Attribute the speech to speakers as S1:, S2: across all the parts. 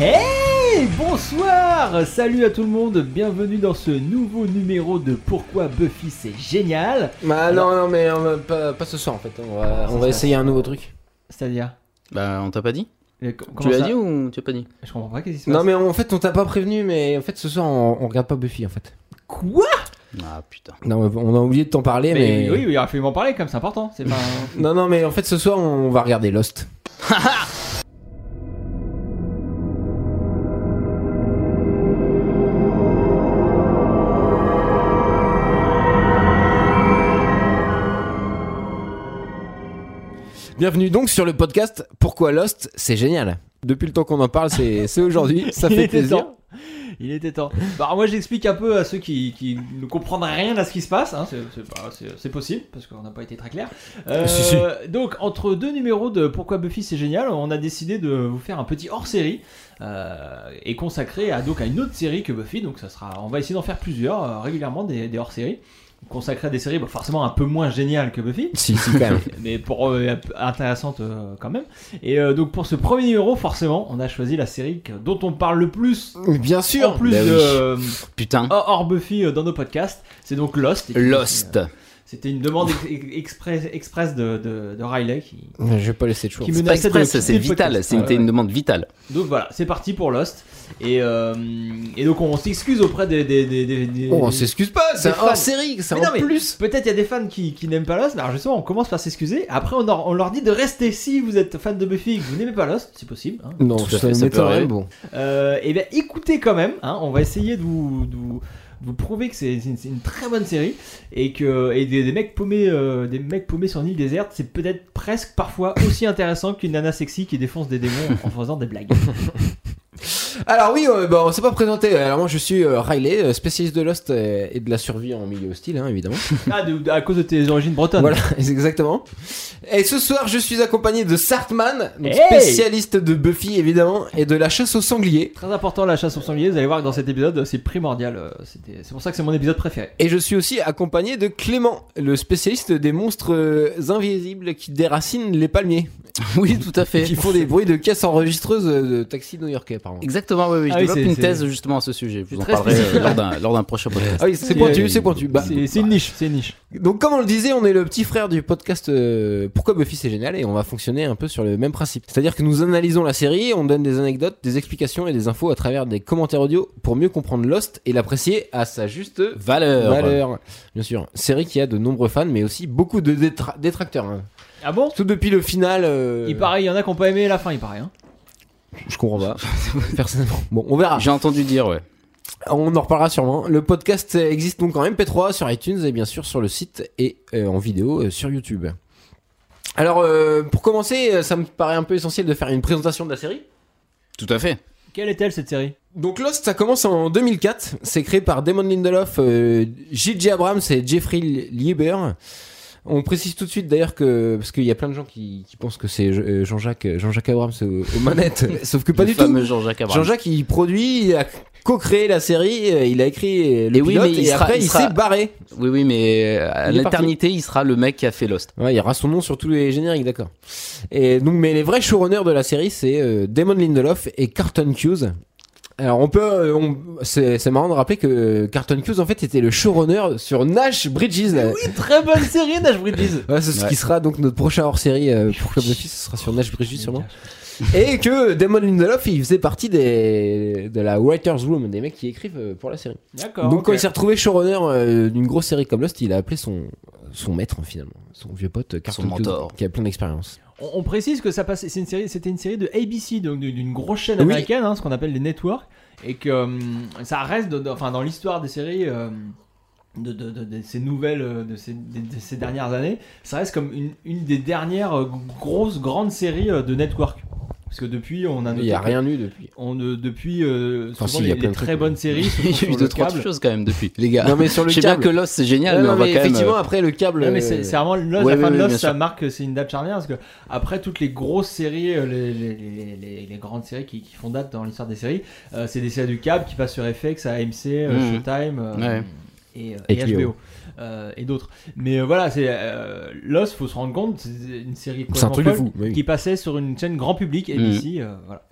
S1: Hey Bonsoir Salut à tout le monde, bienvenue dans ce nouveau numéro de Pourquoi Buffy c'est génial
S2: Bah non, non, mais on va pas, pas ce soir en fait. On
S1: Ah,
S2: va, on va essayer un nouveau truc.
S1: C'est-à-dire
S3: Bah, on t'a pas dit
S1: euh, co- comment
S3: Tu l'as
S1: ça
S3: dit ou tu l'as pas dit
S1: Je comprends pas qu'est-ce qui se passe.
S2: Non, mais en fait, on t'a pas prévenu, mais en fait, ce soir, on, on regarde pas Buffy en fait.
S1: Quoi
S3: Ah putain.
S2: Non, on a oublié de t'en parler,
S1: mais,
S2: mais.
S1: Eh ben oui, oui, il a fallu m'en parler comme c'est important. C'est pas...
S2: Non, non, mais en fait, ce soir, on va regarder Lost. Bienvenue donc sur le podcast Pourquoi Lost C'est génial. Depuis le temps qu'on en parle, c'est c'est aujourd'hui, ça
S1: il
S2: fait
S1: était
S2: plaisir.
S1: temps. Il était temps. Bah, alors moi j'explique un peu à ceux qui, qui ne comprendront rien à ce qui se passe. hein, c'est- c'est pas- c'est- C'est possible parce qu'on n'a pas été très clair. Euh,
S2: Si, si.
S1: Donc entre deux numéros de Pourquoi Buffy c'est génial, on a décidé de vous faire un petit hors-série euh, et consacré à donc à une autre série que Buffy. Donc ça sera, on va essayer d'en faire plusieurs euh, régulièrement des, des hors-séries consacrées à des séries bah, forcément un peu moins géniales que Buffy
S2: Si, si, quand même.
S1: mais pour euh, ap- intéressante euh, quand même. Et euh, donc pour ce premier numéro, forcément, on a choisi la série que- dont on parle le plus,
S2: Mais Bien sûr.
S1: en plus
S2: Bah
S1: de,
S2: oui.
S1: euh,
S3: Putain.
S1: hors hors Buffy euh, dans nos podcasts. C'est donc Lost. Et puis,
S3: Lost.
S1: euh, C'était une demande ex- ex- express, express de, de, de Riley qui.
S2: euh, Je vais pas laisser de chance.
S1: Qui me-
S3: C'est pas
S1: menaçait de
S3: express,
S1: quitter
S3: c'est
S1: le
S3: vital.
S1: podcast.
S3: C'était
S1: Ah ouais.
S3: une demande vitale.
S1: Donc voilà, c'est parti pour Lost. Et, euh, et donc on s'excuse auprès des. des, des, des- des-
S2: Oh, on s'excuse pas, c'est
S1: Des fans.
S2: hors série, c'est
S1: Mais non,
S2: en
S1: mais-
S2: plus.
S1: Peut-être il y a des fans qui, qui n'aiment pas Lost, mais alors justement on commence par s'excuser, après on, leur- on leur dit de rester si vous êtes fan de Buffy et que vous n'aimez pas Lost, c'est possible, hein,
S2: Non,
S3: Tout
S2: ça
S3: à fait, ça peut
S2: m'étonnerait.
S3: arriver.
S2: Bon.
S1: Euh, et bien écoutez quand même, hein, on va essayer de vous, de vous, de vous prouver que c'est c'est une, c'est une très bonne série et que et des, des mecs paumés, euh, des mecs paumés sur une île déserte, c'est peut-être presque parfois aussi intéressant qu'une nana sexy qui défonce des démons en faisant des blagues.
S2: Alors oui, euh, bah, on s'est pas présenté. Alors moi je suis euh, Riley, euh, spécialiste de Lost euh, et de la survie en milieu hostile, hein, évidemment.
S1: Ah, de- à cause de tes origines bretonnes.
S2: voilà, exactement. Et ce soir je suis accompagné de Sartman, donc
S1: Hey
S2: spécialiste de Buffy, évidemment, et de la chasse aux sangliers.
S1: Très important la chasse aux sangliers, vous allez voir que dans cet épisode c'est primordial, euh, c'était- c'est pour ça que c'est mon épisode préféré.
S2: Et je suis aussi accompagné de Clément, le spécialiste des monstres euh, invisibles qui déracinent les palmiers,
S3: Oui, tout à fait.
S2: qui font des bruits de caisse enregistreuse euh, de taxi new-yorkais, apparemment.
S3: Exactement, oui, oui. Je
S1: Ah oui,
S3: développe
S1: c'est-
S3: une
S1: c'est-
S3: thèse justement à ce sujet. Je vous en
S1: très
S3: parlerai
S1: spécifique.
S3: euh, lors d'un- lors d'un prochain podcast.
S2: Ah oui, c'est
S1: C'est-
S2: pointu, c'est pointu. Bah,
S1: C'est c'est une niche, c'est une niche.
S2: Donc comme on le disait, on est le petit frère du podcast euh, Pourquoi Buffy c'est génial et on va fonctionner un peu sur le même principe. C'est-à-dire que nous analysons la série, on donne des anecdotes, des explications et des infos à travers des commentaires audio pour mieux comprendre Lost et l'apprécier à sa juste
S3: Valeur.
S2: valeur. Bien sûr, série qui a de nombreux fans mais aussi beaucoup de détra- détracteurs. hein.
S1: Ah bon
S2: Tout depuis le final... euh,
S1: Il paraît, il y en a qui n'ont pas aimé la fin, il paraît. Hein.
S2: Je comprends pas. Personnellement. Bon, on verra.
S3: J'ai entendu dire, ouais.
S2: On en reparlera sûrement. Le podcast existe donc en MP3 sur iTunes et bien sûr sur le site et euh, en vidéo euh, sur YouTube. Alors, euh, pour commencer, euh, ça me paraît un peu essentiel de faire une présentation de la série.
S3: Tout à fait.
S1: Quelle est-elle cette série
S2: Donc Lost, ça commence en 2004. C'est créé par Damon Lindelof, euh, J.J. Abrams et Jeffrey Lieber. On précise tout de suite d'ailleurs que parce qu'il y a plein de gens qui, qui pensent que c'est euh, Jean-Jacques Jean-Jacques Abrams aux, aux manettes, sauf que pas
S3: Le
S2: du tout.
S3: fameux Jean-Jacques Abrams.
S2: Jean-Jacques, il produit, il a co-créé la série, euh, il a écrit euh, le
S3: Et oui,
S2: pilote,
S3: mais il
S2: et
S3: sera-
S2: après
S3: il
S2: il
S3: sera-
S2: s'est barré.
S3: Oui, oui, mais euh, à
S2: Il est parti.
S3: l'éternité, il sera le mec qui a fait Lost.
S2: Ouais, il y aura son nom sur tous les génériques, d'accord. Et donc, mais les vrais showrunners de la série, c'est euh, Damon Lindelof et Carlton Cuse. Alors, on peut, euh, on- c'est c'est marrant de rappeler que Carlton Cuse, en fait, était le showrunner sur Nash Bridges.
S1: Ah Très bonne série, Nash Bridges
S2: Ouais, c'est ce
S3: Ouais.
S2: qui sera donc notre prochain hors-série euh, pour Club Buffy, ce sera sur Nash Bridges sûrement. Et que Damon Lindelof, il faisait partie des, de la writers room, des mecs qui écrivent euh, pour la série.
S1: D'accord.
S2: Donc quand
S1: ok.
S2: il s'est retrouvé showrunner euh, d'une grosse série comme Lost, il a appelé son son maître finalement, son vieux pote euh, Carlton
S3: Son
S2: Cuse,
S3: mentor.
S2: qui a plein d'expérience.
S1: On, on précise que ça passait, c'est une série, c'était une série de ABC, donc d'une- d'une grosse chaîne
S2: Oui.
S1: américaine, hein, ce qu'on appelle les networks, et que hum, ça reste, dans- dans- enfin, dans l'histoire des séries. euh, de, de- de- de ces nouvelles euh, de ces, de- de ces dernières années, ça reste comme une, une des dernières euh, grosses grandes séries euh, de network. Parce que depuis, on a
S2: Il n'y a
S1: noté-
S2: rien eu depuis.
S1: On, euh, depuis, euh,
S2: Enfin,
S1: souvent,
S2: si, il y a
S1: les,
S2: plein
S1: les
S2: de
S1: très
S2: trucs.
S1: bonnes séries. se font
S3: Il y a
S1: sur
S3: eu
S1: le
S3: deux, trois
S1: câble.
S3: choses quand même depuis, les gars.
S2: Non mais sur le
S3: Je sais bien
S2: câble.
S3: que Lost, c'est génial,
S2: Ouais,
S3: Ah, mais
S2: non,
S3: on va
S2: mais
S3: quand même.
S2: effectivement après le câble.
S1: Ouais, mais
S2: euh,
S1: c'est c'est vraiment Lost,
S3: ouais,
S1: la fin
S3: ouais,
S1: de
S3: ouais,
S1: Lost,
S3: bien
S1: ça
S3: sûr.
S1: marque, c'est une date charnière parce que après toutes les grosses séries, euh, les, les- les- les- les grandes séries qui, qui font date dans l'histoire des séries, euh, c'est des séries du câble qui passent sur FX, à AMC, euh,
S3: Mhm.
S1: Showtime euh,
S3: Ouais.
S1: et, euh,
S2: Et
S1: et
S2: HBO.
S1: HBO euh, et d'autres. Mais euh, voilà, c'est euh, Lost, faut se rendre compte, c'est une série
S2: C'est un truc de
S1: complètement
S2: fou, oui.
S3: Mmh.
S1: qui passait sur une chaîne grand public, ABC, euh, voilà.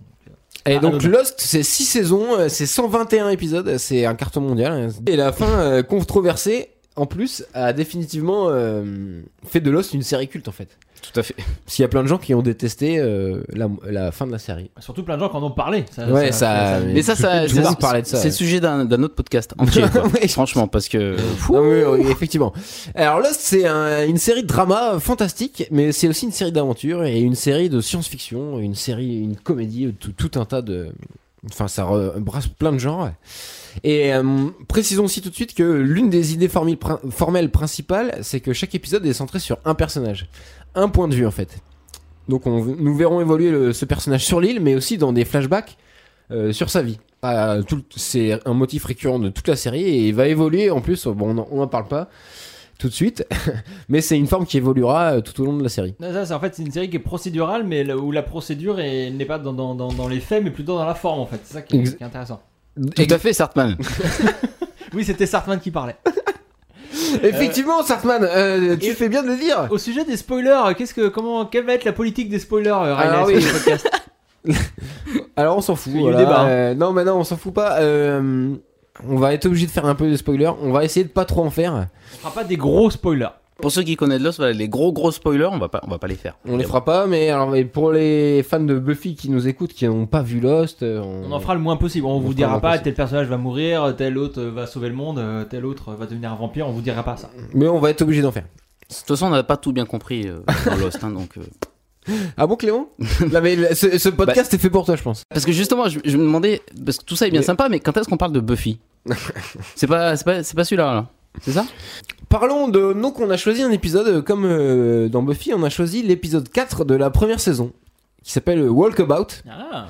S2: Et
S1: Ah,
S2: donc
S1: non,
S2: Lost, c'est 6 saisons, euh, c'est 121 épisodes, euh, c'est un carton mondial. hein. Et la fin euh, controversée, en plus, a définitivement euh, fait de Lost une série culte en fait.
S3: euh, Tout à fait.
S2: Parce qu'il y a plein de gens qui ont détesté euh, la, la fin de la série.
S1: Surtout plein de gens qui en ont parlé. Ça,
S2: Ouais, ça-
S3: Mais ça, ça,
S2: Tout le
S3: ça-
S2: monde parlait de ça,
S3: c'est
S2: ouais.
S3: le sujet d'un d'un autre podcast entier. quoi.
S2: Ouais.
S3: Franchement, parce que
S2: Non, mais, Ah oui, oui, effectivement. Alors Lost, c'est un- une série de drama fantastique, mais c'est aussi une série d'aventure et une série de science-fiction, une série, une comédie, tout, tout un tas de. Enfin, ça re- brasse plein de genres. ouais. Et euh, précisons aussi tout de suite que l'une des idées formi- prin- formelles principales, c'est que chaque épisode est centré sur un personnage, un point de vue en fait. Donc on, nous verrons évoluer le- ce personnage sur l'île, mais aussi dans des flashbacks euh, sur sa vie. Ah, tout le- c'est un motif récurrent de toute la série et il va évoluer en plus. oh, Bon, on en- on n'en parle pas tout de suite, mais c'est une forme qui évoluera euh, tout au long de la série.
S1: Non, ça, c'est en fait c'est une série qui est procédurale, mais là où la procédure est- n'est pas dans, dans, dans, dans les faits, mais plutôt dans la forme en fait. C'est ça qui est,
S2: Ex-
S1: qui est intéressant.
S3: tout à fait Sartman.
S1: Oui, c'était Sartman qui parlait.
S2: Effectivement, Sartman, euh, tu
S1: et-
S2: fais bien de le dire.
S1: Au sujet des spoilers, euh, qu'est-ce que comment quelle va être la politique des spoilers, euh, Riley,
S2: Alors,
S1: sur
S2: oui.
S1: le podcast
S2: Alors on s'en fout.
S1: Il y a eu
S2: voilà.
S1: débat, hein.
S2: Euh, non, mais non, on s'en fout pas. Euh, on va être obligé de faire un peu de spoilers. On va essayer de pas trop en faire.
S1: On fera pas des gros spoilers.
S3: Pour ceux qui connaissent Lost, voilà, les gros gros spoilers, on va pas, on va pas les faire.
S2: On les fera pas, mais alors et pour les fans de Buffy qui nous écoutent, qui n'ont pas vu Lost, euh, on,
S1: On en fera le moins possible. On,
S2: On
S1: vous
S2: fera le
S1: dira
S2: moins
S1: pas
S2: possible.
S1: tel personnage va mourir, tel autre euh, va sauver le monde, euh, tel autre euh, va devenir un vampire. On vous dira pas ça.
S2: mais on va être obligé d'en faire.
S3: De toute façon, on n'a pas tout bien compris euh, dans Lost, hein, donc. euh.
S2: Ah bon, Clément Là, mais le- ce, ce podcast
S1: Bah
S2: est fait pour toi, je pense.
S3: Parce que justement, je, je me demandais, parce que tout ça est bien
S2: Mais-
S3: sympa, mais quand est-ce qu'on parle de Buffy C'est pas, c'est pas, c'est pas celui-là, là. c'est ça
S2: Parlons de. Donc, on a choisi un épisode, euh, comme euh, dans Buffy, on a choisi l'épisode 4 de la première saison, qui s'appelle euh, Walkabout,
S1: Ah,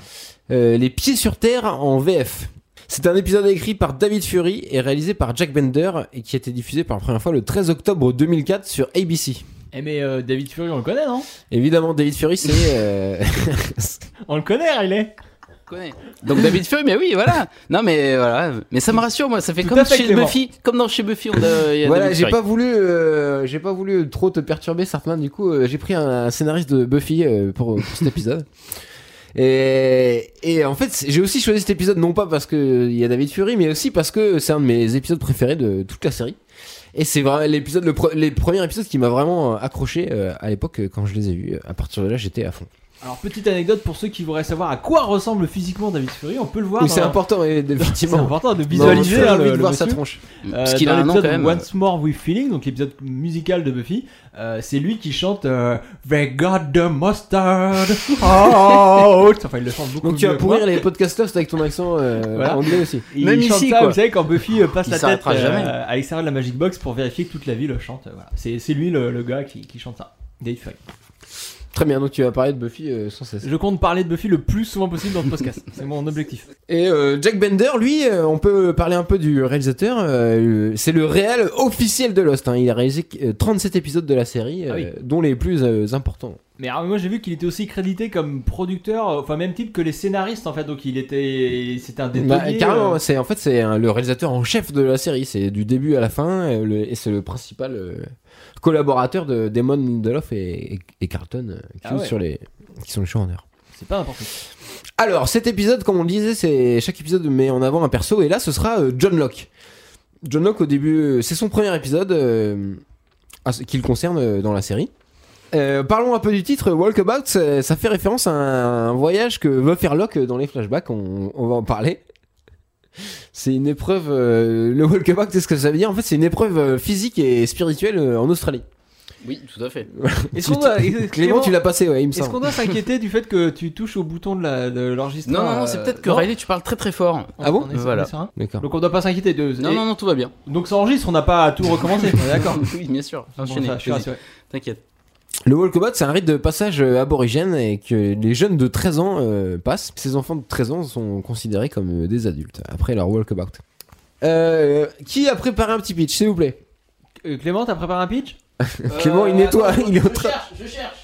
S2: euh, Les pieds sur terre en VF. C'est un épisode écrit par David Fury et réalisé par Jack Bender, et qui a été diffusé pour la première fois le 13 octobre 2004 sur ABC.
S1: Eh mais euh, David Fury, on le connaît non
S2: Évidemment, David Fury, c'est. euh,
S1: On le connaît, Riley.
S3: Donc David Feu, mais oui, voilà. Non, mais euh, voilà. Mais ça me rassure, moi. Ça fait
S1: Tout à
S3: comme
S1: fait,
S3: chez
S1: Clément.
S3: Buffy, comme dans chez Buffy. On a, il y a
S2: voilà,
S3: David
S2: j'ai
S3: Fury.
S2: pas voulu, euh, j'ai pas voulu trop te perturber, Sartman. Du coup, euh, j'ai pris un, un scénariste de Buffy euh, pour, pour cet épisode. Et, et en fait, c'est- j'ai aussi choisi cet épisode non pas parce que il y a David Fury, mais aussi parce que c'est un de mes épisodes préférés de toute la série. Et c'est vraiment l'épisode, le pre- les premiers épisodes qui m'a vraiment accroché euh, à l'époque euh, quand je les ai vus. À partir de là, j'étais à fond.
S1: Alors petite anecdote pour ceux qui voudraient savoir à quoi ressemble physiquement David Fury, on peut le voir.
S2: Oui,
S1: dans
S2: c'est
S1: la-
S2: important, et-
S1: C'est
S2: effectivement.
S1: important de visualiser
S2: Non,
S1: hein,
S2: j'ai envie
S1: le,
S2: de
S1: le
S2: voir sa
S1: monsieur. Euh,
S2: tronche.
S3: Parce qu'il
S1: dans
S3: a un nom quand
S1: l'épisode
S3: même.
S1: Once More with Feeling, donc l'épisode musical de Buffy, euh, c'est lui qui chante euh, They got the mustard out. Enfin, il le chante beaucoup
S2: Donc tu vas
S1: mieux que moi.
S2: pourrir les podcasts Lost avec ton accent euh,
S1: Voilà.
S2: anglais aussi.
S1: Il
S3: Même
S1: chante
S3: ici,
S1: ça,
S3: quoi.
S1: vous savez, quand Buffy euh, passe
S3: Il
S1: la tête
S3: s'arrêtera jamais.
S1: euh, à l'extérieur de la Magic Box pour vérifier que toute la ville chante. euh, voilà. C'est c'est lui le, le gars qui, qui chante ça. Dave Fury.
S2: Très bien, donc tu vas parler de Buffy euh, sans cesse.
S1: Je compte parler de Buffy le plus souvent possible dans le podcast. C'est mon objectif.
S2: Et euh, Jack Bender, lui, euh, on peut parler un peu du réalisateur. euh, c'est le réel officiel de Lost. hein. Il a réalisé euh, 37 épisodes de la série, euh,
S1: Ah oui.
S2: dont les plus euh, importants.
S1: Mais alors, moi j'ai vu qu'il était aussi crédité comme producteur, euh, enfin même type que les scénaristes en fait. Donc il était, c'était un des
S2: Bah,
S1: pionniers,
S2: carrément,
S1: euh,
S2: c'est en fait c'est hein, le réalisateur en chef de la série. C'est du début à la fin, euh, le- et c'est le principal euh, collaborateur de Damon Lindelof et, et- et Carlton, euh, qui,
S1: Ah
S2: sont
S1: ouais.
S2: sur les, qui sont les showrunners.
S1: C'est pas n'importe quoi.
S2: Alors, cet épisode, comme on le disait, c'est chaque épisode met en avant un perso, et là, ce sera euh, John Locke. John Locke, au début, euh, c'est son premier épisode euh, à ce- qui le concerne euh, dans la série. Euh, parlons un peu du titre euh, Walkabout, ça, ça fait référence à un, un voyage que veut faire Locke dans les flashbacks, on, on va en parler. C'est une épreuve, euh, le Walkabout, c'est ce que ça veut dire En fait, c'est une épreuve euh, physique et spirituelle euh, en Australie.
S3: Oui, tout à fait.
S1: Est-ce
S2: Tu-
S1: qu'on doit-
S2: tu- Clément, tu l'as hein. passé, ouais, il me
S1: Est-ce
S2: semble.
S1: qu'on doit s'inquiéter du fait que tu touches au bouton de la- de
S3: Non,
S1: l'enregistrement
S3: non, non,
S1: euh,
S3: c'est peut-être que
S1: non
S3: Riley, tu parles très très fort.
S1: On-
S2: Ah bon
S1: on est- on est
S3: Voilà.
S1: serein
S2: D'accord.
S1: Donc on doit pas s'inquiéter de.
S3: Non,
S1: et-
S3: non, non, tout va bien.
S1: Donc ça enregistre, on n'a pas à tout recommencer. on est D'accord.
S3: oui, bien sûr.
S1: Bon,
S3: Enchaîné.
S1: ça, je suis
S3: Vas-y.
S1: rassuré.
S3: T'inquiète.
S2: Le walkabout, c'est un rite de passage euh, aborigène et que les jeunes de 13 ans euh, passent. Ces enfants de 13 ans sont considérés comme euh, des adultes après leur walkabout. Euh, qui a préparé un petit pitch, s'il vous plaît
S1: Euh, Clément, t'as préparé un pitch
S2: Euh, Clément, il nettoie, il est en train-
S1: cherche, je cherche.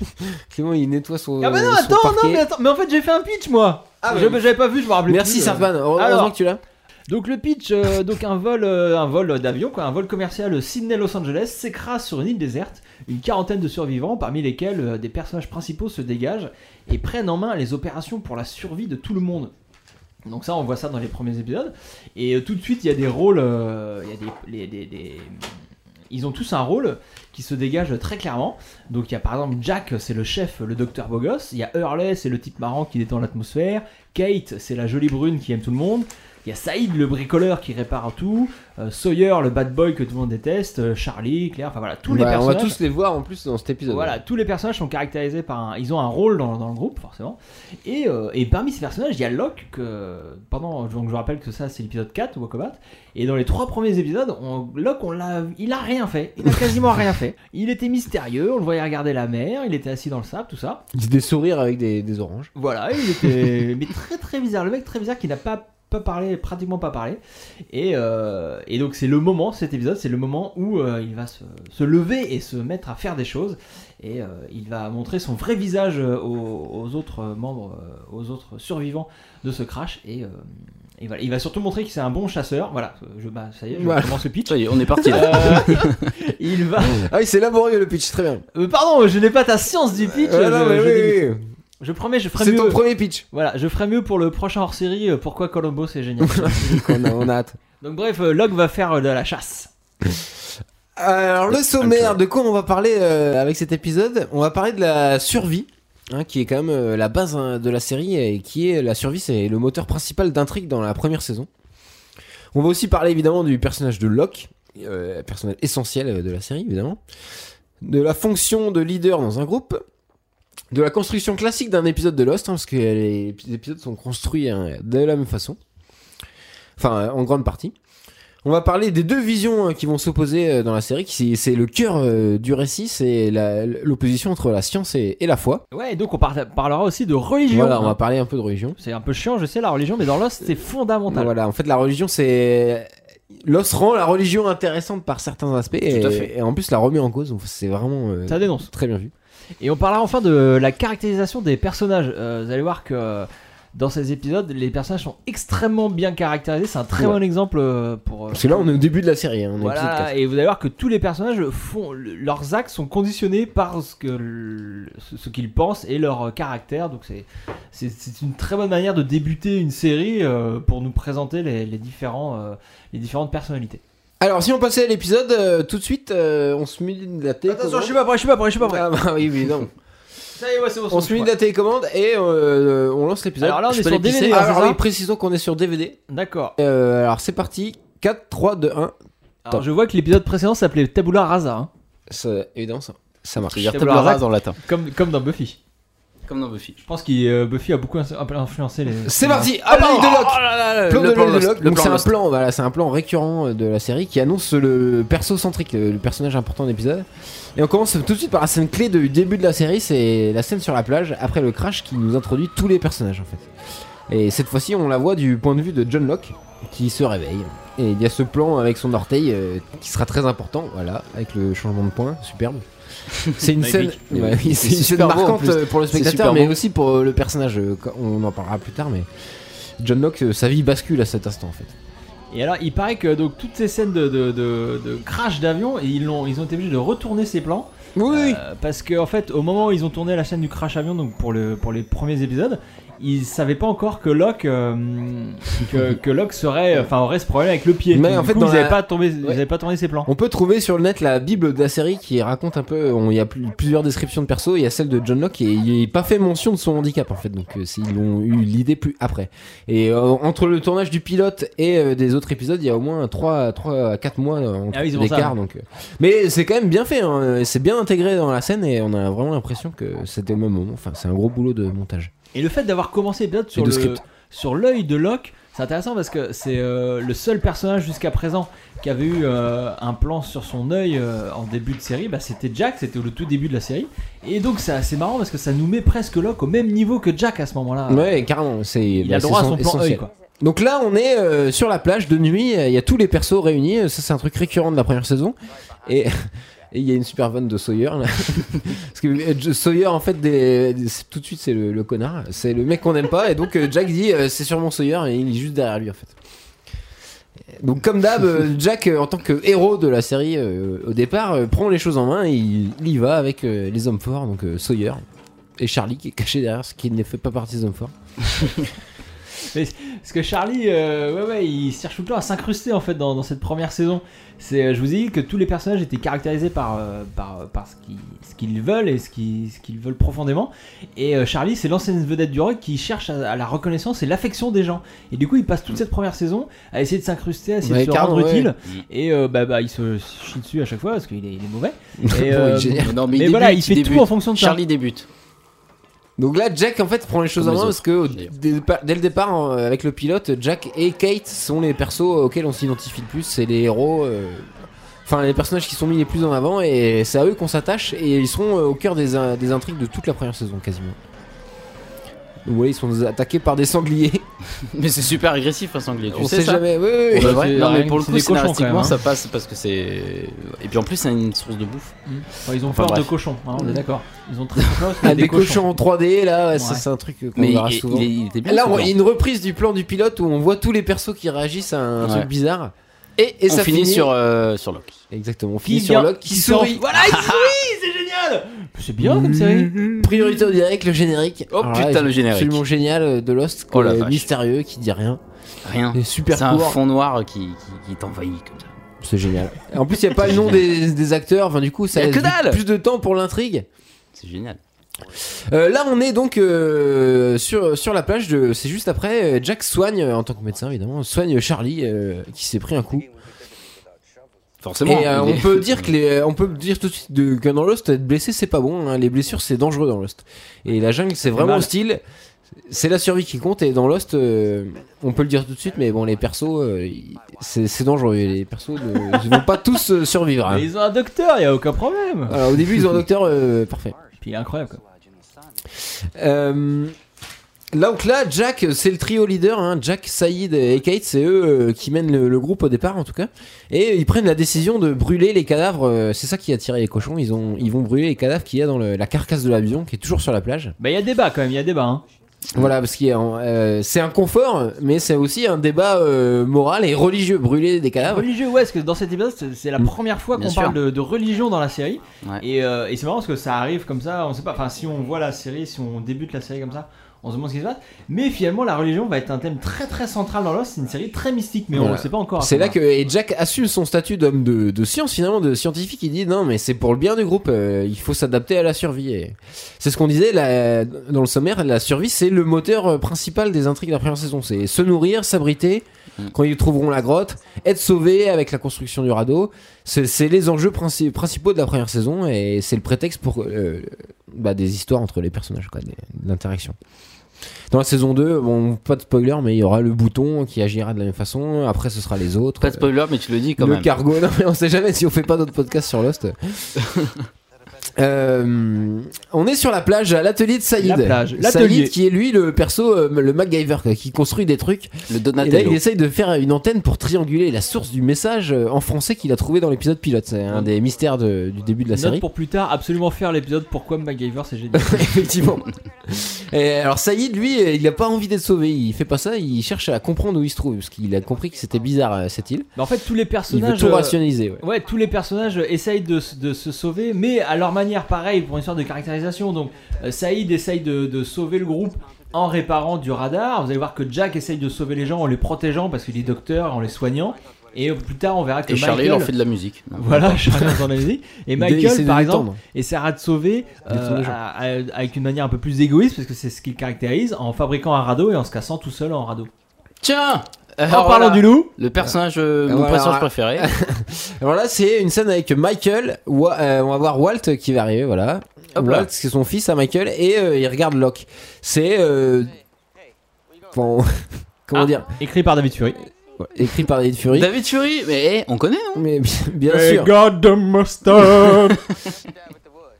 S2: Clément, il nettoie son.
S1: Ah bah non,
S2: son
S1: attends,
S2: parquet.
S1: non, mais attends, mais en fait j'ai fait un pitch moi.
S2: Ah
S1: Je-
S2: oui.
S1: J'avais pas vu, je me rappelais.
S2: Merci
S1: plus, euh.
S2: Sarban, heureusement
S1: Alors.
S2: que tu l'as.
S1: Donc le pitch, euh, donc un vol, euh, un vol d'avion, quoi, un vol commercial Sydney-Los Angeles s'écrase sur une île déserte. Une quarantaine de survivants, parmi lesquels euh, des personnages principaux se dégagent et prennent en main les opérations pour la survie de tout le monde. Donc ça, on voit ça dans les premiers épisodes. Et euh, tout de suite, il y a des rôles, euh, il y a des, les- des- des- ils ont tous un rôle qui se dégage très clairement. Donc il y a par exemple Jack, c'est le chef, le docteur Bogos. Il y a Hurley, c'est le type marrant qui détend l'atmosphère. Kate, c'est la jolie brune qui aime tout le monde. Il y a Saïd, le bricoleur qui répare tout. Euh, Sawyer, le bad boy que tout le monde déteste. Euh, Charlie, Claire, enfin voilà, tous les
S2: Bah, on va
S1: personnages.
S2: tous les voir en plus dans cet épisode.
S1: Voilà, tous les personnages sont caractérisés par un. Ils ont un rôle dans, dans le groupe, forcément. Et, euh, et parmi ces personnages, il y a Locke, que. Pendant, donc je rappelle que ça, c'est l'épisode 4, Wakobat. Et dans les trois premiers épisodes, on, Locke, on l'a, il a rien fait. Il a quasiment rien fait. Il était mystérieux, on le voyait regarder la mer, il était assis dans le sable, tout ça.
S2: Il dit Des sourires avec des, des oranges.
S1: Voilà, il était. mais très très bizarre. Le mec, très bizarre, qui n'a pas pas parlé, pratiquement pas parlé. Et, euh, et donc c'est le moment, cet épisode, c'est le moment où euh, il va se, se lever et se mettre à faire des choses. Et euh, il va montrer son vrai visage euh, aux, aux autres euh, membres, euh, aux autres survivants de ce crash. Et, euh, et voilà, il va surtout montrer que c'est un bon chasseur. Voilà, je, bah, ça y est, je
S2: Voilà.
S1: commence le pitch.
S3: Ça y est, on est parti là.
S1: Euh, il va.
S2: Ah oui, c'est laborieux le pitch, très bien.
S1: Euh, pardon, je n'ai pas ta science du pitch. euh,
S2: Ah, non,
S1: je,
S2: mais
S1: je
S2: oui,
S1: débute.
S2: oui, oui.
S1: Je promets, je ferai
S2: C'est
S1: mieux.
S2: ton premier pitch.
S1: Voilà, je ferai mieux pour le prochain hors-série euh, Pourquoi Colombo c'est génial.
S2: on, a, on a hâte.
S1: Donc bref, euh, Locke va faire euh, de la chasse.
S2: Alors, le sommaire, de quoi on va parler euh, avec cet épisode On va parler de la survie, hein, qui est quand même euh, la base hein, de la série et qui est la survie, c'est le moteur principal d'intrigue dans la première saison. On va aussi parler évidemment du personnage de Locke, euh, personnage essentiel euh, de la série évidemment, de la fonction de leader dans un groupe. De la construction classique d'un épisode de Lost, hein, parce que les épisodes sont construits hein, de la même façon. Enfin, euh, en grande partie. On va parler des deux visions hein, qui vont s'opposer euh, dans la série, qui c'est- c'est le cœur euh, du récit, c'est la- l'opposition entre la science et, et la foi.
S1: Ouais, et donc on par- parlera aussi de religion. hein.
S2: Voilà, on va parler un peu de religion.
S1: C'est un peu chiant, je sais, la religion, mais dans Lost, c'est fondamental.
S2: Voilà, en fait, la religion, c'est l'os rend la religion intéressante par certains aspects, et,
S3: à fait.
S2: et en plus la remet en cause. donc C'est vraiment euh,
S1: Ça dénonce.
S2: très bien vu.
S1: Et on parlera enfin de la caractérisation des personnages. Euh, vous allez voir que euh, dans ces épisodes, les personnages sont extrêmement bien caractérisés. C'est un très
S2: Ouais.
S1: bon exemple euh, pour. euh,
S2: Parce que là, on est au début de la série. hein, on est au épisode
S1: Voilà,
S2: quatre.
S1: et vous allez voir que tous les personnages font le- leurs actes sont conditionnés par ce que le- ce ce qu'ils pensent et leur euh, caractère. Donc c'est c'est c'est une très bonne manière de débuter une série euh, pour nous présenter les, les différents euh, les différentes personnalités.
S2: Alors, si on passait à l'épisode euh, tout de suite, euh, on se munie de la télécommande.
S1: pas prêt, je suis pas prêt, je suis
S2: Ah, bah oui, oui, non.
S1: Ça y est, ouais, c'est bon.
S2: on se munie de la télécommande et euh, on lance l'épisode.
S1: Alors là, on
S2: Je
S1: est
S2: peux
S1: sur
S2: aller pisser
S1: DVD, hein,
S2: Alors
S1: c'est
S2: oui,
S1: ça
S2: précisons qu'on est sur DVD.
S1: D'accord.
S2: Euh, alors c'est parti, 4, 3, 2, 1,
S1: Alors je vois que l'épisode précédent s'appelait Tabula Rasa, hein.
S2: ça, évidemment ça, ça marche.
S3: C'est-à-dire
S1: Chevrolet
S3: tableau
S1: Razak.
S3: rase en latin.
S1: comme comme dans Buffy.
S3: Comme dans Buffy.
S1: Je pense que euh, Buffy a beaucoup ins- influencé les.
S2: C'est parti,
S3: Ah
S2: hop l'île de Locke Plan de
S3: Le plan
S2: l'île de
S3: Lost,
S2: Locke.
S3: le
S2: Donc
S3: plan
S2: c'est un
S3: Lost.
S2: plan, voilà, c'est un plan récurrent euh, de la série qui annonce le perso centrique, le le personnage important de l'épisode. Et on commence tout de suite par la scène clé du début de la série, c'est la scène sur la plage après le crash qui nous introduit tous les personnages en fait. Et cette fois-ci, on la voit du point de vue de John Locke qui se réveille. Et il y a ce plan avec son orteil euh, qui sera très important, voilà, avec le changement de point, superbe. C'est une scène,
S3: Magnifique.
S2: Ouais, oui, c'est
S3: C'est
S2: une scène
S3: super beau, en
S2: marquante
S3: plus.
S2: euh, pour le
S3: C'est
S2: spectateur,
S3: super
S2: mais
S3: beau.
S2: aussi pour euh, le personnage. euh, quand- On en parlera plus tard, mais John Locke, euh, sa vie bascule à cet instant en fait.
S1: Et alors, il paraît que donc toutes ces scènes de, de, de- de crash d'avion, ils l'ont- ils ont été obligés de retourner ces plans
S2: Oui.
S1: Euh, parce que en fait, au moment où ils ont tourné la scène du crash avion, donc pour le pour les premiers épisodes, ils savaient pas encore que Locke euh, que, que Locke serait enfin aurait ce problème avec le pied.
S2: Mais
S1: du
S2: en fait,
S1: coup,
S2: dans
S1: ils avaient
S2: la-
S1: pas tombé, ils
S2: Ouais.
S1: avaient pas tourné ses plans.
S2: On peut trouver sur le net la Bible de la série qui raconte un peu. on- Il y a plus- plusieurs descriptions de perso. Il y a celle de John Locke et il n'est pas fait mention de son handicap en fait. Donc euh, c'est- ils ont eu l'idée plus après. Et euh, entre le tournage du pilote et euh, des autres épisodes, il y a au moins 3 3 à 4 mois euh, entre
S1: Ah oui, c'est pour ça,
S2: d'écart.
S1: ouais.
S2: Donc, euh, mais c'est quand même bien fait. hein, C'est bien intégré dans la scène et on a vraiment l'impression que c'était au même moment. Enfin, c'est un gros boulot de montage.
S1: Et le fait d'avoir commencé l'épisode sur
S2: Et de
S1: le
S2: script.
S1: sur l'œil de Locke, c'est intéressant parce que c'est euh, le seul personnage jusqu'à présent qui avait eu euh, un plan sur son œil euh, en début de série. Bah, c'était Jack, c'était le tout début de la série. Et donc c'est assez marrant parce que ça nous met presque Locke au même niveau que Jack à ce moment-là.
S2: Ouais, carrément. C'est
S1: Ah. Il
S2: bah,
S1: a
S2: c'est
S1: droit à
S2: son-
S1: son plan œil
S2: essentiel.
S1: quoi.
S2: Donc là, on est euh, sur la plage de nuit. euh, Il y a tous les persos réunis. euh, Ça, c'est un truc récurrent de la première saison. Et et il y a une super vanne de Sawyer. Là. Parce que euh, J- Sawyer, en fait, des- des- c'est- tout de suite, c'est le, le connard. C'est le mec qu'on n'aime pas. Et donc, euh, Jack dit euh, C'est sûrement Sawyer. Et il est juste derrière lui, en fait. Donc comme d'hab, euh, Jack, euh, en tant que héros de la série euh, au départ, euh, prend les choses en main et il, il y va avec euh, les hommes forts, donc euh, Sawyer et Charlie qui est caché derrière, ce qui ne fait pas partie des hommes forts.
S1: Parce que Charlie, euh, ouais, ouais, il cherche tout le temps à s'incruster en fait dans, dans cette première saison. C'est, euh, je vous ai dit que tous les personnages étaient caractérisés par, euh, par, par ce, qu'ils, ce qu'ils veulent et ce qu'ils, ce qu'ils veulent profondément. Et euh, Charlie, c'est l'ancienne vedette du rock qui cherche à, à la reconnaissance et l'affection des gens. Et du coup, il passe toute cette première saison à essayer de s'incruster, à essayer de
S2: Ouais,
S1: se
S2: carrément,
S1: rendre
S2: ouais.
S1: utile. Et euh, bah, bah, il se chie dessus à chaque fois parce qu'il est, il est mauvais. Et, euh,
S2: Bon, il génère.
S3: Non,
S1: mais voilà, il fait
S3: débute.
S1: tout en fonction de ça.
S3: Charlie débute.
S2: Donc là, Jack en fait prend les choses
S3: Comme
S2: en
S3: les
S2: main parce que au-
S3: d'ailleurs.
S2: dès, le pa- dès le départ, en- euh, avec le pilote, Jack et Kate sont les persos auxquels on s'identifie le plus, c'est les héros. euh, Enfin, les personnages qui sont mis les plus en avant et c'est à eux qu'on s'attache et ils sont euh, au cœur des, in- des intrigues de toute la première saison quasiment. Donc voilà, ils sont attaqués par des sangliers.
S3: Mais c'est super agressif un sanglier, tu
S2: on
S3: sais
S2: sait
S3: ça
S2: jamais. Oui, oui, oui.
S1: Ouais,
S3: Pour de vrai.
S1: c'est-
S3: Non mais
S1: rien
S3: pour
S1: que
S3: le
S1: c'est
S3: coup
S1: des cochons, quand même,
S3: scénaristiquement
S1: hein.
S3: ça passe parce que c'est et puis en plus c'est une source de bouffe.
S1: Enfin, ils ont
S3: Enfin,
S1: peur de
S3: bref.
S1: cochons, hein, on est d'accord. Ils ont très peur parce qu'il y
S2: Ah,
S1: a
S2: des, cochons. en 3D là, ouais, ça,
S1: Ouais.
S2: c'est un truc euh, qu'on
S3: Mais
S2: verra
S3: il, il-
S2: souvent.
S3: il est- il était bien.
S2: Là,
S3: ce
S2: on-
S3: plan.
S2: il y a une reprise du plan du pilote où on voit tous les persos qui réagissent à un
S3: Ouais.
S2: truc bizarre. Et, et
S3: on
S2: ça
S3: finit sur euh, sur Locke.
S2: Exactement, on
S1: Qui
S2: finit sur
S1: vient-
S2: Locke qui Ah,
S1: qui sort-
S2: sourit.
S1: Voilà, il sourit, c'est génial. C'est bien comme série.
S2: Priorité au direct, le générique.
S3: Mm-hmm. Oh,
S2: là,
S3: putain, le générique.
S2: Ah Absolument génial euh, de Lost,
S3: Oh, la
S2: euh,
S3: vache.
S2: mystérieux qui dit rien.
S3: Rien.
S2: Et super
S3: C'est un
S2: court.
S3: fond noir qui, qui, qui t'envahit comme ça.
S2: C'est génial. En plus, il n'y a pas le nom des, des acteurs, enfin, du coup, ça
S3: Y a
S2: laisse
S3: que dalle.
S2: plus de temps pour l'intrigue.
S3: C'est génial.
S2: Euh, là, on est donc euh, sur, sur la plage. de- C'est juste après. euh, Jack soigne, euh, en tant que médecin évidemment, soigne Charlie euh, qui s'est pris un coup.
S3: Forcément.
S2: Et euh,
S3: il
S2: on
S3: est-
S2: peut dire que les, on peut dire tout de suite de- que dans Lost, être blessé c'est pas bon. hein. Les blessures c'est dangereux dans Lost. Et la jungle c'est vraiment
S1: mal.
S2: hostile. C'est la survie qui compte. Et dans Lost, euh, on peut le dire tout de suite, mais bon, les persos, euh, ils- c'est c'est dangereux. Et Les persos ne ils vont pas tous euh, survivre. hein.
S1: Mais ils ont un docteur, y a aucun problème.
S2: Voilà, au début, ils ont un docteur euh, parfait.
S1: Puis il est incroyable. Quoi.
S2: Euh, là, donc là, Jack, c'est le trio leader. hein. Jack, Saïd et Kate, c'est eux euh, qui mènent le, le groupe au départ, en tout cas. Et ils prennent la décision de brûler les cadavres. euh, c'est ça qui a attiré les cochons. Ils, ont, ils vont brûler les cadavres qu'il y a dans le- la carcasse de l'avion, qui est toujours sur la plage.
S1: Bah il y a débat quand même, il y a débat. Hein.
S2: Voilà, parce qu'il y a, euh, c'est un confort, mais c'est aussi un débat euh, moral et religieux. Brûler des cadavres.
S1: Religieux, ouais, parce que dans cet épisode, c'est c'est la
S2: Ah Mm.
S1: première fois
S3: Bien
S1: qu'on
S3: sûr.
S1: parle de, de religion dans la série.
S3: Ouais.
S1: Et, euh, et c'est marrant parce que ça arrive comme ça, on sait pas. Enfin, si on voit la série, si on débute la série comme ça, on se demande ce qui se passe. Mais finalement, la religion va être un thème très très central dans Lost. C'est une série très mystique, mais on
S2: Voilà.
S1: le sait pas encore. à
S2: C'est
S1: ce
S2: là
S1: moment-là.
S2: que et Jack assume son statut d'homme de, de science finalement, de scientifique. Il dit non, mais c'est pour le bien du groupe. euh, il faut s'adapter à la survie. Et C'est ce qu'on disait la- dans le sommaire. La survie, c'est le moteur euh, principal des intrigues de la première saison. C'est se nourrir, s'abriter
S3: Mm.
S2: quand ils trouveront la grotte, être sauvé avec la construction du radeau. C'est c'est les enjeux princi- principaux de la première saison et c'est le prétexte pour euh, bah, des histoires entre les personnages, quoi, des- de l'interaction. Dans la saison 2, bon, pas de spoiler, mais il y aura le bouton qui agira de la même façon. Après, ce sera les autres.
S3: Pas de spoiler, mais tu le dis quand
S2: le
S3: même.
S2: cargo, non mais on sait jamais si on fait pas d'autres podcasts sur Lost. Euh, on est sur la plage à l'atelier de Saïd.
S1: La plage, l'atelier.
S2: Saïd qui est lui le perso, euh, le MacGyver quoi, qui construit des trucs. Et là
S3: Le
S2: il
S3: Donatello.
S2: essaye de faire une antenne pour trianguler la source du message euh, en français qu'il a trouvé dans l'épisode pilote. C'est un des mystères de- du début de la
S1: Note
S2: série.
S1: pour plus tard, absolument faire l'épisode Pourquoi MacGyver c'est génial.
S2: Effectivement. Et alors Saïd, lui, euh, il a pas envie d'être sauvé. Il fait pas ça. Il cherche à comprendre où il se trouve parce qu'il a compris que c'était bizarre euh, cette île.
S1: Mais en fait, tous les
S2: Il veut
S1: personnages.
S2: tout
S1: euh,
S2: rationaliser. ouais.
S1: Ouais, tous les personnages essayent de, s- de se sauver, mais à leur manière, pareil, pour une sorte de caractérisation. Donc, euh, Saïd essaye de, de sauver le groupe en réparant du radar. Vous allez voir que Jack essaye de sauver les gens en les protégeant parce qu'il est docteur, en les soignant. Et euh, plus tard, on verra que
S3: Et Charlie
S1: Michael.
S3: leur fait de la musique.
S1: Voilà, Charlie en fait de la musique. Et
S2: Il essaie
S1: Michael,
S2: de
S1: par
S2: détendre.
S1: exemple, essaiera de sauver euh,
S2: Détendre les gens.
S1: à- à- avec une manière un peu plus égoïste, parce que c'est ce qu'il caractérise, en fabriquant un radeau et en se cassant tout seul en radeau.
S3: Tiens
S1: En
S2: Ah,
S3: Alors
S1: parlant
S3: voilà,
S1: du loup,
S3: Le personnage, euh, mon
S2: Voilà.
S3: personnage préféré.
S2: Alors là, c'est une scène avec Michael. Wa- euh, on va voir Walt qui va arriver, voilà.
S3: Hop là.
S2: Walt, c'est son fils à Michael, et euh, il regarde Locke. C'est. euh, bon, comment
S1: Ah.
S2: dire
S1: écrit par David Fury.
S2: Écrit par David Fury.
S3: David Fury, mais eh, on connaît, non
S2: Mais bi- bien
S1: Hey,
S2: sûr.
S1: God the mustard.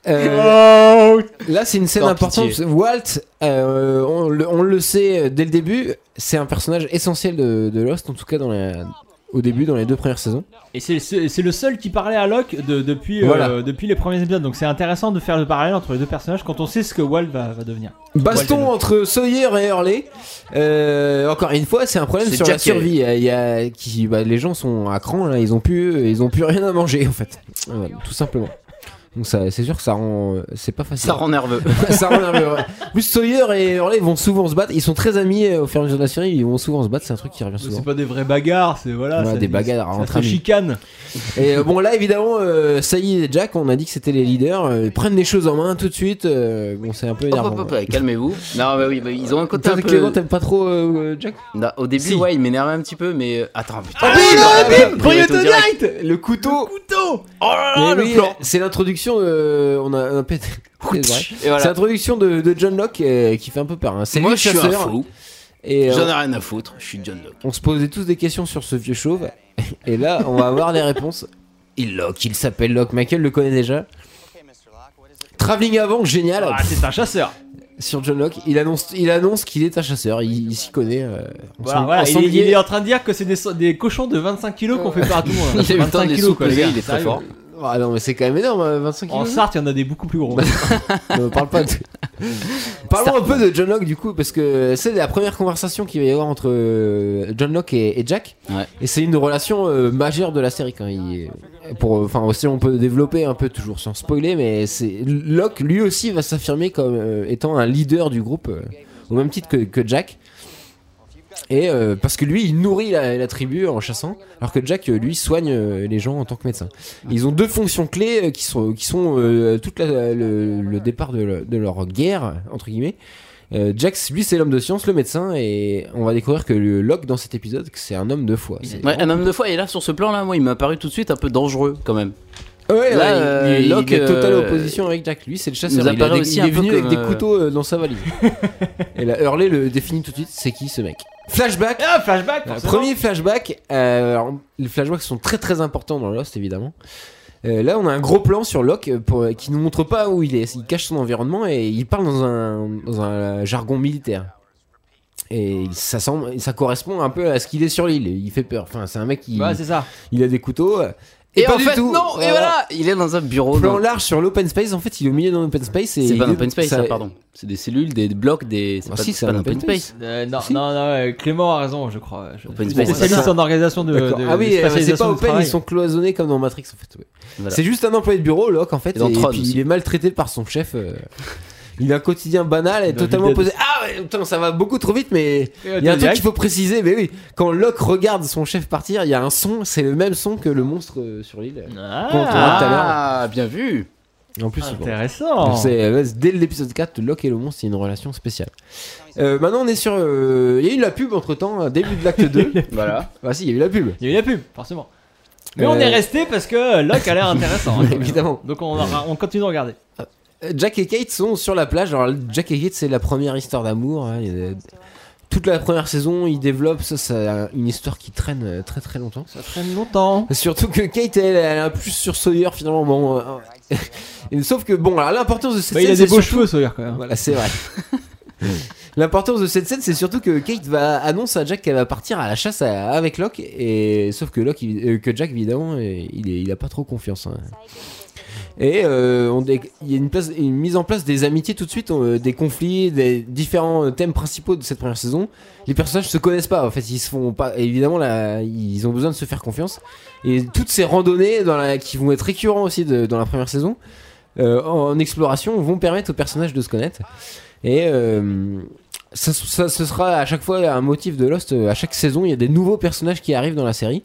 S2: Euh,
S1: Oh,
S2: là, c'est une scène
S3: Sans
S2: importante.
S3: pitié.
S2: parce que Walt, euh, on, le, on le sait dès le début, c'est un personnage essentiel de, de Lost, en tout cas dans la, au début dans les deux premières saisons.
S1: Et c'est- c'est c'est le seul qui parlait à Locke de- depuis, euh,
S2: Voilà.
S1: depuis les premiers épisodes. Donc c'est intéressant de faire le parallèle entre les deux personnages quand on sait ce que Walt va, va devenir.
S2: Baston
S1: Walden.
S2: entre Sawyer et Hurley. Euh, encore une fois, c'est un problème
S3: C'est
S2: sur
S3: Jack
S2: la survie. Il y a- qui, bah, les gens sont à cran là, ils ont plus, ils ont plus rien à manger en fait, Voilà, tout simplement. Donc ça, c'est sûr que ça rend, euh, c'est pas facile.
S3: Ça rend nerveux.
S2: Ça rend nerveux, ouais. En Plus Sawyer et Hurley vont souvent se battre. Ils sont très amis euh, au fur et à mesure de la série. Ils vont souvent se battre. C'est un truc qui revient souvent.
S1: C'est pas des vraies bagarres, c'est voilà,
S2: Voilà,
S1: ça-
S2: des bagarres
S1: ça
S2: entre
S1: se
S2: amis.
S1: chicane.
S2: Et euh, bon là évidemment euh, Saïd et Jack on a dit que c'était les leaders euh, ils prennent les choses en main tout de suite euh, bon c'est un peu
S3: Hop,
S2: énervant.
S3: hop, hop, calmez-vous. Non, mais oui, mais ils ont un côté
S2: Toi,
S3: un
S2: Clément
S3: peu.
S2: t'aimes pas trop euh, Jack
S3: Non, au début,
S1: Si.
S3: ouais, il m'énervait un petit peu, mais. euh, Attends, putain.
S2: Ah, bim, ah, bim,
S3: Priorité au direct.
S2: Le couteau
S1: Couteau
S3: Oh là
S2: Et
S3: là, le
S2: oui,
S3: plan.
S2: C'est l'introduction euh, on a un pét- c'est vrai.
S3: Et
S2: C'est
S3: voilà.
S2: l'introduction de, de John Locke euh, qui fait un peu peur. hein. C'est
S3: Moi,
S2: lui
S3: je suis
S2: chasseur.
S3: un fou.
S2: Et euh,
S3: J'en ai rien à foutre. Je suis John Locke.
S2: on se posait tous des questions sur ce vieux chauve. Et là, on va avoir les réponses. Il Locke, il s'appelle Locke. Michael le connaît déjà. Travelling avant, génial.
S1: Ah, c'est un chasseur.
S2: sur John Locke, il annonce, il annonce qu'il est un chasseur, il, il s'y connaît. euh, en
S1: Voilà,
S2: sang-
S1: voilà,
S2: en
S1: il, est-
S2: sanglier.
S1: il est en train de dire que c'est des, so- des cochons de 25 kilos qu'on fait par tout. hein.
S3: Il a eu le temps
S1: 25
S3: de les
S1: kilos, quoi, les
S3: sous-peser,
S1: gars,
S3: il est très
S1: sérieux.
S3: fort.
S2: Ah non, mais c'est quand même énorme, hein, 25
S1: En
S2: kilos.
S1: Sarthe, il y en a des beaucoup plus
S2: Bah,
S1: gros.
S2: Ne parle pas de... Parlons un peu de John Locke du coup, parce que c'est la première conversation qu'il va y avoir entre euh, John Locke et, et Jack.
S3: Ouais.
S2: Et c'est une relation euh, majeure de la série. Quand il, pour, euh, enfin, aussi on peut développer un peu toujours sans spoiler, mais c'est Locke lui aussi va s'affirmer comme euh, étant un leader du groupe, euh, au même titre que, que Jack. Et euh, parce que lui, il nourrit la, la tribu en chassant, alors que Jack, euh, lui, soigne euh, les gens en tant que médecin. Ils ont deux fonctions clés euh, qui sont, qui sont euh, toute la- le, le départ de, le- de leur guerre, entre guillemets. Euh, Jack, lui, c'est l'homme de science, le médecin, et on va découvrir que le Locke, dans cet épisode, que c'est un homme de foi. C'est-
S3: Ouais, un homme de foi. Et là, sur ce plan-là, moi, il m'a paru tout de suite un peu dangereux quand même.
S2: Ouais, ouais,
S3: Là, euh,
S2: il, il
S3: Locke,
S2: est totale
S3: euh,
S2: opposition avec Jack. Lui, c'est le chasseur.
S3: nous
S2: Il, a des-
S3: apparaît aussi
S2: il
S3: un
S2: est
S3: peu
S2: venu avec
S3: comme,
S2: des
S3: euh,
S2: couteaux euh, dans sa valise. et là, Hurley le définit tout de suite c'est qui ce mec Flashback
S1: Ah, flashback
S2: Euh,
S1: forcément.
S2: Premier flashback. euh, alors, les flashbacks sont très très importants dans Lost, évidemment. Euh, là, on a un gros plan sur Locke euh, pour- qui nous montre pas où il est. Il cache son environnement et il parle dans un, dans un jargon militaire. Et ça, semble, ça correspond un peu à ce qu'il est sur l'île. Il fait peur. Enfin, c'est un mec qui
S1: Ouais, c'est ça.
S2: il a des couteaux. euh,
S3: Bah, Et,
S2: pas
S3: en
S2: du
S3: fait,
S2: tout.
S3: non. Et
S2: Euh,
S3: voilà, il est dans un bureau.
S2: Plan
S3: dans-
S2: large sur l'open space. En fait, il est au milieu d'un open space. et
S3: C'est
S2: il
S3: pas un
S2: est-
S3: open space,
S2: ça-
S3: ça, pardon. C'est des cellules, des blocs, des. C'est
S2: Ah
S3: pas,
S2: si,
S3: c'est pas un open space.
S1: Euh, non,
S2: Si.
S1: non, non, ouais, Clément a raison, je crois. Je,
S3: Open
S1: je
S3: space,
S1: suis spécialiste
S2: c'est ça.
S1: en organisation de.
S2: D'accord.
S1: de-
S2: ah oui,
S1: de
S2: euh, c'est
S1: spatialisation
S2: pas
S1: du
S2: open,
S1: travail.
S2: ils sont cloisonnés comme dans Matrix en fait. ouais.
S3: Voilà.
S2: C'est juste un employé de bureau, Locke en fait,
S3: Et
S2: et,
S3: dans Tron
S2: puis
S3: aussi.
S2: il est maltraité par son chef. euh, Il a un quotidien banal et
S1: Dans
S2: totalement
S1: Evil Dead.
S2: opposé. Ah ouais, putain, ça va beaucoup trop vite, mais
S1: Et, euh,
S2: il y a un truc
S1: direct,
S2: qu'il faut préciser. Mais oui, quand Locke regarde son chef partir, il y a un son, c'est le même son que le monstre euh, sur l'île.
S1: Ah,
S2: Qu'on retrouvera tout à l'heure.
S3: Ah, bien vu.
S2: Et En plus, bon,
S1: intéressant.
S2: c'est- euh, dès l'épisode 4, Locke et le monstre, c'est une relation spéciale. Euh, maintenant, on est sur. euh, Il y a eu la pub entre temps, début de l'acte 2.
S3: Voilà.
S2: Ah si, il y a eu la pub.
S1: Il y a eu la pub, forcément. Mais
S2: Euh,
S1: on est resté parce que Locke a l'air intéressant. hein, quand même.
S2: Évidemment.
S1: Donc on, aura- on continue de regarder.
S2: Euh, Jack et Kate sont sur la plage. Alors, Jack et Kate, c'est la première histoire d'amour. hein. Il y a- Toute la première saison, ils développent ça, ça- une histoire qui traîne euh, très très longtemps.
S1: Ça traîne longtemps.
S2: Surtout que Kate, elle, elle a un plus sur Sawyer finalement. Bon, euh, et sauf que bon, alors l'importance de cette
S1: Bah, il
S2: scène,
S1: a des
S2: c'est
S1: beaux
S2: surtout-
S1: cheveux, Sawyer, quand même.
S2: Voilà, c'est vrai. L'importance de cette scène, c'est surtout que Kate va annonce à Jack qu'elle va partir à la chasse à- avec Locke, et sauf que Locke, il- euh, que Jack évidemment, euh, il, est, il a pas trop confiance. hein. Et euh, on dé- il y a une, place, une mise en place des amitiés tout de suite, euh, des conflits, des différents euh, thèmes principaux de cette première saison. Les personnages se connaissent pas, en fait, ils se font pas. Évidemment, là, ils ont besoin de se faire confiance. Et toutes ces randonnées dans la- qui vont être récurrentes aussi de- dans la première saison, euh, en en exploration vont permettre aux personnages de se connaître. Et euh, ça, ça- ce sera à chaque fois un motif de Lost. Euh, À chaque saison, il y a des nouveaux personnages qui arrivent dans la série.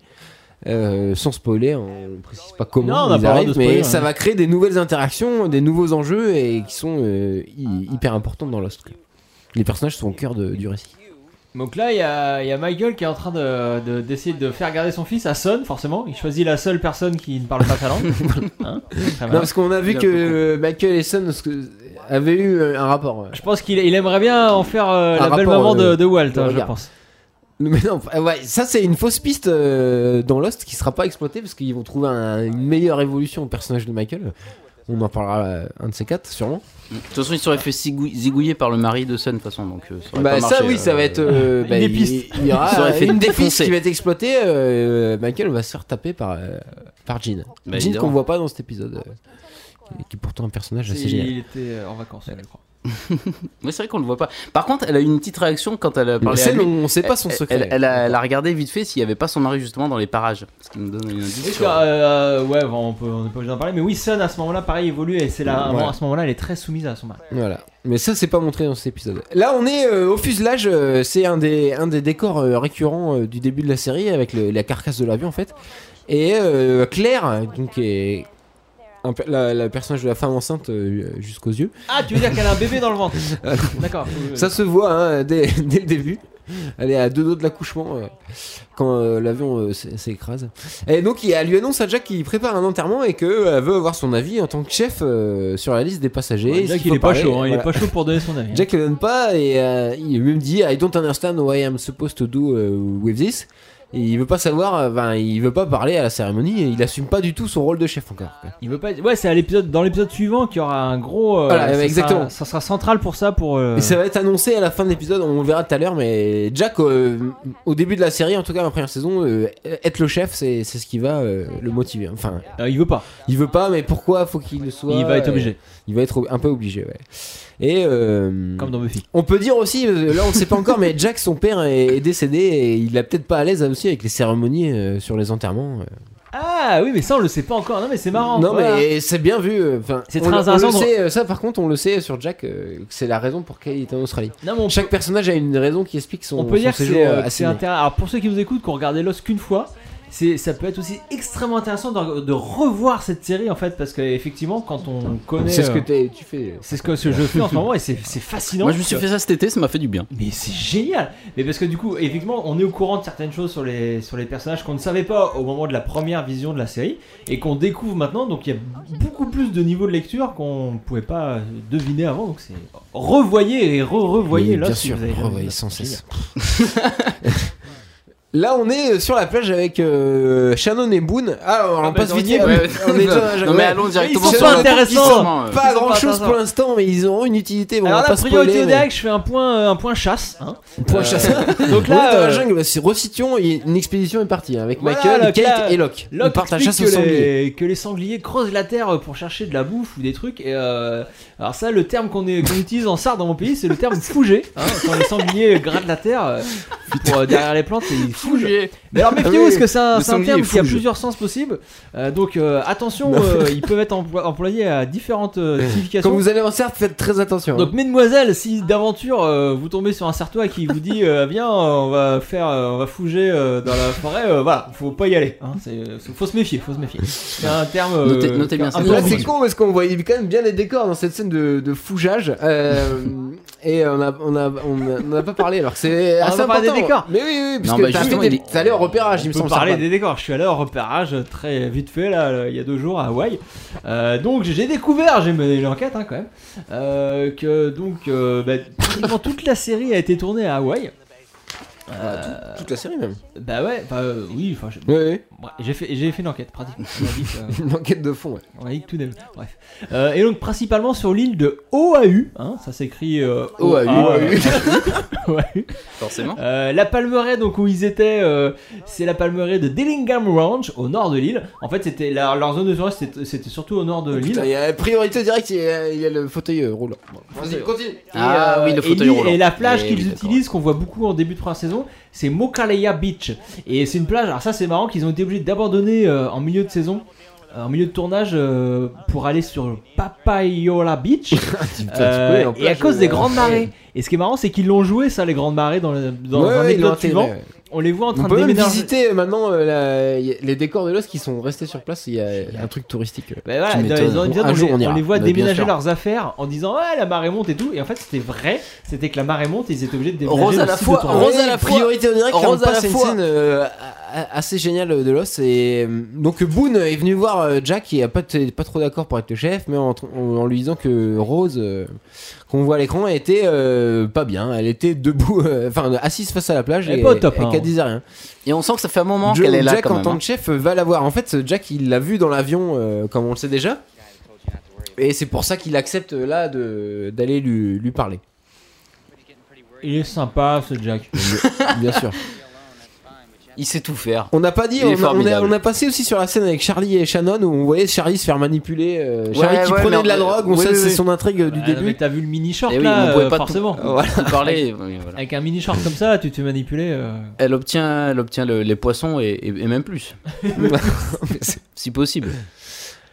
S2: Euh, sans spoiler, on précise pas
S1: Non,
S2: comment
S1: on n'a pas
S2: ils
S1: le droit
S2: arrivent,
S1: de spoiler,
S2: mais ça
S1: hein.
S2: va créer des nouvelles interactions, des nouveaux enjeux et qui sont euh, hy- hyper importants dans Lost. Les personnages sont au cœur de- du récit.
S1: Donc là, il y a, il y a Michael qui est en train d'essayer de, d'essayer de faire garder son fils à Son, forcément. Il choisit la seule personne qui ne parle pas sa langue. Hein Très
S2: Non,
S1: mal.
S2: parce qu'on a vu
S3: Il a
S2: que
S3: beaucoup.
S2: euh, Michael et Son ce que- avaient eu euh, un rapport.
S1: Je pense qu'il il aimerait bien en faire euh,
S2: Un
S1: la belle
S2: rapport,
S1: maman de,
S2: euh,
S1: de Walt,
S2: de
S1: hein, je
S2: regard.
S1: pense.
S2: Mais non, euh, ouais, ça c'est une fausse piste euh, dans Lost qui sera pas exploitée parce qu'ils vont trouver un- une meilleure évolution au personnage de Michael. On en parlera euh, un de ces quatre, sûrement.
S3: De toute façon, il serait fait zigou- zigouiller par le mari de Sun, de toute façon. Donc, euh, aurait
S2: Bah
S3: pas
S2: ça
S3: marché,
S2: oui,
S3: euh,
S2: ça va être euh,
S1: Une
S2: bah,
S1: des
S2: il-
S1: pistes.
S2: Il, y aura euh,
S3: Ça aurait fait
S2: une des
S3: défoncer.
S2: pistes qui va être exploitée. euh, Michael va se faire taper par euh, par Jean. Jean
S3: Bah, évidemment.
S2: qu'on voit pas dans cet épisode, euh, qui est pourtant un personnage assez génial.
S1: Il était euh, en vacances, je crois.
S3: Mais c'est vrai qu'on le voit pas. Par contre, elle a eu une petite réaction quand elle a parlé à
S2: Celle
S3: lui.
S2: où on sait pas son
S3: Elle-
S2: secret.
S3: Elle, elle a, elle a regardé vite fait s'il n'y avait pas son mari justement dans les parages. Ce qui nous donne une indice.
S1: Est-ce
S3: sur-
S1: que, euh, ouais, bon, on peut- on n'est pas obligé d'en parler, mais oui, Sun à ce moment-là, pareil, évolue et c'est là,
S2: Ouais.
S1: à ce moment-là, elle est très soumise à son mari.
S2: Voilà. Mais ça, c'est pas montré dans cet épisode. Là, on est euh, au fuselage. euh, c'est un des, un des décors euh, récurrents euh, du début de la série avec le- la carcasse de l'avion, en fait. Et euh, Claire, donc, est un pe- la, la personnage de la femme enceinte euh, jusqu'aux yeux.
S1: Ah, tu veux dire qu'elle a un bébé dans le ventre
S2: Ah,
S1: D'accord.
S2: Ça se voit hein, dès, dès le début. Elle est à deux dos de l'accouchement euh, quand euh, l'avion euh, s'é- s'écrase. Et donc il- elle lui annonce à Jack qu'il prépare un enterrement et qu'elle veut avoir son avis en tant que chef euh, sur la liste des passagers.
S1: Ouais,
S2: ce
S1: Jack,
S2: qu'il
S1: il
S2: faut
S1: est pas
S2: parler,
S1: chaud, hein, il est
S2: voilà.
S1: pas chaud pour donner son avis. hein.
S2: Jack le donne pas et euh, il lui même dit I don't understand why I'm supposed to do euh, with this. Et il veut pas savoir, euh, ben, il veut pas parler à la cérémonie et il assume pas du tout son rôle de chef encore. quoi.
S1: Il veut pas. Ouais, c'est à l'épisode dans l'épisode suivant qu'il y aura un gros. euh,
S2: Voilà,
S1: ça sera-
S2: exactement.
S1: ça sera central pour ça pour. euh,
S2: Et ça va être annoncé à la fin de l'épisode, on le verra tout à l'heure, mais Jack, euh, au début de la série, en tout cas dans la première saison, euh, être le chef, c'est c'est ce qui va euh, le motiver. Enfin,
S1: euh, il veut pas.
S2: il veut pas, mais pourquoi faut qu'il le soit
S1: il va être
S2: Et
S1: obligé,
S2: Il va être ob- un peu obligé, ouais. Et euh,
S1: comme dans Buffy.
S2: on peut dire aussi, euh, là on ne sait pas encore, mais Jack, son père, est, est décédé et il a peut-être pas à l'aise aussi avec les cérémonies euh, sur les enterrements. euh.
S1: Ah oui, mais ça on le sait pas encore. Non, mais c'est marrant.
S2: non,
S1: Oh, voilà.
S2: mais c'est bien vu. euh, Enfin,
S1: C'est
S2: on, le-
S1: très
S2: on le
S1: intéressant de-
S2: sait, euh, ça par contre, on le sait sur Jack, euh, que c'est la raison pour laquelle il est en Australie.
S1: Non, mais on,
S2: Chaque personnage a une raison qui explique son,
S1: on peut
S2: son
S1: dire que
S2: séjour
S1: c'est euh, que
S2: à
S1: c'est
S2: Sydney.
S1: intéressant. Alors pour ceux qui nous écoutent, qui ont regardé Lost qu'une fois. c'est- Ça peut être aussi extrêmement intéressant de, de revoir cette série en fait parce que effectivement quand on connaît
S2: C'est ce que
S1: euh,
S2: t'es- tu fais.
S1: c'est ce que ce jeu fait en ce moment et c'est c'est fascinant
S3: Moi, je me suis
S1: parce que-
S3: fait ça cet été, ça m'a fait du bien.
S1: Mais c'est génial Mais parce que du coup, effectivement, on est au courant de certaines choses sur les, sur les personnages qu'on ne savait pas au moment de la première vision de la série et qu'on découvre maintenant, donc il y a beaucoup plus de niveaux de lecture qu'on ne pouvait pas euh, deviner avant, donc c'est revoyez et re-revoyez
S2: Oui,
S1: là.
S2: bien
S1: si
S2: sûr,
S1: vous avez jamais
S2: revoyez
S1: vu.
S2: sans
S1: C'est
S2: cesse. Là, on est sur la plage avec euh, Shannon et Boone. Ah, on
S1: Ah,
S2: passe
S1: bah,
S2: vite.
S1: dans
S2: fait,
S3: Ouais,
S2: on est déjà
S3: non, mais
S2: ouais.
S3: allons directement
S1: sont
S3: sur
S1: pas
S3: le-
S1: intéressants.
S3: Justement,
S2: Pas
S3: euh,
S1: Ils sont
S2: grand
S1: pas
S2: chose pour
S1: intéressants.
S2: l'instant, mais ils auront une utilité. Bon, on
S1: génial.
S2: va
S1: Alors
S2: pas
S1: la priorité
S2: spoiler,
S1: au
S2: mais-
S1: DAC, je fais un point, euh, un point chasse. Hein.
S2: Point
S1: Euh,
S2: chasse.
S1: Donc
S2: Là,
S1: là,
S2: dans la
S1: euh,
S2: jungle, c'est Rossithion, et une expédition est partie hein, avec
S1: Voilà,
S2: Michael,
S1: Locke,
S2: Kate
S1: là,
S2: et Locke. Ils
S1: Locke
S2: partent à la
S1: explique
S2: chasse aux
S1: que,
S2: sangliers.
S1: les, que les sangliers creusent la terre pour chercher de la bouffe ou des trucs. Et euh, alors ça, le terme qu'on est- qu'on utilise en Sarre dans mon pays, c'est le terme fougé. hein, quand les sangliers grattent la terre euh, pour, euh, derrière les plantes, et ils fougent.
S3: Fougier.
S1: Mais alors méfiez-vous,
S2: Ah oui,
S1: parce que c'est un,
S3: le
S1: c'est un
S3: sanglier
S1: terme
S3: est
S1: qui a
S3: fouge.
S1: plusieurs sens possibles. Euh, donc euh, attention, euh, ils peuvent être emplo- employés à différentes euh,
S2: Quand
S1: significations.
S2: vous allez en serre, faites très attention. hein.
S1: Donc mesdemoiselles, si d'aventure euh, vous tombez sur un sertois qui vous dit euh, viens, euh, on va faire, euh, on va fouger euh, dans la forêt, euh, voilà, faut pas y aller. Hein, c'est, euh, faut se méfier, faut se méfier. C'est un terme. euh,
S3: Notez- notez bien
S1: un
S3: ça.
S1: peu
S2: Là,
S1: ambigu.
S2: c'est con parce qu'on voit il y avait quand même bien les décors dans cette scène de, de fougage. euh, et on a, on, a, on, a, on en a pas parlé alors que c'est
S1: On
S2: assez
S1: va parler
S2: important.
S1: des décors.
S2: Mais oui, oui, parce
S3: Non, bah,
S2: que t'as
S3: justement,
S2: fait des-
S3: il est-
S2: t'es allé au repérage,
S1: On
S2: il me
S1: peut
S2: semble.
S1: parler
S2: ça.
S1: des décors. Je suis allé au repérage euh, très vite fait là, euh, il y a deux jours à Hawaï. Euh, donc j'ai découvert, j'ai mené l'enquête hein, quand même, euh, que donc euh, bah, pratiquement toute la série a été tournée à Hawaï.
S2: Bah, tout- toute la série même.
S1: Bah ouais, bah euh, oui, enfin, je-
S2: Oui, oui.
S1: ouais, j'ai fait, j'ai fait une enquête pratiquement. On a dit que, euh,
S2: Une enquête de fond. ouais.
S1: On a dit que tout début. Bref. Euh, et donc principalement sur l'île de Oahu, hein, ça s'écrit euh,
S2: OAU.
S1: Oahu.
S3: Forcément.
S1: Euh, la palmeraie donc où ils étaient, euh, c'est la palmeraie de Dillingham Ranch au nord de l'île. En fait, c'était leur, leur zone de touriste, c'était- c'était surtout au nord de l'île.
S2: Putain, il y a priorité directe, il y a, il y a le fauteuil euh, roulant.
S1: Vas-y,
S2: continue.
S1: Et,
S3: Ah
S1: euh,
S3: oui, le
S1: et
S3: fauteuil
S1: l'île-
S3: roulant.
S1: Et la plage
S3: Eh oui,
S1: qu'ils
S3: d'accord.
S1: utilisent, qu'on voit beaucoup en début de première saison, c'est Mokalea Beach. Et c'est une plage, alors ça c'est marrant qu'ils ont été obligés d'abandonner euh, en milieu de saison, euh, en milieu de tournage, euh, pour aller sur Papayola Beach. Euh, et à cause des grandes marées. Et ce qui est marrant, c'est qu'ils l'ont joué ça, les grandes marées, dans, le, dans
S2: Ouais,
S1: un
S2: ouais, ils l'ont
S1: épisode suivant.
S2: intégré.
S1: On les voit en train
S2: On
S1: de
S2: peut même
S1: déménager.
S2: visiter euh, maintenant euh, la- y a- les décors de l'os qui sont restés sur place. Il y a un truc touristique. euh.
S1: Bah voilà,
S2: Tu
S1: dans,
S2: m'étonnes.
S1: dans l'épisode,
S2: Un
S1: on,
S2: jour,
S1: les-
S2: on
S1: on
S2: ira.
S1: les voit
S2: Mais bien
S1: déménager
S2: sûr.
S1: leurs affaires en disant ouais la marée monte et tout et en fait c'était vrai c'était que la marée monte ils étaient obligés de déménager
S3: Rose à
S1: le
S3: la
S1: site
S3: fois,
S1: de tournage.
S3: Rose à la fois,
S2: priorité on dirait qu'il
S3: Rose à
S2: passe
S3: la
S2: une
S3: fois.
S2: scène euh, a- a- assez géniale de Lost et euh, donc Boone est venu voir euh, Jack il a pas, t- pas trop d'accord pour être le chef mais en, en- en lui disant que Rose euh, qu'on voit à l'écran était euh, pas bien elle était debout euh, enfin assise face à la plage
S1: Elle est
S2: et,
S1: pas au top,
S2: et
S1: hein.
S2: qu'elle disait rien
S3: Et on sent que ça fait un moment
S2: Joe-
S3: qu'elle est là
S2: Jack
S3: quand
S2: en
S3: même.
S2: tant
S3: hein.
S2: euh, que chef euh, va la voir en fait Jack il l'a vu dans l'avion euh, comme on le sait déjà Et c'est pour ça qu'il accepte euh, là de- d'aller lui, lui parler.
S1: Il est sympa ce Jack.
S2: Bien sûr.
S3: Il sait tout faire.
S2: On n'a pas dit,
S3: Il
S2: on
S3: est
S2: a, on, a,
S3: formidable.
S2: on a passé aussi sur la scène avec Charlie et Shannon où on voyait Charlie se faire manipuler. euh, Charlie
S3: Ouais,
S2: qui
S3: ouais, mais
S2: prenait de la
S3: on-
S2: drogue, on
S3: oui,
S2: sait
S3: oui,
S2: c'est
S3: oui.
S2: son intrigue euh, du
S1: Ah,
S2: début.
S1: Mais t'as vu le mini short
S3: Eh oui,
S1: là,
S3: on pouvait
S1: euh,
S3: pas tout-
S1: forcément.
S2: Voilà.
S3: Tout parler. oui, voilà.
S1: Avec un mini short comme ça, tu te fais manipuler. euh.
S3: Elle obtient, elle obtient le- les poissons et, et- et même plus. si possible.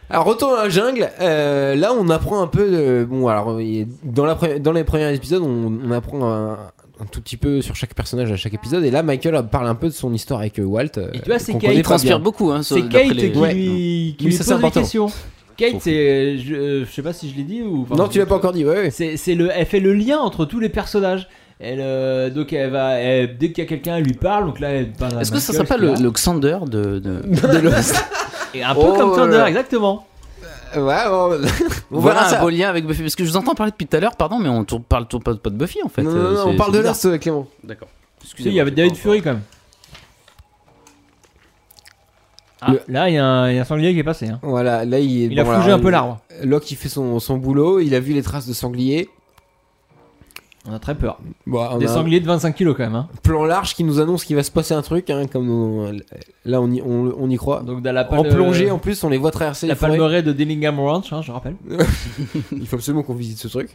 S2: Alors retour à la jungle, euh, là on apprend un peu, de- bon alors il- dans, la pre- dans les premiers épisodes on, on apprend un, un tout petit peu sur chaque personnage à chaque épisode et là Michael parle un peu de son histoire avec euh, Walt. euh,
S1: Et tu vois, c'est
S2: qu'on
S1: Kate-
S2: connaît
S3: Il
S2: pas
S3: transpire
S2: bien.
S3: beaucoup. hein,
S1: C'est
S3: sur- d'après
S1: Kate
S3: les-
S1: qui
S2: Ouais.
S1: lui, qui
S2: Oui,
S1: lui
S2: ça,
S1: pose
S2: c'est
S1: des
S2: important.
S1: questions.
S3: Trop
S1: Kate,
S3: fou.
S1: c'est, je, euh, je sais pas si je l'ai dit ou. enfin,
S2: Non tu l'as pas encore dit, ouais, ouais.
S1: C'est, c'est le, elle fait le lien entre tous les personnages. Elle, euh, donc elle va, elle- dès qu'il y a quelqu'un, elle lui parle. Donc là, elle parle à
S3: Est-ce que ça
S1: Ah, Michael,
S3: s'appelle
S1: qui est
S3: le,
S1: là.
S3: le Xander de, de, de Lost
S1: Et un peu
S3: Oh
S1: comme
S3: là
S1: Thunder,
S3: là.
S1: exactement.
S2: Ouais, bon, on verra
S3: Voilà
S2: ça.
S3: un beau lien avec Buffy. Parce que je vous entends parler depuis tout à l'heure, pardon, mais on ne parle toujours pas, pas de Buffy en fait.
S2: non,
S3: Euh,
S2: non, non, on
S3: c'est-
S2: parle
S3: c'est
S2: de
S3: bizarre.
S2: Lost euh, Clément.
S3: D'accord.
S1: Si, il y avait David Fury quand même. Ah,
S2: Le-
S1: Là, il y, a un- il y a un sanglier qui est passé. hein.
S2: Voilà, là il, est-
S1: Il a
S2: bon,
S1: fougé
S2: alors,
S1: un peu l'arbre.
S2: Locke il fait son, son boulot, il a vu les traces de sangliers.
S1: On a très peur.
S2: Bon, on
S1: Des
S2: a un
S1: sangliers de 25 kilos quand même. hein.
S2: plan large qui nous annonce qu'il va se passer un truc, hein, comme on- là on y, on- on y croit.
S1: Donc dans la
S2: En
S1: pal-
S2: plongée en plus on les voit traverser
S1: la
S2: les forêts.
S1: palmeraie de Dillingham Ranch, hein, je rappelle.
S2: Il faut absolument qu'on visite ce truc.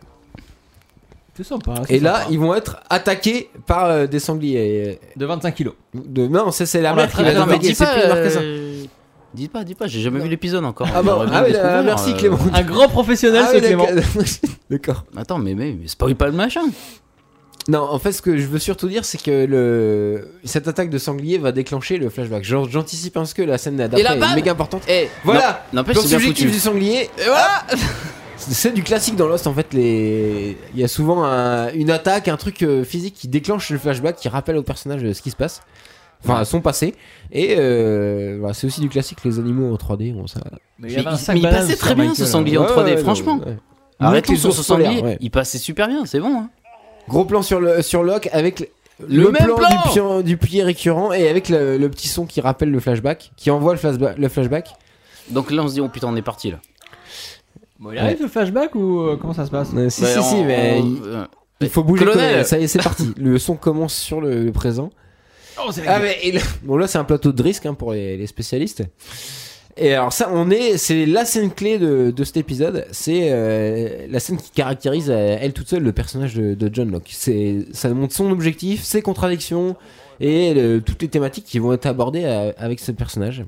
S1: C'est sympa. hein, c'est
S2: Et là,
S1: sympa.
S2: ils vont être attaqués par euh, des sangliers.
S1: de 25 kilos.
S2: euh, de- Non, ça, c'est la
S1: On Ah
S2: mère
S1: l'a
S2: qui
S1: très-
S2: l'a
S1: Attends,
S3: Attends, mais
S2: attaqué.
S3: dis
S2: C'est
S3: pas,
S2: plus marqué ça.
S3: euh, dis pas, dis pas, j'ai jamais vu l'épisode encore.
S2: Ah bon,
S3: J'aurais bien
S2: ah, ouais,
S3: découvert,
S2: euh, merci
S3: euh,
S2: Clément.
S1: Un grand professionnel,
S2: Ah
S1: c'est
S2: ouais,
S1: Clément.
S2: d'accord. D'accord.
S3: Attends, mais, mais, mais spoil pas le machin.
S2: Non, en fait, ce que je veux surtout dire, c'est que le... cette attaque de sanglier va déclencher le flashback. J'en- J'anticipe un peu la scène d'après.
S3: Et la
S2: elle est
S3: balle
S2: méga importante.
S3: Eh,
S2: Voilà.
S3: non, N'empêche,
S2: Donc,
S3: c'est bien
S2: subjectif
S3: foutu.
S2: du sanglier. Et
S3: Ah
S2: voilà C'est c'est du classique dans Lost en fait. Les... Il y a souvent un- une attaque, un truc euh, physique qui déclenche le flashback, qui rappelle au personnage euh, ce qui se passe. Enfin, son passé. Et euh, voilà, c'est aussi du classique, les animaux en 3D. Bon, ça...
S1: Mais
S3: Mais
S1: avait
S3: il-
S1: un sac
S3: mais il
S1: banane
S3: passait
S1: sur hein.
S3: très bien,
S1: Michael,
S3: ce sanglier. Et en 3D, franchement.
S2: ouais.
S3: Arrête
S2: Mettons
S3: les sources
S2: sur
S3: au
S2: solaire,
S3: sanglier.
S2: ouais.
S3: Il passait super bien, c'est bon. hein.
S2: Gros plan sur, le, sur Locke avec le,
S3: Le même plan
S2: du, pied, du pied récurrent et avec le, le petit son qui rappelle le flashback, qui envoie le flashback. Le flashback.
S3: Donc là, on se dit, oh putain, on est parti là.
S1: Bon, il arrive le flashback ou euh, comment ça se passe
S2: Euh, si,
S3: Bah,
S2: si, si,
S3: on-
S2: mais.
S3: on-
S2: il-
S3: euh,
S2: Il faut bouger. le
S3: Colonel.
S2: colonel. Ça y est, c'est parti. Le son commence sur le, le présent.
S1: Oh, c'est
S2: Ah, mais il- Bon, là, c'est un plateau de risque hein, pour les, les spécialistes. Et alors, ça, on est. C'est la scène clé de, de cet épisode. C'est euh, la scène qui caractérise euh, elle toute seule le personnage de, de John Locke. C'est, ça montre son objectif, ses contradictions et le- toutes les thématiques qui vont être abordées euh, avec ce personnage.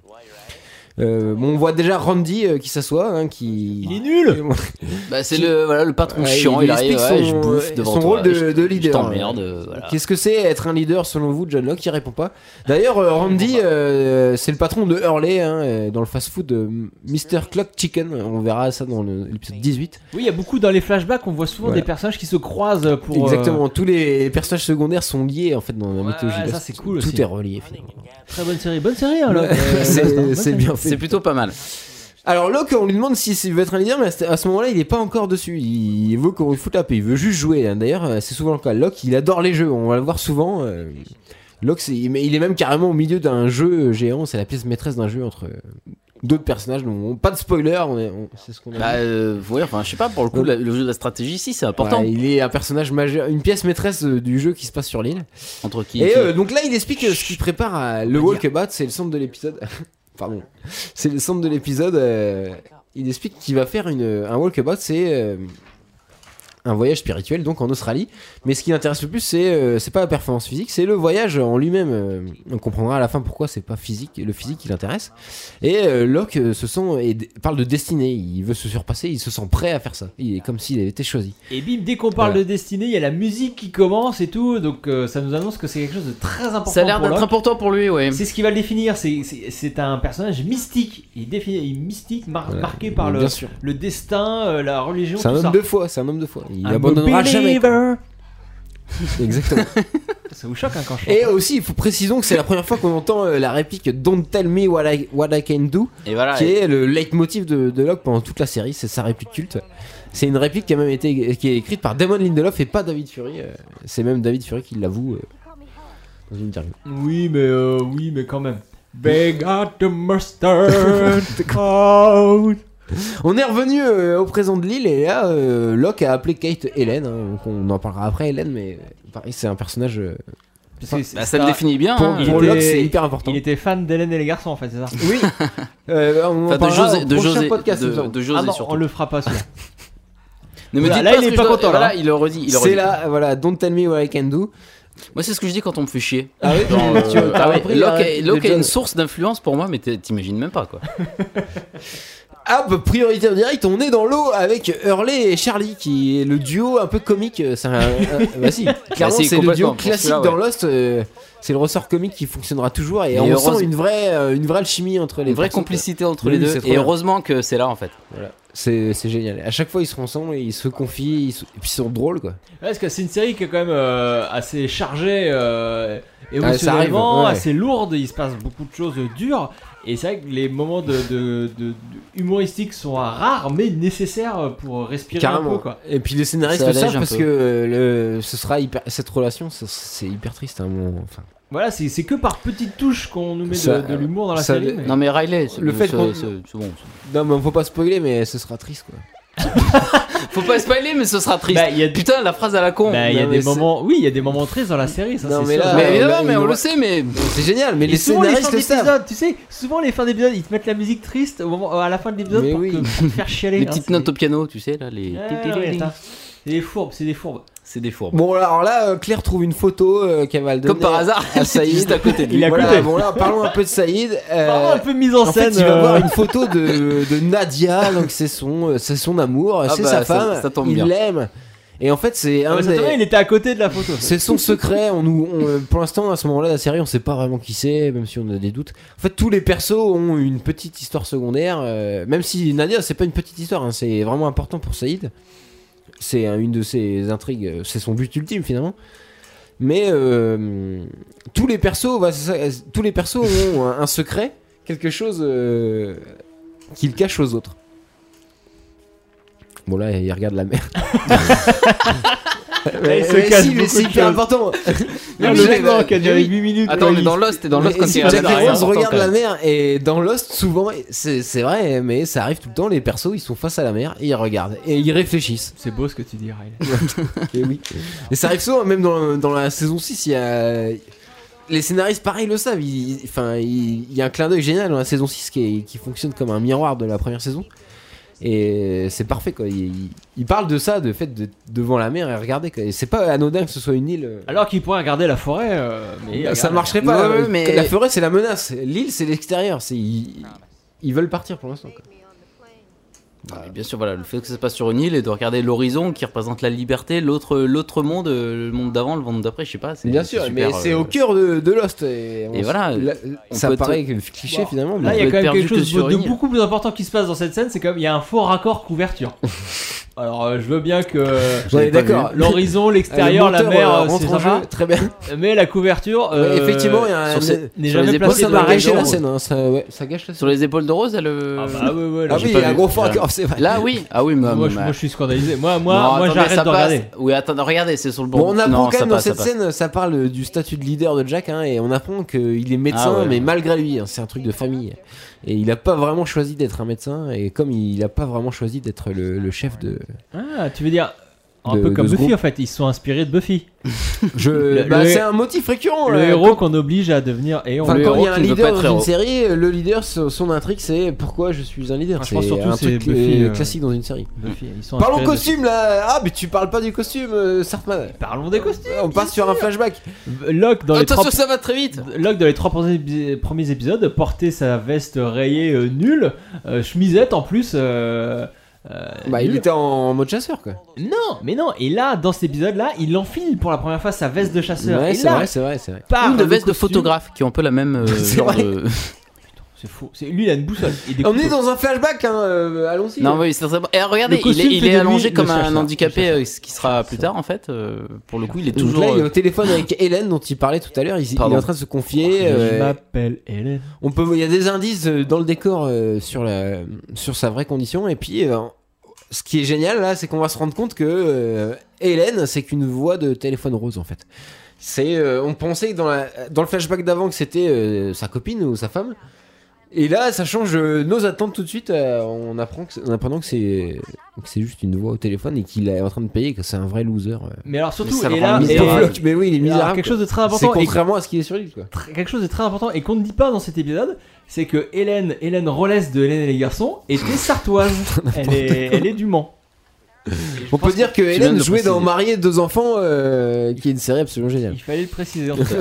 S2: Euh, bon, on voit déjà Randy euh, qui s'assoit, hein, qui.
S1: Il est nul
S3: bah, c'est le, voilà, le patron
S2: Ouais,
S3: chiant, il, arrive,
S2: explique
S3: ouais,
S2: son, euh,
S3: je bouffe devant
S2: son
S3: toi,
S2: rôle de,
S3: je-
S2: de
S3: Je
S2: leader.
S3: t'emmerde, euh, voilà.
S2: Qu'est-ce que c'est être un leader selon vous, John Locke Il répond pas. D'ailleurs, euh, Randy, euh, c'est le patron de Hurley hein, euh, dans le fast-food euh, Mr. Clock Chicken. On verra ça dans le- l'épisode 18.
S1: Oui, il y a beaucoup dans les flashbacks, on voit souvent
S2: Voilà.
S1: des personnages qui se croisent pour. euh,
S2: Exactement. Tous les personnages secondaires sont liés en fait dans la
S1: Ouais,
S2: mythologie.
S1: ouais,
S2: de-
S1: ça, c'est cool
S2: Tout
S1: aussi.
S2: est relié. finalement.
S1: Très bonne série, bonne série. hein, là.
S2: Ouais,
S1: Euh,
S2: c'est
S1: bonne
S2: c'est
S1: série.
S2: bien fait.
S3: C'est plutôt pas mal.
S2: Alors Locke, on lui demande si- s'il veut être un leader, mais à ce- à ce moment-là, il est pas encore dessus. Il veut qu'on lui foute la paix. Il veut juste jouer. hein. D'ailleurs, euh, c'est souvent le cas. Locke, il adore les jeux. On va le voir souvent. euh, Locke, c'est- mais il est même carrément au milieu d'un jeu géant. C'est la pièce maîtresse d'un jeu entre euh, d'autres personnages. Donc, on- pas de spoiler. On est- on- c'est ce qu'on a
S3: Bah,
S2: dit.
S3: euh, ouais, enfin, je sais pas, pour le coup, la- le jeu de la stratégie ici, c'est important.
S2: Voilà, il est un personnage majeur, une pièce maîtresse euh, du jeu qui se passe sur l'île.
S3: Entre qui
S2: Et
S3: qui-
S2: euh, donc là, il explique euh, ce qu'il prépare à le walkabout, c'est le centre de l'épisode. Pardon. C'est le centre de l'épisode. euh, il explique qu'il va faire une, un walkabout, c'est euh, un voyage spirituel, donc en Australie. Mais ce qui l'intéresse le plus, c'est euh, c'est pas la performance physique, c'est le voyage en lui-même. euh, on comprendra à la fin pourquoi c'est pas physique, le physique qui l'intéresse. Et euh, Locke euh, se sent et d- parle de destinée. Il veut se surpasser, il se sent prêt à faire ça. Il est comme s'il avait été choisi.
S1: Et bim, dès qu'on parle
S2: Voilà.
S1: de destinée, il y a la musique qui commence et tout, donc euh, ça nous annonce que c'est quelque chose de très important.
S3: ça a l'air
S1: pour
S3: d'être
S1: Locke.
S3: important pour lui, ouais.
S1: C'est ce qui va le définir, c'est- c'est c'est un personnage mystique. Il, définit, il est mystique, mar-
S2: Voilà.
S1: marqué par le,
S2: Bien sûr.
S1: le destin, euh, la religion,
S2: C'est un
S1: tout ça.
S2: homme de foi, c'est un homme de foi. Il
S1: Un
S2: abandonnera jamais. quoi.
S1: believer.
S2: Exactement.
S1: Ça vous choque hein, quand je chante.
S2: Et aussi, il faut précisons que c'est la première fois qu'on entend euh, la réplique Don't tell me what I, what I can do,
S3: Et voilà.
S2: qui est le leitmotiv de, de Locke pendant toute la série. C'est sa réplique culte. C'est une réplique qui a même été qui est écrite par Damon Lindelof et pas David Fury. euh, C'est même David Fury qui l'avoue euh, dans une interview.
S1: Oui, mais euh, oui, mais quand même. They got the mustard out.
S2: On est revenu euh, au présent de l'île et là, euh, Locke a appelé Kate Hélène. hein, donc on en parlera après, Hélène, mais euh, pareil, c'est un personnage. euh,
S1: C'est- c'est-
S3: Bah, ça le
S1: ça-
S3: définit bien.
S2: pour
S3: hein.
S1: Ah, il
S2: pour
S1: était-
S2: Locke, c'est hyper important.
S1: Il était fan d'Hélène et les garçons en fait, c'est ça
S2: Oui, Euh, on en
S3: Enfin, de
S2: parlera
S3: José,
S2: au
S3: de
S2: prochain
S3: José,
S2: podcast.
S3: de,
S2: nous avons.
S3: de José
S1: Ah non,
S3: surtout.
S1: on le fera pas celui-là.
S3: Ne me
S1: Voilà,
S3: dites
S1: là,
S3: pas
S1: il
S3: ce
S1: est
S3: que
S1: pas
S3: je dois-
S1: content, là,
S3: Voilà,
S1: hein.
S3: il le redit. il le
S2: C'est
S3: redit.
S2: là, voilà, Don't Tell Me What I Can Do.
S3: Moi, c'est ce que je dis quand on me fait chier.
S2: Ah oui,
S3: Genre,
S2: tu- hein.
S3: euh,
S2: t'as
S3: ah ouais,
S2: repris
S3: Locke
S2: la-
S3: est-
S2: de
S3: Locke est
S2: John.
S3: une source d'influence pour moi, mais t'es- t'imagines même pas quoi.
S2: Hop, priorité en direct, on est dans l'eau avec Hurley et Charlie, qui est le duo un peu comique. euh, C'est un, un- bah si, clairement,
S3: c'est
S2: c'est le
S3: complètement,
S2: duo
S3: pour
S2: classique
S3: celui-là, ouais.
S2: dans Lost. euh, c'est le ressort comique qui fonctionnera toujours et,
S3: Et
S2: on
S3: heureuse-
S2: sent une vraie, euh, une vraie alchimie entre les
S3: Une vraie
S2: personnes.
S3: complicité entre
S2: Oui,
S3: les
S2: oui,
S3: deux.
S2: c'est trop
S3: Et
S2: bien.
S3: heureusement que c'est là en fait.
S2: C'est c'est génial. À chaque fois, ils se ensemble et ils se confient, ils se- et puis ils sont drôles quoi.
S1: Ouais, parce que c'est une série qui est quand même euh, assez chargée euh,
S2: Ah, ça arrive,
S1: émotionnellement,
S2: ouais.
S1: assez lourde. Il se passe beaucoup de choses dures. Et c'est vrai que les moments de, de- de- de- humoristiques sont rares, mais nécessaires pour respirer un peu.
S2: Carrément.
S1: Quoi.
S2: Et puis les scénaristes
S3: Ça
S2: le
S3: allège
S2: savent
S3: un
S2: parce
S3: peu.
S2: que euh, le, ce sera hyper, cette relation, ça- c'est hyper triste à un moment. Enfin,
S1: Voilà, c'est c'est que par petites touches qu'on nous met de-
S2: Ça,
S1: de, l'humour dans la
S2: ça-
S1: série. mais-
S3: Non mais Riley, c'est-
S2: Le fait
S3: c'est-
S2: qu'on-
S3: c'est- c'est bon.
S2: non, mais faut pas spoiler, mais ce sera triste quoi.
S3: Faut pas spoiler, mais ce sera triste.
S1: Bah, il y a,
S3: Putain, la phrase à la con.
S1: bah, il y a
S2: Non, mais
S1: des
S2: c'est-
S1: moments, oui, il y a des moments tristes dans la série. Ça,
S2: Non,
S1: c'est
S2: mais
S1: sûr.
S2: là, euh,
S3: mais
S2: ouais,
S3: évidemment,
S2: là,
S3: mais
S2: il
S3: on
S2: nous-
S3: le sait, mais
S2: C'est génial, mais
S1: Et
S2: les
S1: souvent les fins
S2: scénaristes le savent.
S1: d'épisode, tu sais, souvent les fins d'épisode, ils te mettent la musique triste au moment, à la fin de l'épisode
S2: Mais
S1: pour,
S2: oui.
S1: que- pour te faire chialer.
S3: les
S1: hein,
S3: petites
S1: c'est-
S3: notes au piano, tu sais là, les.
S1: Ouais, ouais, attends. C'est des fourbes, c'est des fourbes.
S3: C'est des fourbes.
S2: Bon alors là, euh, Claire trouve une photo euh, qu'elle va le donner.
S3: Comme par hasard,
S2: à
S3: elle est
S2: Saïd.
S3: juste à côté de lui.
S1: Il a
S2: Voilà,
S1: coupé.
S2: bon là, parlons un peu de Saïd. Euh,
S1: Vraiment un peu mise en,
S2: en fait,
S1: scène.
S2: il va
S1: euh,
S2: voir une photo de, de Nadia, donc c'est son, euh, c'est son amour,
S3: Ah
S2: c'est
S3: bah,
S2: sa
S3: ça-
S2: femme,
S3: ça tombe
S2: il
S3: bien.
S2: l'aime. Et en fait, c'est
S1: Ah,
S2: un
S1: mais ça
S2: des-
S1: tombe bien, il était à côté de la photo.
S2: c'est son secret. On nous, on, euh, pour l'instant, à ce moment-là, de la série, on sait pas vraiment qui c'est, même si on a des doutes. En fait, tous les persos ont une petite histoire secondaire, euh, même si Nadia, c'est pas une petite histoire, hein, c'est vraiment important pour Saïd. C'est euh, une de ses intrigues, euh, c'est son but ultime finalement. Mais euh, tous les persos, voilà, c'est ça, tous les persos ont un, un secret, quelque chose euh, qu'ils cachent aux autres. Bon là, il regarde la mer.
S1: Ouais, il se cache
S2: si, mais
S1: beaucoup
S2: c'est
S1: de
S2: hyper
S1: choses.
S2: important.
S1: Non,
S2: Mais
S1: le
S2: j'ai-
S1: mec non, qui a duré
S2: oui.
S1: 8 minutes.
S3: Attends, on
S1: ouais,
S3: est
S1: il-
S3: dans Lost, t'es dans
S2: Mais
S3: Lost quand
S2: si
S3: il
S2: Jack
S3: regarde derrière,
S2: Rose
S3: on entend
S2: regarde
S3: quand
S2: la
S3: même.
S2: mer et dans Lost souvent c'est c'est vrai mais ça arrive tout le temps les persos ils sont face à la mer et ils regardent et ils réfléchissent
S1: C'est beau ce que tu dis, Riley.
S2: et Eh oui et ça arrive souvent même dans, dans la saison 6 il y a les scénaristes pareil le savent ils- enfin ils- il y a un clin d'œil génial dans la saison 6 qui, est- qui fonctionne comme un miroir de la première saison et c'est parfait quoi ils ils- ils parlent de ça de fait de- devant la mer et regardez quoi. et c'est pas anodin que ce soit une île euh,
S3: Ah
S1: Alors qu'il pourrait regarder la forêt. euh, mais il
S2: bah,
S1: regarde
S2: ça
S1: la-
S2: marcherait pas.
S3: Non,
S2: euh,
S3: mais- bah,
S2: La forêt, c'est la menace. L'île, c'est l'extérieur. C'est ils... ils veulent partir pour l'instant. quoi.
S3: Ah, mais bien sûr, voilà, le fait que ça se passe sur une île et de regarder l'horizon qui représente la liberté, l'autre, l'autre monde, euh, le monde d'avant, le monde d'après, je sais pas. c'est-
S2: Bien
S3: c'est
S2: sûr,
S3: super,
S2: mais c'est
S3: euh,
S2: au cœur de, de Lost. Et, on
S3: Et
S2: s-
S3: voilà,
S2: la-
S3: on
S2: ça
S3: peut
S2: paraît cliché
S1: Bon,
S2: finalement.
S1: Là,
S2: mais-
S1: il y a quand
S3: On peut
S1: même
S3: être
S1: quelque
S3: perdu que
S1: chose
S3: sur
S1: de
S3: une île.
S1: beaucoup plus important qui se passe dans cette scène. C'est comme il y a un faux raccord couverture. Alors, euh, je veux bien que
S2: On est d'accord.
S1: l'horizon,
S2: Le
S1: l'extérieur, la
S2: monteur,
S1: mer,
S2: euh,
S1: euh,
S2: rentre
S1: c'est
S2: en
S1: sympa.
S2: jeu. Très bien.
S1: Mais la couverture, euh,
S2: Ouais, effectivement, il y a un.
S3: sur cette-
S1: n'est
S3: sur les
S1: jamais
S3: épaules,
S2: Moi,
S1: placée
S2: ça
S1: dans
S2: m'a
S1: la
S2: gâché la
S1: région.
S2: scène. hein, Ça, ouais, ça gâche la
S3: Sur
S2: scène.
S3: les épaules de Rose, elle. euh,
S1: Ah bah ouais, ouais, là,
S2: Ah
S1: j'ai
S2: oui, il
S1: pas
S2: y a un
S1: vu.
S2: gros fort encore, c'est vrai.
S3: Là, oui. Ah oui, mais.
S1: Moi, je,
S3: mais-
S1: moi, je suis scandalisé. Moi, moi,
S3: Non,
S1: moi
S3: attendez,
S1: j'arrête
S3: ça
S1: de
S3: passe.
S1: regarder.
S3: Oui, attends, regardez, c'est sur le bon.
S2: Bon, on apprend
S3: Non,
S2: quand
S3: ça
S2: même dans
S3: passe, ça
S2: cette
S3: passe.
S2: scène, ça parle euh, du statut de leader de Jack, hein, et on apprend qu'il est médecin,
S3: Ah ouais.
S2: mais malgré lui, hein, c'est un truc de famille. Et il a pas vraiment choisi d'être un médecin, et comme il a pas vraiment choisi d'être le, le chef de.
S1: Ah, tu veux dire un
S2: De-
S1: peu comme
S2: de ce
S1: Buffy
S2: groupe.
S1: en fait, ils se sont inspirés de Buffy.
S2: Je...
S1: Le-
S2: Bah,
S1: le-
S2: c'est un motif récurrent.
S1: le
S2: là,
S1: héros
S2: quand-
S1: qu'on oblige à devenir héros.
S2: enfin,
S3: le
S2: quand il y
S3: héros
S2: a un
S3: qui ne veut pas
S2: leader
S3: être
S2: dans une
S3: héros.
S2: série, le leader, son son intrigue, c'est pourquoi Ah, je suis un leader.
S1: Enfin, je
S2: C'est
S1: pense surtout
S2: un
S1: c'est
S2: truc
S1: Buffy,
S2: euh,
S1: euh,
S2: classique dans une série.
S1: Buffy, ils sont
S2: Parlons
S1: inspirés de Buffy.
S2: costume là. Ah, mais tu parles pas du costume, euh, Sartman.
S1: Parlons des costumes.
S2: On passe sur un flashback.
S1: Locke
S2: Ah,
S1: dans les
S3: Attention,
S1: trois.
S3: ça va très vite.
S1: Locke dans les trois premiers épis- premiers épisodes portait sa veste rayée euh, nulle, euh, chemisette en plus. euh, euh,
S2: Bah, il
S1: nulle.
S2: était en mode chasseur quoi.
S1: Non, mais non. Et là, dans cet épisode-là, il enfile pour la première fois sa veste de chasseur.
S2: Ouais,
S1: et
S2: c'est
S1: là,
S2: vrai, c'est vrai, c'est vrai.
S1: par
S3: Ou de
S1: le
S3: veste de
S1: costume-
S3: photographe qui ont un peu la même. euh,
S2: C'est
S3: genre
S2: vrai.
S3: de-
S1: C'est faux. C'est lui, il a une boussole. et des
S2: On est
S1: couteaux.
S2: dans un flashback, hein, euh, allons-y.
S3: Non, oui, c'est très bon. Et regardez,
S1: Le
S3: il est,
S1: costume
S3: il
S1: fait
S3: est
S1: de lui
S3: allongé
S1: le
S3: comme un
S1: chasseur, le
S3: handicapé,
S1: chasseur.
S3: euh, ce qui sera plus tard en fait. euh, Pour le coup, il est
S2: Donc
S3: toujours.
S2: là, il est au
S3: euh,
S2: téléphone avec Hélène dont il parlait tout à l'heure. Il, il est
S3: Pardon.
S2: en train de se confier.
S1: Je
S2: euh,
S1: m'appelle Hélène.
S2: on peut, il y a des indices euh, dans le décor euh, sur la, sur sa vraie condition. Et puis, euh, ce qui est génial là, c'est qu'on va se rendre compte que euh, Hélène, c'est qu'une voix de téléphone rose en fait. C'est, euh, on pensait que dans, la- dans le flashback d'avant que c'était euh, sa copine ou sa femme. Et là, ça change euh, nos attentes tout de suite euh, en, apprend que, c'est- en apprenant que c'est que c'est juste une voix au téléphone et qu'il est en train de payer, que c'est un vrai loser. euh.
S1: Mais alors surtout,
S3: ça le
S1: et
S3: rend
S1: là,
S3: misérable.
S1: Ah, et- euh,
S2: Pauvre
S1: et alors,
S2: Locke, mais oui, il est misérable.
S1: quelque
S2: quoi.
S1: chose de très
S2: c'est
S1: important, et
S2: contrairement à ce qu'il est sur l'île, quoi.
S1: tr- quelque chose de très important et qu'on ne dit pas dans cet épisode, c'est que Hélène, Hélène Rollès de Hélène et les garçons était sartoise. elle, est, elle est du Mans.
S2: On peut dire que
S3: viens de
S2: Hélène
S3: le
S2: jouait dans
S3: préciser.
S2: Marié deux enfants, euh, qui est une série absolument géniale.
S1: Il fallait le préciser. En tout cas.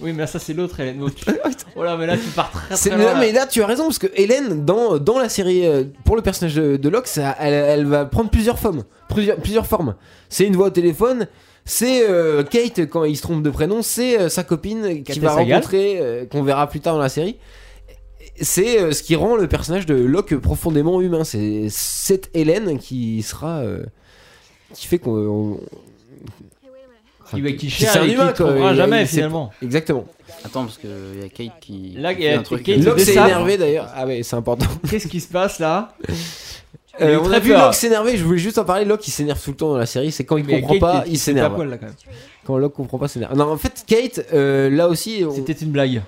S1: oui, mais ça c'est l'autre Hélène. Donc, tu- Oh là, mais là tu pars très
S2: C'est-
S1: très
S2: mais
S1: loin.
S2: non, mais là, tu as raison, parce que Hélène, dans, dans la série, euh, pour le personnage de, de Locke, ça, elle, elle va prendre plusieurs formes. Plusieurs, plusieurs formes. C'est une voix au téléphone, c'est euh, Kate quand il se trompe de prénom, c'est euh, sa copine qui
S1: Kate
S2: va
S1: Sagal.
S2: rencontrer, euh, qu'on verra plus tard dans la série. C'est euh, ce qui rend le personnage de Locke profondément humain. C'est cette Hélène qui sera. euh, qui fait qu'on. on-
S1: Qui,
S2: Enfin,
S1: qui
S2: qui-
S1: cherche
S2: c'est un
S1: et qui
S2: humain, quoi.
S1: trouvera
S2: Il-
S1: jamais
S2: il- c'est-
S1: finalement.
S2: Exactement.
S3: Attends, parce qu'il y a Kate qui.
S1: Là,
S3: qui
S1: il y a
S3: fait un truc.
S1: Kate- Et
S2: Locke
S1: se
S2: s'est
S1: désarme.
S2: énervé d'ailleurs. Ah ouais, c'est important.
S1: Qu'est-ce qui se passe là
S2: Euh,
S1: Il a eu
S2: on
S1: très
S2: a vu
S1: peur.
S2: Locke s'énerver, je voulais juste en parler. Locke il s'énerve tout le temps dans la série, c'est quand il
S1: Mais
S2: comprend
S1: Kate,
S2: pas,
S1: t'es-
S2: il
S1: t'es à
S2: s'énerve.
S1: poil, là, quand même.
S2: Quand Locke comprend pas, s'énerve. Non, en fait, Kate, euh, là aussi. on-
S1: C'était une blague.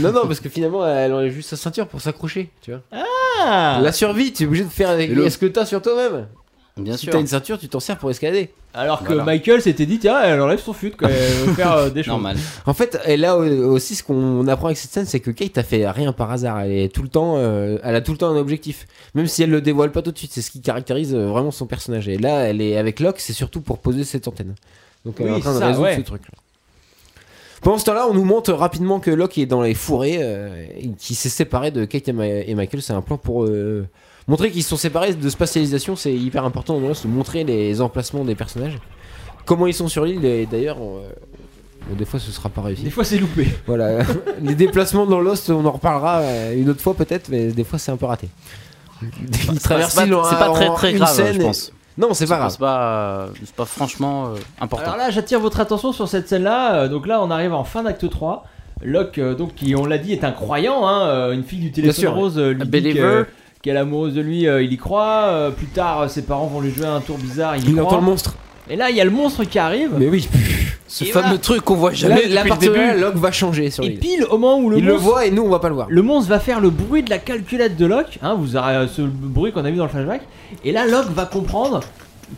S2: Non, non, parce que finalement, elle enlève juste sa ceinture pour s'accrocher, tu vois.
S1: Ah
S2: La survie, tu es obligé de faire avec
S3: Et le-
S2: ce que t'as sur toi-même.
S3: Bien
S2: Si
S3: sûr.
S2: t'as une ceinture, tu t'en sers pour escalader.
S1: Alors que
S3: Voilà.
S1: Michael s'était dit, tiens, elle enlève son fut, quoi, elle veut faire euh, des choses.
S3: Normal.
S2: En fait, et là au- aussi, ce qu'on apprend avec cette scène, c'est que Kate a fait rien par hasard. Elle est tout le temps, euh, elle a tout le temps un objectif, même si elle le dévoile pas tout de suite. C'est ce qui caractérise euh, vraiment son personnage. Et là, elle est avec Locke, c'est surtout pour poser cette antenne. Donc elle est
S1: Oui,
S2: en train de
S1: ça,
S2: résoudre
S1: ouais.
S2: ce truc. Pendant ce temps-là, on nous montre rapidement que Locke est dans les fourrés, euh, et qui s'est séparé de Kate et, Ma- et Michael. C'est un plan pour euh, montrer qu'ils sont séparés de spatialisation. C'est hyper important au moins de montrer les emplacements des personnages, comment ils sont sur l'île. Et d'ailleurs, on, euh, bon, des fois, ce sera pas réussi.
S1: Des fois, c'est loupé.
S2: Voilà, les déplacements dans Lost, on en reparlera euh, une autre fois peut-être, mais des fois c'est un peu raté. Ils traversent
S3: Bah, C'est pas-
S2: l'île en-
S3: C'est pas très
S2: en
S3: très
S2: une
S3: grave,
S2: scène
S3: je
S2: et-
S3: pense.
S2: Non, c'est pas grave.
S3: C'est pas, euh, c'est pas franchement euh, important.
S1: Alors là, j'attire votre attention sur cette scène-là. Euh, Donc là, on arrive en fin d'acte 3. Locke, euh, donc, qui, on l'a dit, est un croyant. hein, euh, Une fille du téléphone
S2: sûr.
S1: rose euh, lui
S3: A
S1: dit que-
S3: believer.
S1: qu'elle est amoureuse de lui, euh, il y croit. Euh, Plus tard, euh, ses parents vont lui jouer un tour bizarre, il y
S2: Il
S1: croit.
S2: entend le monstre.
S1: Et là, il y a le monstre qui arrive.
S2: Mais oui,
S3: Ce
S1: Et
S3: fameux
S1: voilà.
S3: truc qu'on voit
S2: là,
S3: jamais
S2: là, à
S3: depuis le
S2: partir de là,
S3: début.
S2: Locke va changer sur
S1: Et
S2: l'île.
S1: pile au moment où le
S2: Il le
S1: monstre
S2: voit et nous on va pas le voir.
S1: Le monstre va faire le bruit de la calculette de Locke, hein, vous aurez euh, ce bruit qu'on a vu dans le flashback, et là Locke va comprendre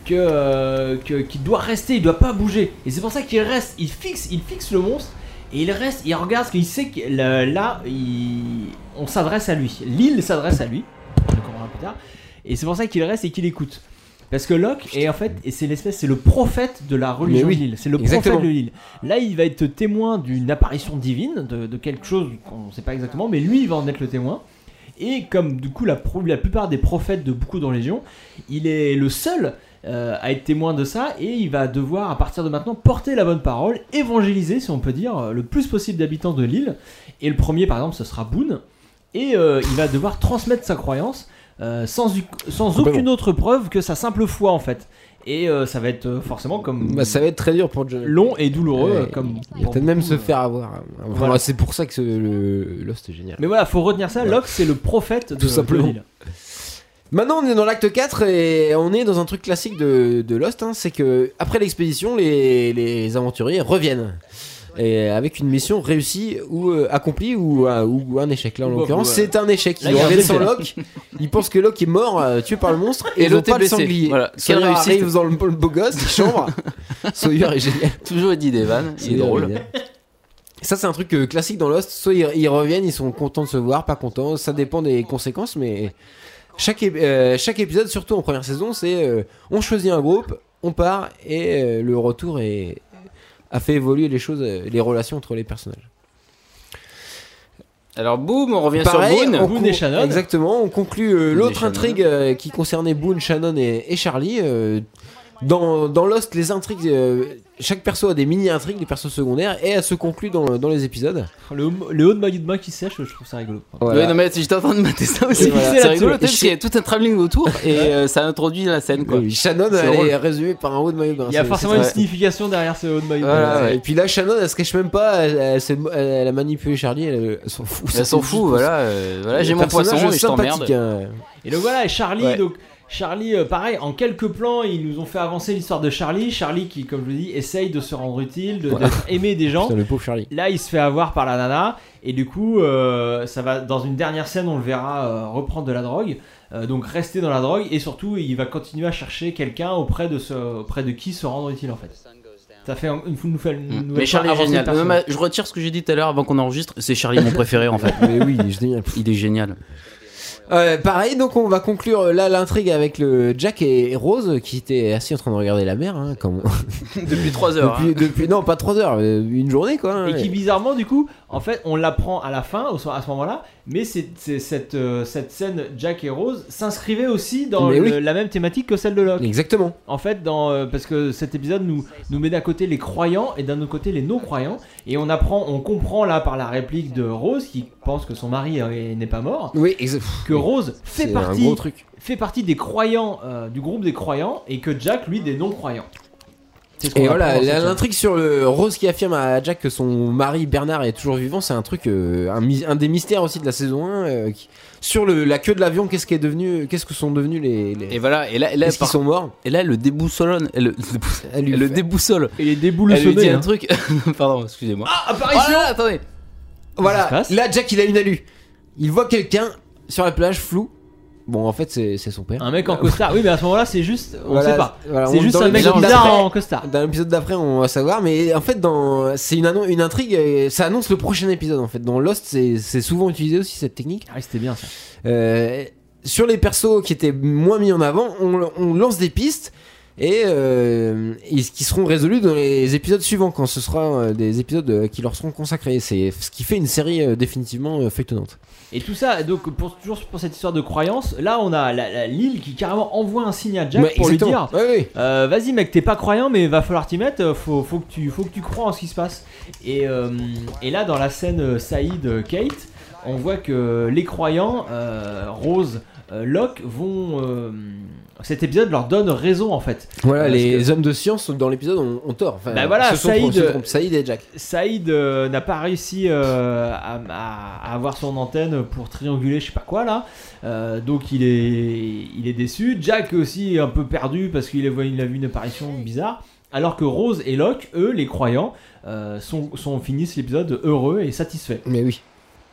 S1: que euh, que- qu'il doit rester, il doit pas bouger. Et c'est pour ça qu'il reste, il fixe, il fixe le monstre, et il reste, il regarde, parce qu'il sait que le- là, il- on s'adresse à lui, l'île s'adresse à lui, on le comprendra plus tard, et c'est pour ça qu'il reste et qu'il écoute. Parce que Locke est en fait, et c'est l'espèce, c'est le prophète de la religion
S2: Mais oui,
S1: de l'île, c'est le
S2: exactement.
S1: prophète de l'île. Là, il va être témoin d'une apparition divine, de, de quelque chose qu'on ne sait pas exactement, mais lui, il va en être le témoin. Et comme du coup la, pro- la plupart des prophètes de beaucoup de religions, il est le seul euh, à être témoin de ça et il va devoir à partir de maintenant porter la bonne parole, évangéliser si on peut dire euh, le plus possible d'habitants de l'île. Et le premier par exemple ce sera Boone et euh, il va devoir transmettre sa croyance euh, sans, u- sans
S2: Complètement.
S1: aucune autre preuve que sa simple foi en fait. Et euh, ça va être euh, forcément comme
S2: Bah, ça va être très dur pour John.
S1: long et douloureux
S2: Ouais,
S1: euh, comme
S2: Il va
S1: pour
S2: peut-être même
S1: beaucoup,
S2: se
S1: euh.
S2: faire avoir. Enfin,
S1: Voilà.
S2: C'est pour ça que ce- le... Lost est génial.
S1: Mais voilà, faut retenir ça. Locke, c'est le prophète de
S2: Tout simplement.
S1: de l'île.
S2: Maintenant, on est dans l'acte 4 et on est dans un truc classique de, de Lost, hein, c'est que après l'expédition, les, les aventuriers reviennent et avec une mission réussie ou euh, accomplie ou, euh, ou un échec. Là, en
S1: Ou-
S2: l'occurrence,
S1: ou, euh,
S2: c'est un échec.
S1: là,
S2: Ils
S1: il y a un
S2: reviennent sans
S1: décès.
S2: Locke. Ils pensent que Locke est mort, euh, tué par le monstre, et,
S3: Et
S2: ils ont
S3: l'autre est
S2: pas de
S3: blessé.
S2: sanglier.
S3: Voilà. Quelle
S2: Sawyer
S3: réussite.
S2: arrive dans le, le beau gosse, il chambre. Sawyer est génial.
S3: Toujours dit des vannes, il est drôle.
S2: génial. Ça, c'est un truc euh, classique dans Lost. Soit ils, ils reviennent, ils sont contents de se voir, pas contents. Ça dépend des conséquences, mais chaque, ép- euh, chaque épisode, surtout en première saison, c'est euh, on choisit un groupe, on part et euh, le retour est, a fait évoluer les choses, euh, les relations entre les personnages.
S3: Alors boum, on revient
S2: Pareil,
S3: sur
S2: on
S3: Boone.
S1: Boone
S2: con-
S1: et Shannon.
S2: Exactement, on conclut euh,
S3: Boone et
S2: l'autre
S3: Shannon.
S2: intrigue euh, qui concernait Boone, Shannon et, et Charlie. euh, dans, dans Lost, les intrigues, euh, chaque perso a des mini-intrigues, des persos secondaires, et elles se concluent dans, dans les épisodes.
S1: Le, le haut de maillot de bain qui sèche, je trouve ça rigolo.
S2: Voilà.
S3: Ouais, non, mais j'étais en train de mater ça aussi.
S2: voilà.
S3: C'est
S1: Là-dessus.
S3: rigolo,
S1: Et
S3: parce qu'il y a tout un travelling autour et euh, ça introduit la scène quoi.
S2: Oui, Shannon,
S3: C'est
S2: elle
S3: drôle.
S2: est résumée par un haut de maillot de bain.
S1: Il y a
S2: C'est-
S1: forcément
S2: c'est-
S1: une
S3: vrai.
S1: signification derrière ce haut de maillot de
S2: Voilà,
S1: bain.
S2: ouais. Et puis là, Shannon, elle se cache même pas, elle, elle s'est- elle- elle a manipulé Charlie, elle, elle s'en fout. hein.
S3: Elle s'en fout, voilà. euh, voilà, j'ai mon poisson et je t'emmerde.
S1: Et donc voilà, et Charlie,
S3: Ouais.
S1: donc Charlie, euh, pareil, en quelques plans, ils nous ont fait avancer l'histoire de Charlie. Charlie qui, comme je vous dis, essaye de se rendre utile, de-
S2: Voilà.
S1: d'être aimé des gens.
S2: Putain, le pauvre Charlie.
S1: Là, il se fait avoir par la nana, et du coup, euh, ça va dans une dernière scène, on le verra euh, reprendre de la drogue, euh, donc rester dans la drogue, et surtout, il va continuer à chercher quelqu'un auprès de ce, auprès de qui se rendre utile en fait. Ça fait un- une fou- nouvelle,
S2: Mm.
S1: une nouvelle
S3: Mm. Mais Charlie est
S1: avancer
S3: génial.
S1: le personnage.
S3: Même, je retire ce que j'ai dit tout à l'heure avant qu'on enregistre. C'est Charlie mon préféré en fait.
S2: Mais oui, il est génial.
S3: Il est génial.
S2: Euh, pareil, donc on va conclure euh, là l'intrigue avec le Jack et Rose qui étaient assis en train de regarder la mer, hein, comme
S3: Depuis 3 heures.
S2: depuis, depuis- non pas trois heures, euh, une journée quoi. hein,
S1: Et qui
S2: ouais.
S1: bizarrement du coup, en fait, on l'apprend à la fin, au so- à ce moment-là, mais c'est c'est cette, euh, cette scène Jack et Rose s'inscrivait aussi dans
S2: Mais
S1: le-
S2: oui.
S1: la même thématique que celle de Locke.
S2: Exactement.
S1: En fait, dans, euh, parce que cet épisode nous, nous met d'un côté les croyants et d'un autre côté les non-croyants. Et on apprend, on comprend là par la réplique de Rose qui pense que son mari euh, n'est pas mort,
S2: Oui, exact.
S1: que Rose fait
S2: C'est un gros
S1: partie,
S2: truc.
S1: fait partie des croyants, euh, du groupe des croyants, et que Jack, lui, des non-croyants. C'est ce qu'on
S2: Et
S1: apprend
S2: voilà,
S1: dans cette
S2: la-
S1: scène.
S2: l'intrigue sur le Rose qui affirme à Jack que son mari Bernard est toujours vivant, c'est un truc, euh, un, mi- un des mystères aussi de la saison 1. euh, qui- sur le, la queue de l'avion, qu'est-ce qui est devenu, qu'est-ce que sont devenus les, les-
S3: Et voilà. Et là, et là,
S2: hein. est-ce qu'ils
S3: par-
S2: sont morts
S3: et là, le déboussolonne. et Le, le débous-
S2: Elle lui
S3: le
S2: fait-
S3: déboussole. Eh,
S1: Et les déboules
S3: Elle lui dit
S1: sonnées,
S3: un
S1: hein.
S3: truc. Pardon, excusez-moi.
S1: Ah,
S3: Oh
S1: apparition
S3: là là,
S1: Ça
S3: attendez.
S1: se
S2: Voilà,
S1: passe
S2: là Jack il a une alu. Il voit quelqu'un sur la plage flou. Bon, en fait, c'est c'est son père.
S1: Un mec en costard, oui, mais à ce moment-là, c'est juste, on
S2: Voilà,
S1: sait pas.
S2: voilà,
S1: C'est
S2: on-
S1: juste
S2: dans
S1: un mec
S2: l'épisode
S1: bizarre
S2: d'après-
S1: en costard.
S2: Dans l'épisode d'après, on va savoir, mais en fait, dans c'est une, annon- une intrigue, et ça annonce le prochain épisode en fait. Dans Lost, c'est c'est souvent utilisé aussi cette technique.
S1: Ah, oui, c'était bien ça.
S2: Euh, sur les persos qui étaient moins mis en avant, on, on lance des pistes et, euh, et qui seront résolus dans les épisodes suivants quand ce sera euh, des épisodes euh, qui leur seront consacrés. C'est ce qui fait une série euh, définitivement euh, feuilletonnante.
S1: Et tout ça, donc pour, toujours pour cette histoire de croyance, là on a la, la- l'île qui carrément envoie un signe à Jack
S2: Ouais,
S1: pour lui
S2: exactement.
S1: dire
S2: Ouais, ouais.
S1: euh, Vas-y mec, t'es pas croyant, mais va falloir t'y mettre, euh, faut, faut, que tu, faut que tu crois en ce qui se passe. Et, euh, et là, dans la scène euh, Saïd, euh, Kate, on voit que les croyants, euh, Rose, euh, Locke, vont. euh, cet épisode leur donne raison en fait.
S2: Voilà,
S1: Parce
S2: les
S1: que-
S2: hommes de science dans l'épisode ont, ont tort. Enfin,
S1: Bah voilà,
S2: se sont-
S1: Saïd-
S2: se trompent. Saïd et Jack.
S1: Saïd euh, n'a pas réussi euh, à, à- à avoir son antenne pour trianguler, je sais pas quoi là. Euh, donc il est, il est déçu. Jack aussi est un peu perdu parce qu'il a, il a vu une apparition bizarre. Alors que Rose et Locke, eux, les croyants, euh, sont, sont- finissent l'épisode heureux et satisfaits.
S2: Mais oui.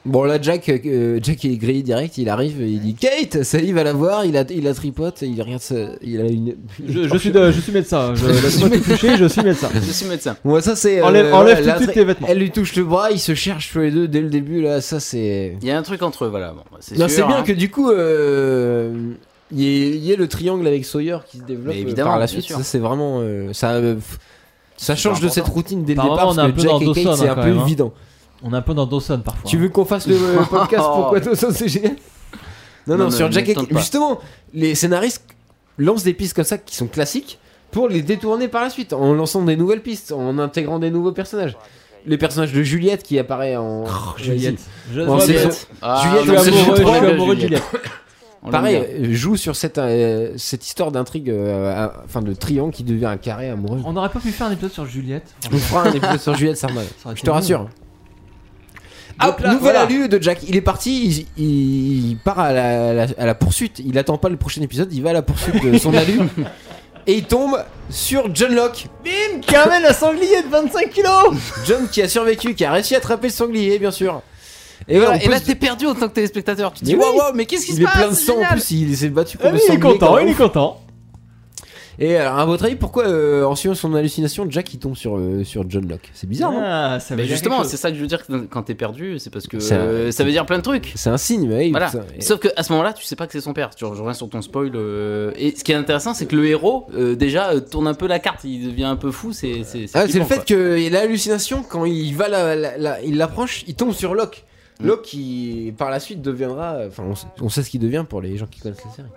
S2: Bon là, Jack, euh, Jack est grillé direct. Il arrive, il dit Kate. Saïd va la voir. Il a, il la tripote. Il regarde, ça- il a une.
S1: Je, je suis, de- je suis médecin, je laisse-moi te toucher, je suis médecin. Euh,
S3: Je suis médecin.
S2: Bon, ça c'est. euh,
S1: Enlève, enlève tout de
S2: la
S1: suite
S2: tri-
S1: tes vêtements.
S2: Elle lui touche le bras. Ils se cherchent tous les deux dès le début. Là, ça c'est.
S3: Il y a un truc entre eux, voilà. Bon, bah, c'est
S2: Non,
S3: sûr,
S2: c'est bien
S3: hein.
S2: que du coup, euh, il y, ait- il y ait le triangle avec Sawyer qui se développe
S3: Mais
S2: euh,
S3: évidemment,
S2: par la
S3: bien
S2: suite.
S3: sûr.
S2: Ça, c'est vraiment. euh, ça, euh, f- ça change de
S3: important.
S2: cette routine dès le
S1: Par
S2: départ.
S1: moment, on
S2: Parce
S1: est
S2: que
S1: un peu dans
S2: Jack
S1: Dawson,
S2: et Kate, c'est
S1: hein,
S2: un
S1: quand
S2: peu
S1: même, hein.
S2: évident.
S1: On est un peu dans Dawson parfois.
S2: Tu veux qu'on fasse le euh, podcast Pourquoi Dawson c'est génial non, non,
S3: Non,
S2: sur
S3: ne-
S2: Jack
S3: ne
S2: et
S3: tente
S2: Kate.
S3: pas.
S2: Justement, les scénaristes lancent des pistes comme ça qui sont classiques pour les détourner par la suite en lançant des nouvelles pistes, en intégrant des nouveaux personnages. Les personnages de Juliette qui apparaît
S3: Oh,
S2: en.
S1: Juliette. Je,
S2: Bon,
S1: ouais,
S2: c'est-
S1: mais-
S3: Ah,
S2: Juliette,
S3: on
S1: je suis
S3: l'aime
S1: amoureux, je
S3: bien, on l'aime
S1: suis
S3: bien,
S1: amoureux de Juliette.
S3: On l'aime
S2: Pareil,
S3: bien.
S2: euh, joue sur cette, euh, cette histoire d'intrigue, euh, à- enfin de triangle qui devient un carré amoureux.
S3: Oh,
S1: On aurait pas pu faire un épisode sur Juliette.
S2: On fera un épisode sur Juliette Sarman,
S1: aurait
S2: je
S1: été
S2: te
S1: bon.
S2: rassure.
S1: Donc
S2: Hop,
S1: là,
S2: Mmh. nouvelle
S1: voilà.
S2: alu de Jack. Il est parti, il, il- il part à la, à la- à la poursuite. Il attend pas le prochain épisode, il va à la poursuite de son alu. Et il tombe sur John Locke.
S1: Bim Qui amène un sanglier de 25 kilos
S2: John qui a survécu, qui a réussi à attraper le sanglier, bien sûr. Et voilà,
S3: Voilà,
S2: en
S3: et là
S2: plus,
S3: t'es perdu en tant que téléspectateur. Tu te dis
S2: Mais oui.
S3: waouh, waouh, mais qu'est-ce qui
S2: il
S3: se
S2: est
S3: passe
S2: plein de sang en
S3: Génial.
S2: plus, il s'est battu
S1: Ah
S2: contre le
S1: oui, Il est
S2: sanglier,
S1: content,
S2: comme
S1: il est
S2: ouf.
S1: content.
S2: Et alors, à votre avis, pourquoi euh, en suivant son hallucination, Jack il tombe sur, euh, sur John Locke C'est bizarre, non
S1: Ah, ça veut
S3: Mais
S1: dire
S3: justement,
S1: quelque
S3: c'est
S1: chose.
S3: ça que je veux dire que quand t'es perdu, c'est parce que
S2: Ça-
S3: euh, ça veut dire plein de trucs.
S2: C'est un signe, mais oui,
S3: Voilà.
S2: putain.
S3: Sauf que à ce moment-là, tu sais pas que c'est son père. Tu je reviens sur ton spoil. euh, et ce qui est intéressant, c'est que le héros euh, déjà euh, tourne un peu la carte. Il devient un peu fou. C'est c'est
S2: Ah, c'est le
S3: flippant,
S2: fait
S3: quoi.
S2: que et l'hallucination, quand il va la, la- la- il l'approche, il tombe sur Locke.
S3: Mm.
S2: Locke qui par la suite deviendra, euh, enfin on, sait- on sait ce qu'il devient pour les gens qui connaissent la série.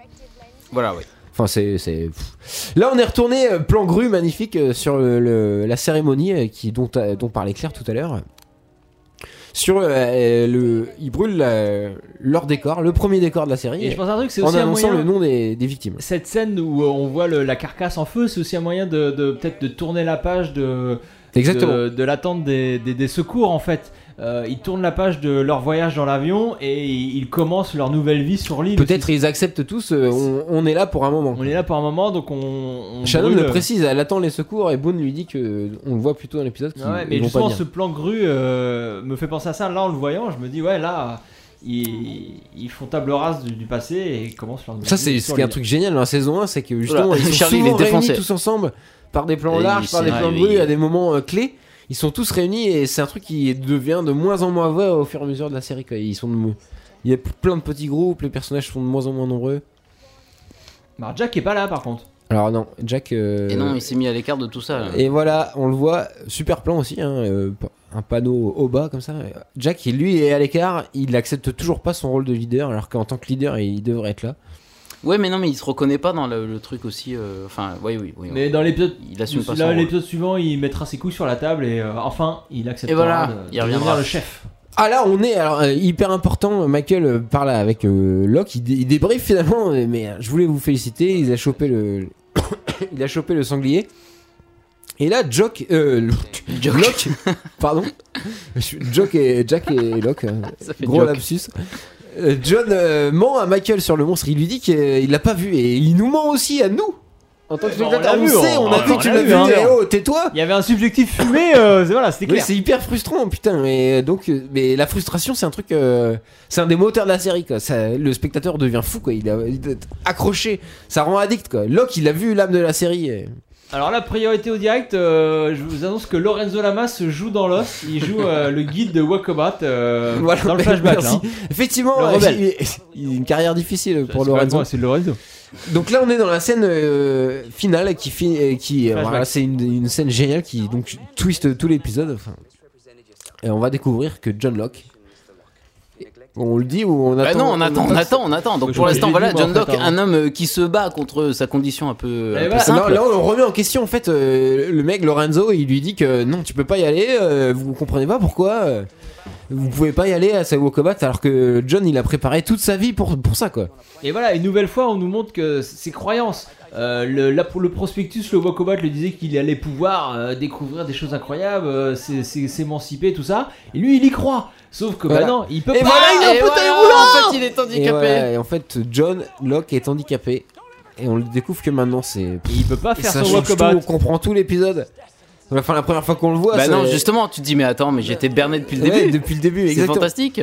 S3: Voilà, ouais.
S2: Enfin c'est, c'est- pff. là on est retourné euh, plan grue magnifique euh, sur le- le- la cérémonie euh, qui dont euh, dont parlait Claire tout à l'heure. Sur euh, euh, le, ils brûlent la- leur décor, le premier décor de la série,
S1: Et je pense à un truc, c'est
S2: en
S1: aussi un
S2: annonçant
S1: moyen.
S2: le nom des, des victimes.
S1: Cette scène où euh, on voit le- la carcasse en feu, c'est aussi un moyen de, de- peut-être de tourner la page de
S2: Exactement.
S1: de, de l'attente des, des- des secours en fait. euh, ils tournent la page de leur voyage dans l'avion et ils, ils commencent leur nouvelle vie sur l'île.
S2: Peut-être ils acceptent tous, euh, on, on est là pour un moment.
S1: On est là pour un moment, donc on. on
S2: Shannon
S1: brûle. euh,
S2: le précise, elle attend les secours et Boone lui dit que euh, on le voit plutôt dans l'épisode qu'ils
S1: Ah ouais, mais
S2: ils vont pas
S1: justement,
S2: venir.
S1: ce plan grue euh, me fait penser à ça. Là, en le voyant, je me dis, ouais, là, ils, ils font table rase du, du passé et ils commencent leur.
S2: Ça c'est
S1: sur
S2: ce qui est un
S1: l'île.
S2: truc génial dans la saison 1, c'est que justement
S3: Voilà.
S2: ils sont
S3: Charlie, il
S2: souvent
S3: est
S2: réunis
S3: défoncé.
S2: tous ensemble par des plans
S3: Et
S2: larges,
S3: il
S2: par des
S3: s'est-
S2: plans
S3: ouais,
S2: bruts,
S3: oui.
S2: à des moments euh, clés. Ils sont tous réunis et c'est un truc qui devient de moins en moins vrai au fur et à mesure de la série. quoi. Ils sont de- Il y a plein de petits groupes, les personnages sont de moins en moins nombreux.
S1: Alors, Bah, Jack est pas là, par contre.
S2: Alors non, Jack. euh,
S3: Et non, il s'est mis à l'écart de tout ça. là.
S2: Et voilà, on le voit, super plan aussi, hein, euh, un panneau au bas comme ça. Jack, il, lui, est à l'écart, il accepte toujours pas son rôle de leader, alors qu'en tant que leader, il devrait être là.
S3: Ouais, mais non, mais il se reconnaît pas dans le, le truc aussi. euh, Enfin, oui, oui, oui.
S1: Mais dans l'épisode.
S3: il assume pas
S1: là,
S3: son rôle.
S1: l'épisode suivant, il mettra ses couilles sur la table et euh, enfin, il acceptera
S3: Et voilà,
S1: de,
S3: il
S1: de
S3: reviendra.
S1: devenir le chef.
S2: Ah là, on est alors euh, hyper important. Michael euh, parle avec euh, Locke, il, dé- il débriefe finalement, euh, mais euh, je voulais vous féliciter, il a chopé le, il a chopé le sanglier. Et là, Jock, euh, Locke-
S3: Jock.
S2: Locke, pardon, Je suis- Jock et Jack et Locke, euh,
S3: Ça fait
S2: gros
S3: Jock.
S2: lapsus. Euh, John euh, ment à Michael sur le monstre, il lui dit qu'il l'a pas vu et il nous ment aussi à nous. En tant que
S1: Ouais, on
S2: spectateurs,
S1: l'a
S2: on,
S1: vu,
S2: sait,
S1: on-
S2: on, a
S1: on
S2: vu, tu
S1: l'a
S2: l'as
S1: vu,
S2: vu,
S1: hein.
S2: eh oh, tais-toi.
S1: Il y avait un subjectif fumé, euh, c'est- voilà, c'était
S2: Oui,
S1: clair.
S2: c'est hyper frustrant, putain. Et donc, euh, mais la frustration, c'est un truc, euh, c'est un des moteurs de la série, quoi. Ça, le spectateur devient fou, quoi. Il, a, il est accroché, ça rend addict, quoi. Locke, il a vu l'âme de la série. euh, et-
S1: Alors la priorité au direct, euh, je vous annonce que Lorenzo Lamas joue dans Lost, il joue euh, le guide de Wakobat euh,
S2: Voilà.
S1: dans le flashback.
S2: Merci.
S1: là, hein.
S2: Effectivement,
S1: Le
S2: euh,
S1: rebelle.
S2: il- il- une carrière difficile pour
S1: C'est
S2: Lorenzo.
S1: pas- C'est Lorenzo.
S2: Donc là, on est dans la scène euh, finale qui fi- euh, qui euh,
S1: Flashback.
S2: voilà, c'est une, une scène géniale qui donc twist tout l'épisode. enfin. Et on va découvrir que John Locke. On le dit ou on
S3: Bah
S2: attend
S3: non, on attend, on attend, on attend.
S1: Faut
S3: Donc
S1: que
S3: pour
S1: je-
S3: l'instant,
S1: je l'ai
S3: voilà,
S1: dit, moi,
S3: John
S1: en
S3: Dock,
S1: fait, hein.
S3: un homme euh, qui se bat contre sa condition un peu, un peu
S1: voilà.
S2: Bah, Là,
S3: simple.
S2: là, on remet en question en fait euh, le mec Lorenzo il lui dit que non tu peux pas y aller euh, vous comprenez pas pourquoi euh, vous pouvez pas y aller à sa Wokobat alors que John il a préparé toute sa vie pour, pour ça quoi
S1: Et voilà, une nouvelle fois, on nous montre que c- ses croyances. Euh, le, la- le prospectus, le Wakobat le disait qu'il allait pouvoir euh, découvrir des choses incroyables, euh, s'é- s'é- s'émanciper, tout ça. Et lui, il y croit. Sauf que
S2: Voilà.
S1: bah non, il peut
S2: Et
S1: pas.
S2: voilà, il est en
S3: Et
S2: fauteuil
S3: voilà,
S2: roulant
S3: Eh oh, En fait, il est
S2: et,
S3: handicapé.
S2: voilà, et en fait John Locke est handicapé et on le découvre que maintenant c'est
S1: Et il peut pas
S2: Et
S1: faire
S2: ça
S1: son
S2: change tout,
S1: Wakobat.
S2: on comprend tout l'épisode enfin la première fois qu'on le voit
S3: Bah
S2: c'est-
S3: non, justement, tu te dis, mais attends, mais j'étais berné depuis le
S2: Ouais,
S3: début.
S2: depuis le début
S3: C'est
S2: exactement
S3: fantastique.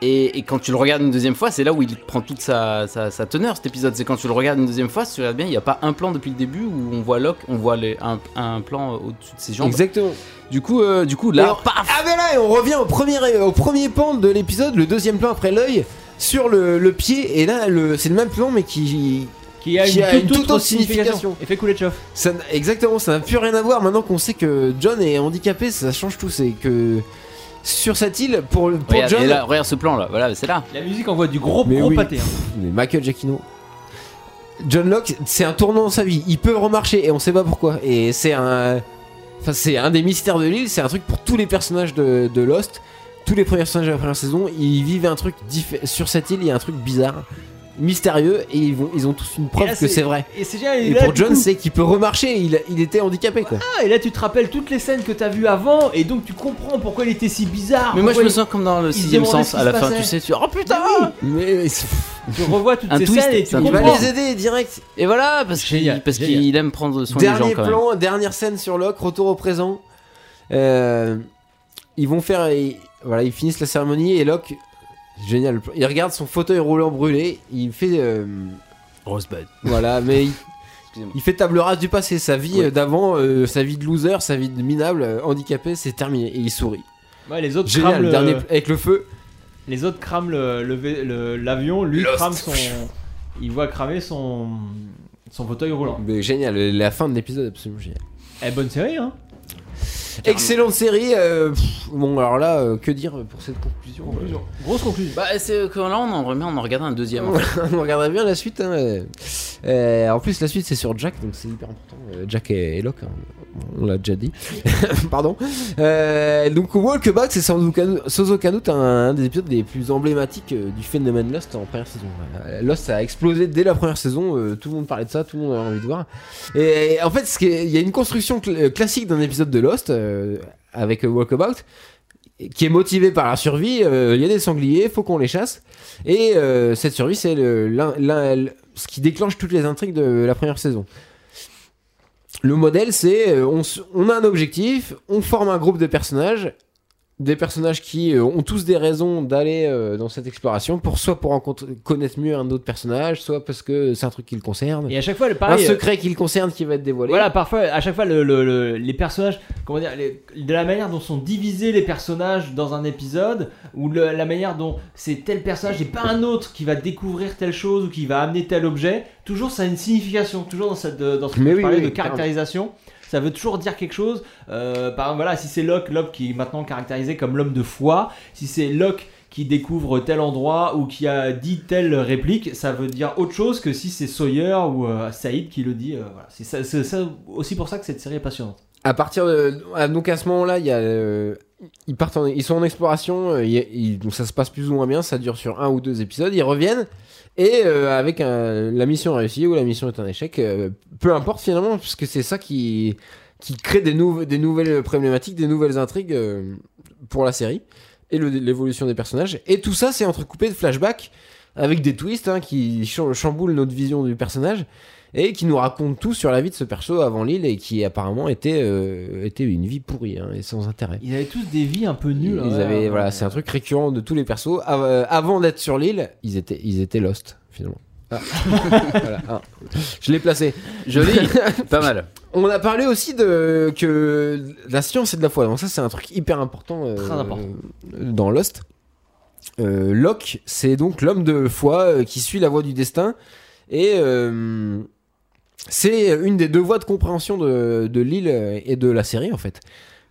S3: Et, et quand tu le regardes une deuxième fois, c'est là où il prend toute sa, sa- sa teneur cet épisode. C'est quand tu le regardes une deuxième fois, si tu regardes bien, il n'y a pas un plan depuis le début où on voit Locke, on voit les- un, un plan au-dessus de ses jambes.
S2: exactement
S3: Du coup, euh, du coup
S2: Et
S3: là,
S2: on-
S3: paf
S2: Ah ben là, et on revient au premier, au premier pan de l'épisode, le deuxième plan après l'œil, sur le, le pied, et là le- c'est le même plan mais qui...
S1: Qui a une,
S2: qui a
S1: toute,
S2: une toute
S1: autre
S2: autre
S1: signification.
S2: signification.
S1: Effet Kuleshov.
S2: ça n'a- exactement, ça n'a plus rien à voir maintenant qu'on sait que John est handicapé, ça change tout, c'est que sur cette île, pour, pour
S3: regarde,
S2: John...
S3: et là, regarde ce plan là, voilà, c'est là.
S1: La musique envoie du gros
S2: Mais
S1: gros
S2: oui.
S1: pâté. hein.
S2: Mais Michael Giacchino. John Locke, c'est un tournant dans sa vie. Il peut remarcher et on sait pas pourquoi. Et c'est un. Enfin, c'est un des mystères de l'île. C'est un truc pour tous les personnages de, de Lost. Tous les premiers personnages de la première saison, ils vivent un truc diffé- sur cette île. Il y a un truc bizarre, mystérieux, et ils, vont, ils ont tous une preuve
S1: là,
S2: que
S1: c'est-
S2: c'est vrai.
S1: Et c'est génial.
S2: Et
S1: là,
S2: pour
S1: du
S2: John,
S1: coup,
S2: c'est qu'il peut remarcher. Il, il était handicapé, quoi.
S1: Ah, et là tu te rappelles toutes les scènes que t'as vues avant et donc tu comprends pourquoi il était si bizarre.
S3: Mais moi je
S1: pourquoi
S3: me sens comme dans le
S1: se
S3: sixième
S1: demandait
S3: sens
S1: ce
S3: à
S1: qui
S3: la
S1: se
S3: fin,
S1: passait.
S3: tu sais, tu oh putain
S2: Mais, mais c'est-
S1: il- tu revois toutes
S3: Un
S1: ces
S3: twist,
S1: scènes et tu
S3: c'est un
S2: il
S1: comprends.
S2: va
S3: comprends.
S2: les aider direct.
S3: Et voilà, parce
S1: Génial,
S3: qu'il parce
S1: génial.
S3: qu'il aime prendre soin des
S2: Dernier
S3: gens quand
S2: plan, dernière scène sur Locke, retour au présent. Euh, ils vont faire. ils- voilà, ils finissent la cérémonie et Locke. Génial. le plan, Il regarde son fauteuil roulant brûlé. Il fait. euh,
S3: même. Rosebud,
S2: voilà, mais il,
S3: excusez-moi.
S2: il fait table rase du passé. Sa vie
S3: Ouais.
S2: euh, d'avant, euh, sa vie de loser, sa vie de minable, euh, handicapé, c'est terminé. Et il sourit.
S1: Ouais, les autres euh, crament
S2: Génial.
S1: le-
S3: euh,
S2: dernier, avec le feu.
S1: les autres crament le- le vé- le- l'avion, lui
S2: Lost.
S1: crame son il voit cramer son son fauteuil roulant.
S2: Mais génial. La fin de l'épisode, absolument génial.
S1: Eh bonne série hein.
S2: Excellente série. euh, pff, bon, alors là, euh, que dire pour cette conclusion euh,
S1: Grosse conclusion.
S3: Bah c'est que là on en remet, on en regarde un deuxième. en fait.
S2: on regardera bien la suite. hein, euh. Euh, en plus, la suite c'est sur Jack, donc c'est hyper important. Euh, Jack et, et Locke, hein, on l'a déjà dit. Pardon. Euh, donc, Walkabout, c'est sans aucun- sans aucun doute un, un des épisodes les plus emblématiques euh, du phénomène Lost en première saison. Euh, Lost ça a explosé dès la première saison, euh, tout le monde parlait de ça, tout le monde avait envie de voir. Et, en fait, ce qui est- il y a une construction cl- euh, classique d'un épisode de Lost euh, avec euh, Walkabout qui est motivé par la survie. euh, Il y a des sangliers, faut qu'on les chasse. Et euh, cette survie, c'est le- l'un- l'un- l- ce qui déclenche toutes les intrigues de la première saison. Le modèle, c'est euh, on, s- on a un objectif, on forme un groupe de personnages, des personnages qui euh, ont tous des raisons d'aller euh, dans cette exploration, pour soit pour rencontrer- connaître mieux un autre personnage, soit parce que c'est un truc qui le concerne,
S1: Et à chaque fois, le
S2: un
S1: pareil. euh,
S2: secret qui le concerne qui va être dévoilé.
S1: Voilà, parfois, à chaque fois, le- le- le- les personnages, comment dire, les- de la manière dont sont divisés les personnages dans un épisode, ou le- la manière dont c'est tel personnage et pas un autre qui va découvrir telle chose ou qui va amener tel objet, toujours ça a une signification, toujours dans, cette, dans ce que
S2: Mais
S1: je
S2: oui,
S1: parlais
S2: oui,
S1: de
S2: oui, carrément.
S1: caractérisation. Ça veut toujours dire quelque chose. Euh, par exemple, voilà, si c'est Locke, Locke qui est maintenant caractérisé comme l'homme de foi, si c'est Locke qui découvre tel endroit ou qui a dit telle réplique, ça veut dire autre chose que si c'est Sawyer ou euh, Saïd qui le dit. euh, voilà. C'est ça, c'est ça aussi pour ça que cette série est passionnante.
S2: À partir de, ah, donc à ce moment-là, il y a, euh, ils partent, en- ils sont en exploration, euh, il y a- ils- donc ça se passe plus ou moins bien, ça dure sur un ou deux épisodes, ils reviennent et euh, avec un- la mission réussie ou la mission est un échec, euh, peu importe finalement, puisque c'est ça qui qui crée des, nou- des nouvelles problématiques, des nouvelles intrigues euh, pour la série et le- l'évolution des personnages. Et tout ça, c'est entrecoupé de flashbacks avec des twists hein, qui cham- chamboulent notre vision du personnage et qui nous raconte tout sur la vie de ce perso avant l'île et qui apparemment était, euh, était une vie pourrie hein, et sans intérêt.
S1: Ils avaient tous des vies un peu
S2: Ils
S1: nulles. hein,
S2: avaient,
S1: ouais.
S2: voilà, c'est un truc récurrent de tous les persos. Av- euh, Avant d'être sur l'île, ils étaient, ils étaient lost finalement. Ah. Voilà, ah. Je l'ai placé.
S3: Joli, pas mal.
S2: On a parlé aussi de que de la science et de la foi. Donc ça, c'est un truc hyper important, euh,
S1: Très important.
S2: euh, dans Lost. Euh, Locke, c'est donc l'homme de foi euh, qui suit la voie du destin et euh, c'est une des deux voies de compréhension de, de l'île et de la série en fait.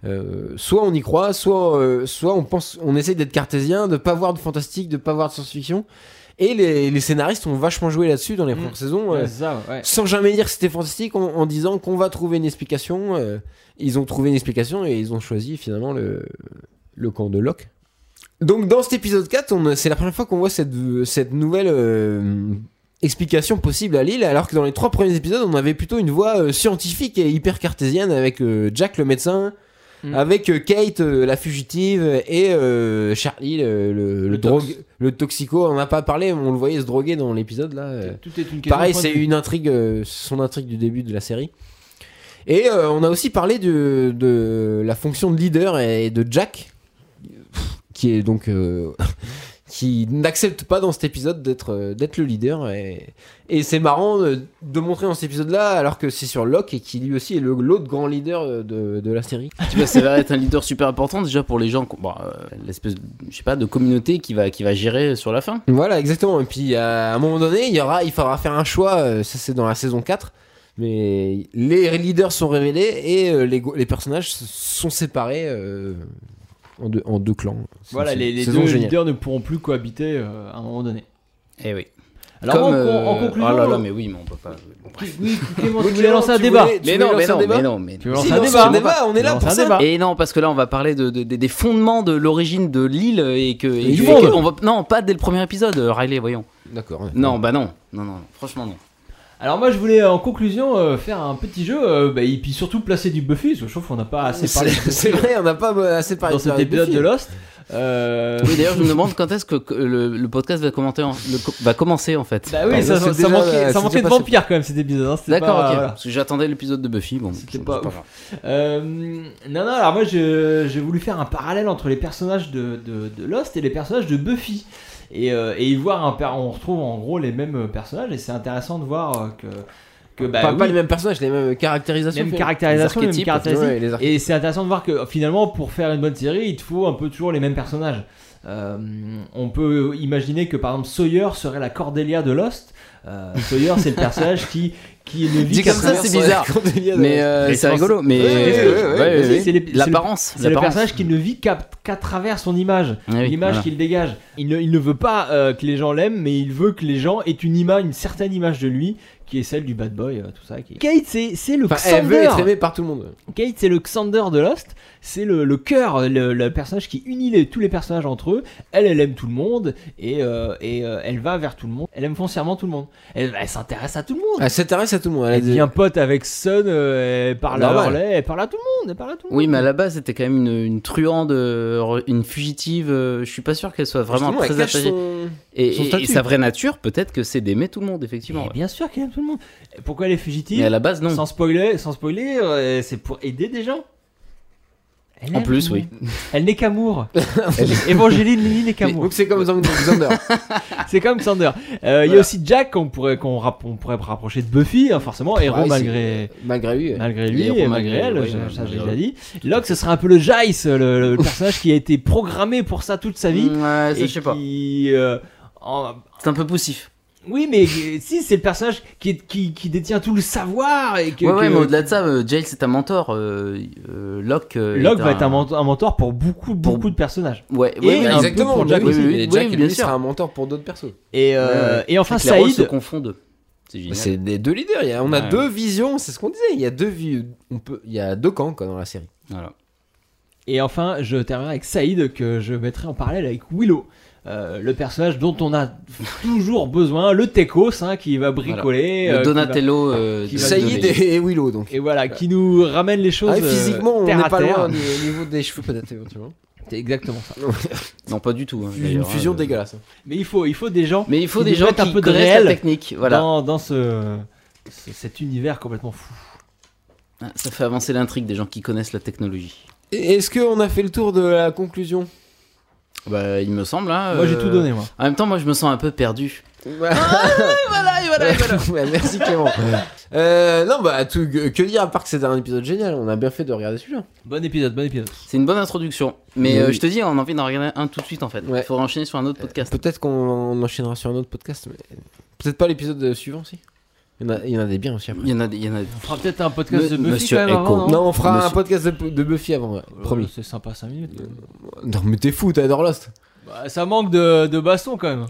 S2: Euh, soit on y croit, soit euh, soit on pense, on essaye d'être cartésien, de pas voir de fantastique, de pas voir de science-fiction. Et les, les scénaristes ont vachement joué là-dessus dans les
S1: Mm.
S2: premières saisons. euh,
S1: Ouais, c'est ça, ouais.
S2: sans jamais dire que c'était fantastique, en, en disant qu'on va trouver une explication. euh, ils ont trouvé une explication et ils ont choisi finalement le, le camp de Locke. Donc dans cet épisode 4, on- c'est la première fois qu'on voit cette, cette nouvelle euh, explication possible à l'île, alors que dans les trois premiers épisodes, on avait plutôt une voie euh, scientifique et hyper cartésienne avec euh, Jack le médecin.
S1: Mm.
S2: Avec euh, Kate, euh, la fugitive, et euh, Charlie, le, le, le
S1: tox.
S2: drogue- le toxico, on n'a pas parlé, on le voyait se droguer dans l'épisode là. euh.
S1: Tout est une question.
S2: Pareil,
S1: de point
S2: c'est
S1: de vue.
S2: une intrigue, euh, son intrigue du début de la série. Et euh, on a aussi parlé de, de la fonction de leader et de Jack, pff, qui est donc euh, qui n'accepte pas dans cet épisode d'être euh, d'être le leader. Et, et c'est marrant euh, de montrer dans cet épisode-là, alors que c'est sur Locke et qui lui aussi est le- l'autre grand leader euh, de, de la série.
S3: Tu vois, ça va être un leader super important déjà pour les gens, qu'on- bon, euh, l'espèce, de- je sais pas, de communauté qui va, qui va gérer euh, sur la fin.
S2: Voilà, exactement. Et puis à un moment donné, il y aura, il faudra faire un choix. euh, Ça, c'est dans la saison 4. Mais les leaders sont révélés et euh, les, go- les personnages s- sont séparés euh, en, deux, en deux clans. C'est
S1: Voilà,
S2: une
S1: les, les
S2: saison
S1: deux
S2: géniale.
S1: leaders ne pourront plus cohabiter euh, à un moment donné.
S3: Eh oui.
S1: Alors, en, en
S3: euh,
S1: conclusion,
S3: oh là là, mais oui, mais on peut pas. bon, bref.
S1: oui, Clément, tu
S2: Clément,
S1: voulais lancer un
S2: tu
S1: débat.
S2: voulais- tu
S3: Mais
S2: voulais
S3: non, mais
S2: lancer un
S3: non,
S2: débat
S3: mais non, mais
S1: Tu veux
S3: non.
S1: lancer
S2: Si,
S1: un
S2: lance
S1: débat
S2: un débat, on est là
S1: Lance
S2: pour
S1: un
S2: ça.
S1: débat.
S3: Et non, parce que là, on va parler de, de- de- des fondements de l'origine de l'île et que.
S2: Et
S3: et
S2: du
S3: que-
S2: monde.
S3: on va, non, pas dès le premier épisode, euh, Riley, voyons.
S2: D'accord. ouais.
S3: Non, bah non. Non, non, non. franchement, non.
S1: Alors moi je voulais euh, en conclusion euh, faire un petit jeu euh, bah, et puis surtout placer du Buffy parce que je trouve qu'on n'a pas assez
S2: C'est
S1: parlé de
S2: c'est
S1: Buffy
S2: vrai, on n'a pas euh, assez parlé
S1: dans
S2: de
S1: cet
S2: Buffy.
S1: épisode de Lost. Euh,
S3: Oui, d'ailleurs, je me demande quand est-ce que que le, le podcast va, commenter en- le co- va commencer en fait.
S1: Bah oui,
S2: Bah,
S1: ça,
S2: ça,
S1: ça,
S2: c'est déjà-
S1: manquait, ça
S2: c'est
S1: manquait
S2: déjà
S1: de
S2: passé.
S1: vampires quand même cet épisode. hein, c'était
S3: D'accord,
S1: pas-
S3: ok.
S1: voilà.
S3: Parce que j'attendais l'épisode de Buffy. Bon,
S1: C'était
S3: c'est
S1: pas
S3: c'est
S1: ouf.
S3: grave.
S1: Euh, non, non, alors moi je- j'ai voulu faire un parallèle entre les personnages de, de- de Lost et les personnages de Buffy. Et, euh, et y voir, un, par- on retrouve en gros les mêmes personnages et c'est intéressant de voir euh, que. que bah,
S2: pas, pas
S1: oui,
S2: les mêmes personnages, les mêmes caractérisations.
S1: même
S2: finalement.
S1: caractérisation,
S3: les
S1: même
S3: archétypes,
S1: caractéristique.
S2: Ouais, les archétypes.
S1: Et c'est intéressant de voir que finalement, pour faire une bonne série, il te faut un peu toujours les mêmes personnages. Euh, on peut imaginer que par exemple Sawyer serait la Cordelia de Lost. Euh, Sawyer, c'est le personnage qui, qui ne vit
S3: Dit
S1: qu'à
S3: comme ça,
S1: travers-
S3: c'est bizarre. Mais euh,
S1: Mais
S3: c'est
S1: je pense-
S3: rigolo. Mais
S2: Ouais, ouais, ouais, ouais,
S1: c'est- c'est les- c'est le-
S3: l'apparence.
S1: C'est le
S3: l'apparence.
S1: personnage qui ne vit qu'à qu'à travers son image,
S3: Ah oui,
S1: l'image
S3: voilà.
S1: qu'il dégage. Il ne, il ne veut pas euh, que les gens l'aiment, mais il veut que les gens aient une image, une certaine image de lui qui est celle du bad boy, euh, tout ça. Qui... Kate, c'est c'est le
S2: Enfin, elle veut
S1: Xander.
S2: être aimée par tout le monde.
S1: Kate, c'est le Xander de Lost. C'est le, le cœur, le, le personnage qui unit les- tous les personnages entre eux. Elle, elle aime tout le monde et, euh, et euh, elle va vers tout le monde. Elle aime foncièrement tout le monde. Elle, elle s'intéresse à tout le monde.
S2: Elle s'intéresse à tout le
S3: Ah,
S2: monde. Elle, a
S1: Elle
S2: des-
S1: devient pote avec Sun, euh, elle parle à
S2: Normal.
S1: Hurley, elle parle à tout le monde, elle parle à tout le monde.
S3: Oui, mais à la base, c'était quand même une, une truande, euh, une fugitive. euh, Je suis pas sûr qu'elle soit vraiment
S2: Justement, elle
S3: très
S2: cache
S3: attachée.
S2: son-
S3: Et,
S2: son
S3: et- et
S2: statut.
S3: sa vraie nature, peut-être que c'est d'aimer tout le monde,
S1: Mais
S3: effectivement. ouais.
S1: bien sûr qu'elle aime tout le monde. Pourquoi elle est fugitive
S3: Mais à la base, non.
S1: Sans spoiler, sans spoiler euh, c'est pour aider des gens. Elle
S3: En
S1: aime
S3: plus,
S1: tout le
S3: oui.
S1: monde. Elle n'est qu'amour.
S3: Elle est-
S1: Évangeline Lily n'est qu'amour.
S2: Donc c'est comme Zang- Xander.
S1: C'est comme Xander. Euh, Il y a
S3: Voilà.
S1: aussi Jack qu'on pourrait, qu'on rap- on pourrait rapprocher de Buffy, hein, forcément,
S3: Ah,
S1: héros
S2: Ouais,
S1: malgré,
S2: c'est- malgré lui. ouais.
S1: malgré lui
S3: héros
S1: et malgré
S3: malgré-
S1: elle,
S3: ouais,
S1: je-
S3: ouais,
S1: ça j'ai
S3: malgré
S1: déjà
S3: eux.
S1: dit. Locke, ce serait un peu le Jace, le, le personnage qui a été programmé pour ça toute sa vie.
S3: Mm, ouais, ça,
S1: et
S3: je sais pas.
S1: qui, euh, en-
S3: C'est un peu poussif.
S1: Oui, mais euh, si, c'est le personnage qui, est- qui, qui détient tout le savoir et que.
S3: ouais, ouais,
S1: que-
S3: mais au-delà de ça, euh, Jail, c'est un mentor. euh, euh, Locke. euh,
S1: Locke
S3: est
S1: va être un mentor, un mentor pour beaucoup, beaucoup de personnages.
S3: Ouais,
S1: Et
S3: ouais, ouais,
S1: un
S3: exact.
S2: Exactement,
S1: peu pour Jack
S2: oui,
S3: aussi.
S2: oui,
S3: Oui,
S2: et Jack, lui,
S3: oui, bien sûr.
S2: sera un mentor pour d'autres personnes.
S1: Et, euh,
S3: Ouais, ouais.
S1: et enfin,
S3: Les rôles se
S1: Saïd.
S3: confondent. C'est génial.
S2: C'est des deux leaders. il y a- on a
S3: Ouais.
S2: deux visions, c'est ce qu'on disait. Il y a deux vi- on peut, il y a deux camps quoi, dans la série.
S3: Voilà.
S1: Et enfin, je terminerai avec Saïd que je mettrai en parallèle avec Willow. Euh, le personnage dont on a toujours besoin, le Tecos hein, qui va bricoler,
S3: Le
S1: euh, qui va-
S3: Donatello. euh,
S1: qui
S3: de-
S1: va
S3: de-
S2: Saïd
S1: donner-
S2: et, et Willow donc.
S1: et voilà, qui nous ramène les choses
S2: Ah, et physiquement,
S1: euh,
S2: on
S1: terre
S2: n'est
S1: à
S2: pas
S1: terre.
S2: loin au ni- niveau des cheveux peut-être éventuellement.
S1: C'est exactement ça.
S3: Non, pas du tout. hein,
S2: Une
S3: d'ailleurs,
S2: fusion
S3: hein, euh.
S2: dégueulasse.
S1: Mais il faut, il faut des gens
S3: Mais il faut
S1: Ils
S3: des
S1: nous
S3: gens
S1: mettent
S3: qui
S1: un peu de
S3: connaissent
S1: réel
S3: la technique. Voilà.
S1: dans, dans ce, ce- cet univers complètement fou.
S3: Ah, Ça fait avancer l'intrigue des gens qui connaissent la technologie.
S2: Et Est-ce qu'on a fait le tour de la conclusion
S3: Bah, il me semble. hein,
S1: Moi j'ai
S3: euh,
S1: tout donné moi.
S3: En même temps, moi, je me sens un peu perdu. Voilà, Ah, et voilà, et voilà.
S2: Ouais, Merci Clément. Euh, non bah tout- que dire à part que c'était un épisode génial. On a bien fait de regarder celui-là.
S1: Bon épisode, bon épisode.
S3: C'est une bonne introduction. Mais
S2: Mais
S3: euh,
S2: oui.
S3: je te dis, on a envie d'en regarder un tout de suite en fait. Il
S2: Ouais.
S3: faudra enchaîner sur un autre podcast.
S2: Peut-être qu'on on enchaînera sur un autre podcast. mais- Peut-être pas l'épisode euh, suivant si. Il y en a, il y en a des biens aussi après.
S3: Il y en a, il y en a.
S1: On fera peut-être un podcast
S3: Me-
S1: de Buffy
S3: Monsieur
S1: quand même avant,
S3: Echo.
S1: non
S2: Non, on fera
S3: Monsieur-
S2: un podcast de, de Buffy avant, ouais,
S1: Euh,
S2: promis.
S1: C'est sympa 5 minutes.
S2: Non, mais t'es fou, t'adores Lost.
S1: Bah, ça manque de, de baston quand même.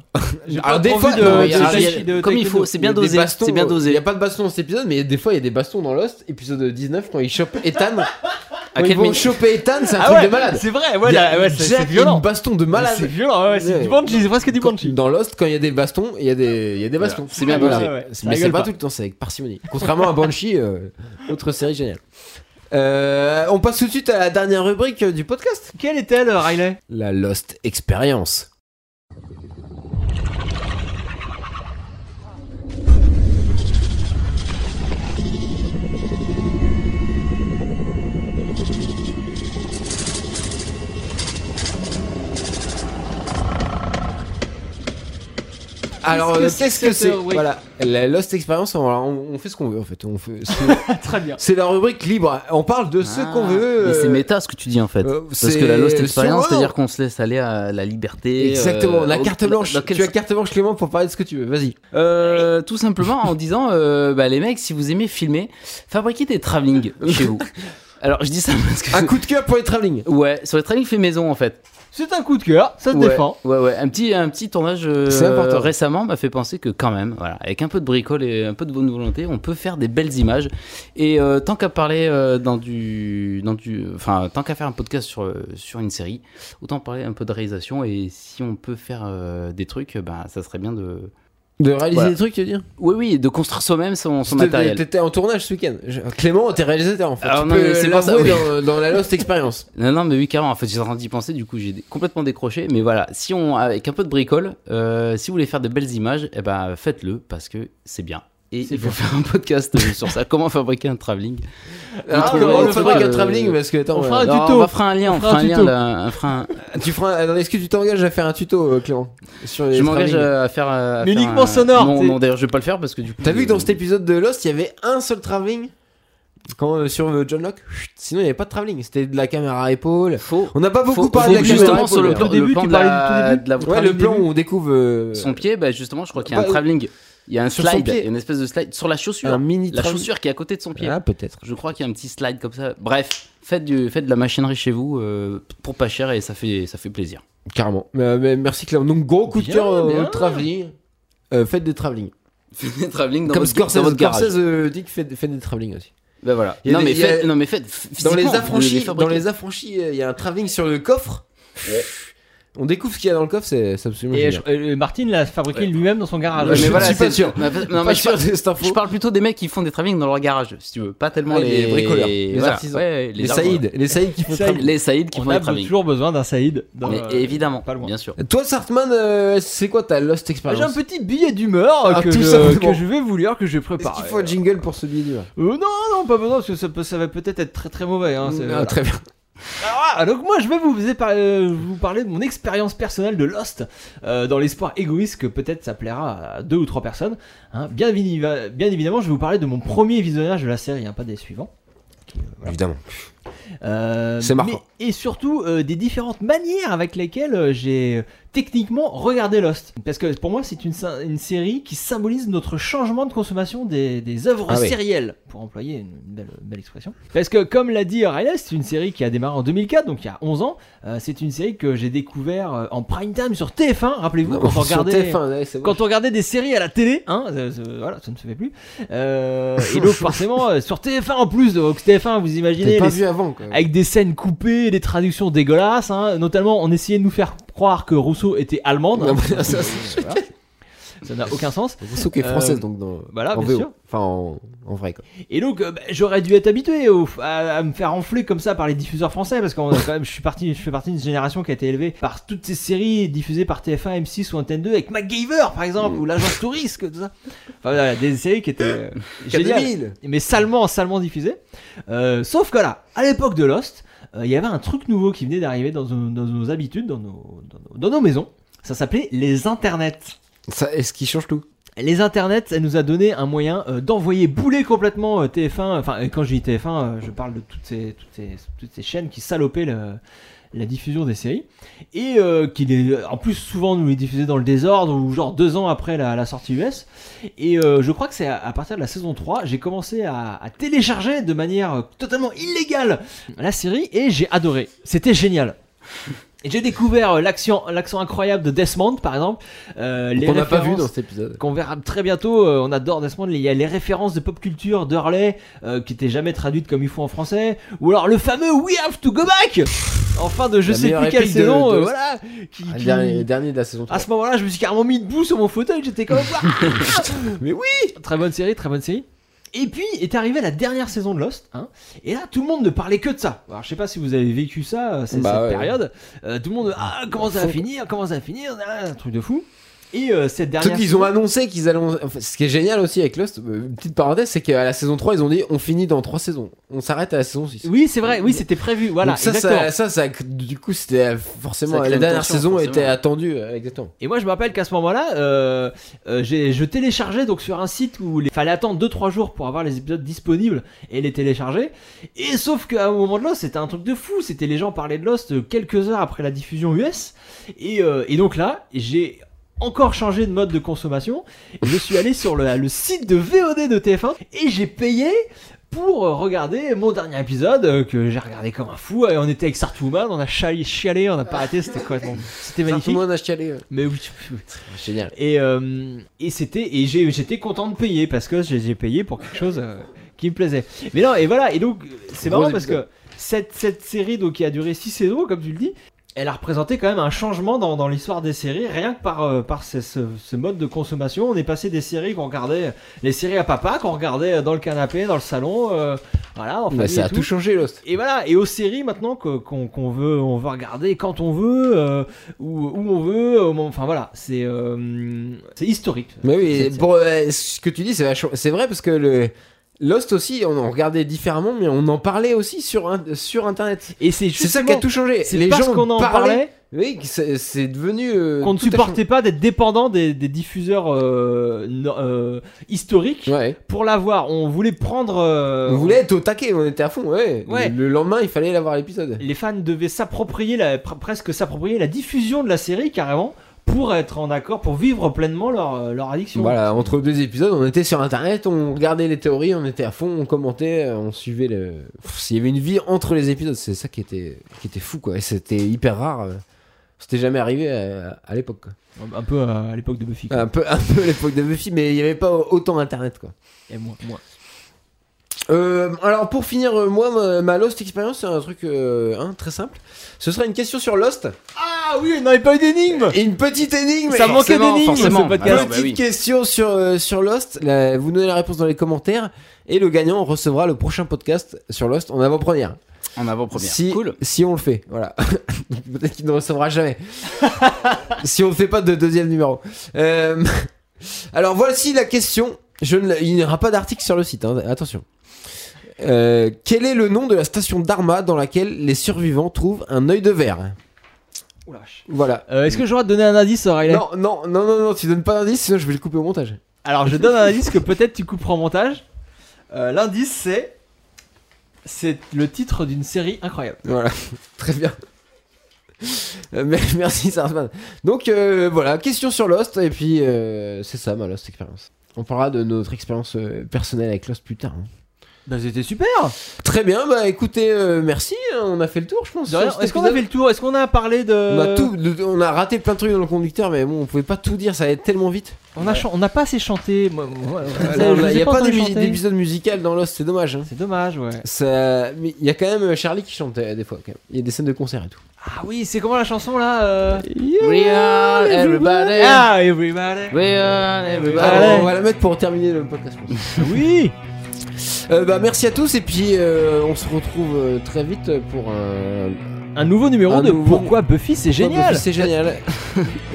S1: J'ai pas
S2: Alors, des
S1: trop
S2: fois,
S1: vu de-
S2: non,
S1: de
S2: il y a-
S1: Taichi-
S2: il y a-
S1: de
S3: comme il
S1: Taekwondo.
S3: faut, c'est bien
S2: Il y a des
S3: dosé.
S2: bastons,
S3: C'est bien
S2: euh,
S3: dosé.
S2: Il y a pas de baston dans cet épisode, mais des fois, il y a des bastons dans Lost, épisode 19, quand ils chopent Ethan. quand ils
S3: quelle
S2: vont
S3: minute
S2: choper Ethan, c'est un
S1: Ah
S2: truc
S1: ouais,
S2: de malade.
S1: C'est vrai, ouais,
S2: Il y a
S1: là, ouais, c'est c'est
S2: Jack,
S1: violent.
S2: une baston de
S1: Mais C'est
S2: malade.
S1: violent, ouais, c'est
S2: Ouais.
S1: du banshee, c'est presque du banshee.
S2: Dans Lost, quand il y a des bastons, il y a des, il y a des bastons.
S3: C'est bien
S1: Ouais,
S3: dosé.
S1: ouais, ouais. Ça
S2: Mais c'est
S1: rigole
S2: pas
S1: pas.
S2: tout le temps, c'est avec parcimonie. Contrairement à Banshee, euh, autre série géniale. Euh, on passe tout de suite à la dernière rubrique euh, du podcast.
S1: Quelle est-elle, euh, Riley
S2: La Lost Experience. Alors, euh,
S1: Qu'est-ce que
S2: qu'est-ce
S1: c'est
S2: que
S1: que cette
S2: c'est
S1: rubrique
S2: Voilà, la Lost Experience, on, on- on fait ce qu'on veut en fait. On fait ce qu'on veut.
S1: Très bien.
S2: c'est la rubrique libre. On parle de ce qu'on
S3: Ah,
S2: veut.
S3: Mais c'est
S2: euh,
S3: méta ce que tu dis en fait.
S2: euh,
S3: Parce
S2: c'est-
S3: que la Lost
S2: c'est-
S3: Experience,
S2: ouais,
S3: c'est-à-dire qu'on se laisse aller à la liberté.
S2: Exactement,
S3: euh,
S2: la
S3: au-
S2: carte
S3: dans-
S2: blanche.
S3: dans quel
S2: tu as carte blanche Clément pour parler de ce que tu veux, vas-y.
S3: Euh, tout simplement en disant, euh, bah, les mecs, si vous aimez filmer, fabriquez des travelling chez vous. Alors je dis ça parce que
S2: Un coup de cœur pour les travelling.
S3: ouais, sur les travelling fait maison en fait.
S1: C'est un coup de cœur, ça se
S3: ouais,
S1: défend.
S3: Ouais, ouais, un petit, un petit tournage euh,
S2: C'est important.
S3: récemment m'a fait penser que quand même, voilà, avec un peu de bricole et un peu de bonne volonté, on peut faire des belles images. Et euh, tant qu'à parler euh, dans du, dans du, enfin, tant qu'à faire un podcast sur euh, sur une série, autant parler un peu de réalisation. Et si on peut faire euh, des trucs, bah, ça serait bien de.
S2: De réaliser
S3: Voilà.
S2: des trucs, tu veux dire
S3: Oui, oui, de construire soi-même son, son
S2: T'étais-
S3: matériel.
S2: T'étais en tournage ce week-end. Je- Clément, t'es réalisateur en fait.
S3: Alors
S2: Tu
S3: non,
S2: peux
S3: mais c'est pas ça,
S2: l'avouer dans, dans la Lost Experience.
S3: Non, non, mais oui, carrément. En fait, j'étais en train d'y penser, du coup, j'ai dé- complètement décroché. Mais voilà, si on, avec un peu de bricole, euh, si vous voulez faire de belles images, eh ben, faites-le parce que c'est bien. Et il
S1: C'est
S3: faut faire un podcast euh, sur ça. Comment fabriquer un travelling
S2: Alors,
S1: trouverez
S2: on
S1: le
S2: fabrique
S3: Ah, fera,
S2: un travelling
S3: euh,
S2: parce que attends,
S1: on fera
S2: euh,
S1: Un
S3: Non,
S1: tuto.
S3: On va faire un lien,
S1: Ah, On
S3: on
S1: fera
S3: fera
S1: un
S3: un lien,
S1: tuto.
S3: là, un- fera un-
S2: tu feras. alors, Est-ce que tu t'engages à faire un tuto, euh, Clément sur les
S3: Je m'engage
S2: travelling
S3: à faire. à
S1: Mais
S3: faire
S1: uniquement
S3: un-
S1: sonore,
S3: Non,
S1: c'est-
S3: non, d'ailleurs, je vais pas le faire parce que du coup.
S2: T'as vu que
S3: euh,
S2: dans cet épisode de Lost, il y avait un seul travelling quand euh, sur euh, John Locke. Chut, Sinon, il n'y avait pas de travelling. C'était de la caméra à épaule.
S3: Faux.
S2: On n'a pas beaucoup
S3: Faux-
S2: parlé de
S3: faux,
S2: la caméra à
S3: justement
S2: épaule,
S3: sur le
S2: d'ailleurs.
S3: plan,
S1: Au début,
S3: le plan
S1: tu
S3: de la,
S1: parlais du tout début.
S3: de la voiture.
S2: Ouais, le plan où on découvre euh,
S3: Son pied, bah, justement, je crois qu'il y a un
S2: Bah,
S3: travelling. Il y a un
S2: sur son
S3: slide, il y
S2: pied.
S3: a une espèce de slide sur la chaussure.
S2: un mini
S3: La
S2: travelling.
S3: chaussure qui est à côté de son pied.
S2: Ah, peut-être.
S3: Je crois qu'il y a un petit slide comme ça. Bref, faites, du, faites de la machinerie chez vous euh, pour pas cher et ça fait, ça fait plaisir.
S2: Carrément. Euh, mais merci Clément. Donc gros coup de
S1: Bien,
S2: cœur euh,
S1: bien.
S2: au travelling. Euh, faites des travelling.
S3: Faites des travelling dans
S2: Comme
S3: votre, dans
S2: Scorsese,
S3: votre garage.
S2: Scorsese euh, dit que fait, fait des travelling aussi.
S3: Ben voilà.
S2: Il y a
S3: Non,
S2: des-
S3: mais
S2: il y a-
S3: faites, non mais faites. physiquement,
S2: Dans les
S3: vous les
S2: affranchis, dans
S3: fabriquez.
S2: les affranchis, euh, il y a un travelling sur le coffre. On découvre ce qu'il y a dans le coffre, c'est c'est absolument
S1: Et
S2: génial.
S1: euh, Martin l'a fabriqué lui-même dans son garage.
S2: Ouais,
S3: Ah, mais
S2: je
S3: voilà,
S2: suis pas
S3: c'est-
S2: sûr.
S3: Non, mais- non,
S2: Pas
S3: mais je,
S2: sûr
S3: parle-
S2: de cette info.
S3: je parle plutôt des mecs qui font des travelling dans leur garage, si tu veux. Pas tellement
S2: Ouais,
S3: les...
S2: les bricoleurs, les
S3: voilà.
S2: artisans.
S3: Ouais, ouais, les
S2: les
S3: arbres.
S2: Saïd, les Saïd qui font
S1: Saïd.
S2: travelling.
S3: Les Saïd qui
S1: On
S3: font des
S1: a
S3: travelling.
S1: toujours besoin d'un Saïd. dans,
S3: Mais
S1: euh,
S3: évidemment,
S1: pas loin.
S3: bien sûr.
S2: Toi, Sartman, euh, c'est quoi ta Lost
S1: J'ai un
S2: Experience
S1: petit billet d'humeur
S2: Ah,
S1: que,
S2: tout
S1: je,
S2: simplement.
S1: que je vais vous lire, que je
S2: Est-ce
S1: prépare.
S2: qu'il faut un jingle pour ce billet
S1: Euh, non, non, pas besoin, parce que ça, peut- ça va peut-être être très très mauvais.
S3: Mm,
S1: hein, c'est- voilà.
S2: Très bien.
S1: Ah, donc moi je vais vous, vous ai par- euh, vous parler de mon expérience personnelle de Lost, euh, dans l'espoir égoïste que peut-être ça plaira à deux ou trois personnes. hein. Bien, évi- bien évidemment, je vais vous parler de mon premier visionnage de la série, hein, pas des suivants.
S2: Évidemment.
S1: Euh,
S2: C'est marrant.
S1: mais- et surtout euh, des différentes manières avec lesquelles euh, j'ai euh, techniquement regardé Lost. Parce que pour moi, c'est une, sy- une série qui symbolise notre changement de consommation des, des œuvres
S2: Ah oui.
S1: sérielles, pour employer une belle, belle expression. Parce que comme l'a dit Riley, c'est une série qui a démarré en 2004, donc il y a 11 ans. Euh, c'est une série que j'ai découvert euh, en prime time sur TF1, rappelez-vous, quand on
S2: Sur
S1: regardait...
S2: TF1, ouais, c'est bon.
S1: Quand on regardait des séries à la télé, hein, ça- ça- voilà, ça ne se fait plus. Euh, et donc forcément euh, sur TF1 en plus, donc TF1, vous imaginez
S2: T'as pas
S1: les
S2: vu avant, quoi.
S1: avec des scènes coupées, des traductions dégueulasses. hein. Notamment, on essayait de nous faire croire que Rousseau était allemande.
S2: Non,
S1: hein.
S2: mais ça,
S1: Voilà. Ça n'a aucun sens.
S2: Rousseau qui est
S1: Euh,
S2: française, donc dans.
S1: voilà,
S2: en
S1: Ah, bien
S2: VO.
S1: sûr.
S2: Enfin, en, en vrai, quoi.
S1: Et donc, euh, bah, j'aurais dû être habitué au- à, à me faire enfler comme ça par les diffuseurs français, parce que quand même, je suis parti, je fais partie d'une génération qui a été élevée par toutes ces séries diffusées par TF1, M6 ou Antenne 2, avec MacGyver par exemple,
S2: Mm.
S1: ou l'agence Touriste, tout ça. Enfin, voilà, des séries qui étaient euh, géniales.
S2: 4000.
S1: mais salement, salement diffusé. Euh, sauf que là, à l'époque de Lost, euh, il y avait un truc nouveau qui venait d'arriver dans, nos- dans nos habitudes, dans nos, dans nos- dans nos maisons. Ça s'appelait les internets.
S2: Ça, est-ce qu'il change tout
S1: Les internets, ça nous a donné un moyen euh, d'envoyer bouler complètement euh, TF1. Enfin, et quand je dis TF1, euh, je parle de toutes ces, toutes ces, toutes ces chaînes qui salopaient le- la diffusion des séries. Et euh, qui, les- en plus, souvent nous les diffusaient dans le désordre ou genre deux ans après la, la sortie US. Et euh, je crois que c'est à, à partir de la saison 3, j'ai commencé à, à télécharger de manière euh, totalement illégale la série et j'ai adoré. C'était génial. Et J'ai découvert euh, l'action- l'accent incroyable de Desmond, par exemple. euh, les
S2: On n'a pas vu
S1: références-
S2: dans cet épisode.
S1: qu'on verra très bientôt. euh, on adore Desmond. Il y a les références de pop culture d'Hurley euh, qui n'étaient jamais traduites comme il faut en français. Ou alors le fameux We have to go back Enfin de je
S2: La
S1: sais
S2: meilleure
S1: plus quelle
S2: réplique de-
S1: saison.
S2: de-
S1: euh, voilà, qui-
S2: Ah,
S1: qui-
S2: Dernier, dernier de la saison 3.
S1: À ce moment-là, je me suis carrément mis debout sur mon fauteuil. J'étais comme. Ah
S2: Mais oui
S1: Très bonne série, très bonne série. Et puis est arrivée la dernière saison de Lost, hein, et là tout le monde ne parlait que de ça. Alors je sais pas si vous avez vécu ça, euh, c'est-
S2: Bah
S1: cette
S2: ouais.
S1: période. Euh, tout le monde, ah comment ça va
S2: Faut-
S1: finir, comment ça va finir, ah, un truc de fou. Et euh, cette
S2: Surtout
S1: dernière.
S2: qu'ils ont annoncé qu'ils allaient. enfin, ce qui est génial aussi avec Lost, euh, une petite parenthèse, c'est qu'à la saison 3, ils ont dit on finit dans 3 saisons. On s'arrête à la saison 6.
S1: Oui, c'est vrai, oui, c'était prévu, voilà,
S2: Euh, Donc ça,
S1: exactement.
S2: ça, ça, ça- du coup, c'était euh, forcément.
S3: Ça crée
S2: La
S3: une
S2: dernière
S3: tension,
S2: saison
S3: forcément.
S2: était attendue, euh, exactement.
S1: Et moi, je me rappelle qu'à ce moment-là, euh, euh, j'ai- je téléchargeais donc sur un site où il fallait attendre 2-3 jours pour avoir les épisodes disponibles et les télécharger. Et sauf qu'à un moment de Lost, c'était un truc de fou. C'était les gens parlaient de Lost euh, quelques heures après la diffusion US. Et, euh, et donc là, j'ai encore changé de mode de consommation. Je suis allé sur le, le site de VOD de TF1 et j'ai payé pour euh, regarder mon dernier épisode euh, que j'ai regardé comme un fou. Et on était avec Sartouman, on a chialé, chialé on n'a pas raté, c'était complètement... C'était
S2: Tout le
S1: magnifique.
S2: monde a chialé. euh.
S1: Mais oui, oui.
S2: Génial.
S1: Et, euh, et c'était et j'ai- j'étais content de payer parce que j'ai j'ai payé pour quelque chose euh, qui me plaisait. Mais non, et voilà, et donc c'est
S2: Gros
S1: marrant parce que
S2: épisode.
S1: cette, cette série donc, qui a duré 6 saisons, comme tu le dis, elle a représenté quand même un changement dans, dans l'histoire des séries, rien que par, euh, par ce, ce- ce mode de consommation. On est passé des séries qu'on regardait, les séries à papa, qu'on regardait dans le canapé, dans le salon, euh, voilà, en
S2: Bah,
S1: famille
S2: ça
S1: et
S2: a
S1: tout.
S2: tout changé, Lost.
S1: Et voilà, et aux séries maintenant que- qu'on qu'on veut, on veut regarder quand on veut, euh, où, où on veut, au moment- enfin voilà, c'est euh, c'est historique.
S2: Mais oui,
S1: Cette
S2: bon, euh, ce que tu dis, c'est vachement- c'est vrai parce que le Lost aussi, on en regardait différemment, mais on en parlait aussi sur, in- sur Internet.
S1: série. Et c'est
S2: C'est ça
S1: justement-
S2: qui a tout changé.
S1: c'est
S2: Les
S1: parce
S2: gens
S1: qu'on en
S2: parlaient.
S1: parlait
S2: Oui, que c'est c'est devenu. euh,
S1: qu'on ne
S2: tout a
S1: supportait pas d'être dépendant des, des diffuseurs euh, no- euh, historiques
S2: changé. Ouais.
S1: pour l'avoir. On voulait prendre. euh,
S2: on voulait être au taquet, on était à fond, ouais.
S1: Ouais.
S2: Le, le lendemain, il fallait l'avoir l'épisode.
S1: Les fans devaient s'approprier, la- pr- presque s'approprier la diffusion de la série carrément pour être en accord, pour vivre pleinement leur, euh, leur addiction.
S2: Voilà, entre deux épisodes, on était sur internet, on regardait les théories, on était à fond, on commentait, euh, on suivait le. Pff, Il y avait une vie entre les épisodes, c'est ça qui était, qui était fou quoi, et c'était hyper rare. euh. C'était jamais arrivé à, à l'époque. quoi.
S1: Un peu à, à l'époque de Buffy. quoi.
S2: Un peu, un peu à l'époque de Buffy, mais il n'y avait pas autant Internet, quoi.
S1: Et moi, moi.
S2: Euh, alors pour finir, euh, moi, ma- ma Lost expérience, c'est un truc euh, hein, très simple. Ce sera une question sur Lost
S1: Ah oui, on n'avait pas eu d'énigme
S2: et une petite énigme.
S1: Ça manquait
S3: forcément,
S1: d'énigmes
S3: forcément.
S1: ce podcast.
S3: Alors, bah
S2: Petite
S3: oui.
S2: question sur, euh, sur Lost. La- vous donnez la réponse dans les commentaires et le gagnant recevra le prochain podcast sur Lost en avant-première.
S3: En avant-première.
S2: Si,
S3: Cool.
S2: si on le fait, voilà. Peut-être qu'il ne recevra jamais. si on ne fait pas de deuxième numéro. Euh, alors voici la question. Je ne, il n'y aura pas d'article sur le site, hein, attention. Euh, quel est le nom de la station Dharma dans laquelle les survivants trouvent un œil de verre Voilà.
S1: Euh, Est-ce que j'aurais donné un indice, euh, Riley
S2: Non, non, non, non, non, tu donnes pas d'indice, sinon je vais le couper au montage.
S1: Alors je donne un indice que peut-être tu couperas en montage. Euh, L'indice c'est c'est le titre d'une série incroyable.
S2: Voilà, très bien. Euh, mer- Merci Sarfman. Donc euh, voilà, question sur Lost, et puis euh, c'est ça ma Lost expérience. On parlera de notre expérience euh, personnelle avec Lost plus tard. hein.
S1: Bah c'était super.
S2: Très bien, bah écoutez, euh, merci, hein, on a fait le tour je pense. sur cet
S1: Est-ce qu'on a euh,
S2: épisode.
S1: fait le tour Est-ce qu'on a parlé de
S2: on a, tout, de- on a raté plein de trucs dans le conducteur, mais bon, on pouvait pas tout dire, ça allait tellement vite. Euh,
S1: On a chan- on n'a pas assez chanté. Moi, moi, Ah, je
S2: Là, on a-
S1: sais
S2: Il n'y a pas
S1: entendu
S2: d'émi-
S1: chanter.
S2: d'épisode musical dans Lost, c'est dommage. hein.
S1: C'est dommage, ouais.
S2: Ça- mais il y a quand même euh, Charlie qui chante euh, des fois. quand même. Il y a des scènes de concert et tout.
S1: Ah oui, c'est comment la chanson là euh
S3: We are everybody.
S1: Ah, everybody.
S3: We are everybody.
S1: Ah ouais.
S2: on va la mettre pour terminer le podcast. je pense.
S1: Oui.
S2: Euh, bah, merci à tous et puis euh, on se retrouve euh, très vite pour un
S1: Un nouveau numéro
S2: Un
S1: de
S2: nouveau-
S1: Pourquoi Buffy c'est génial.
S2: C'est génial.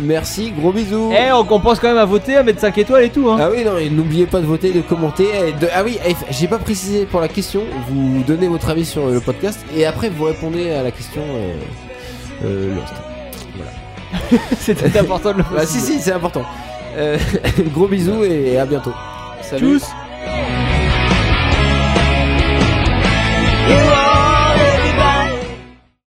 S2: merci, gros bisous.
S1: Eh, on, on pense quand même à voter, à mettre 5 étoiles et tout. Hein.
S2: Ah oui non et n'oubliez pas de voter, de commenter. et de- Ah oui, et j'ai pas précisé pour la question. Vous donnez votre avis sur le podcast et après vous répondez à la question euh, euh, Lost.
S1: C'était important de le
S2: Ah si si c'est important. Euh, gros bisous et à bientôt.
S3: Salut.
S1: Tchuss.
S4: You are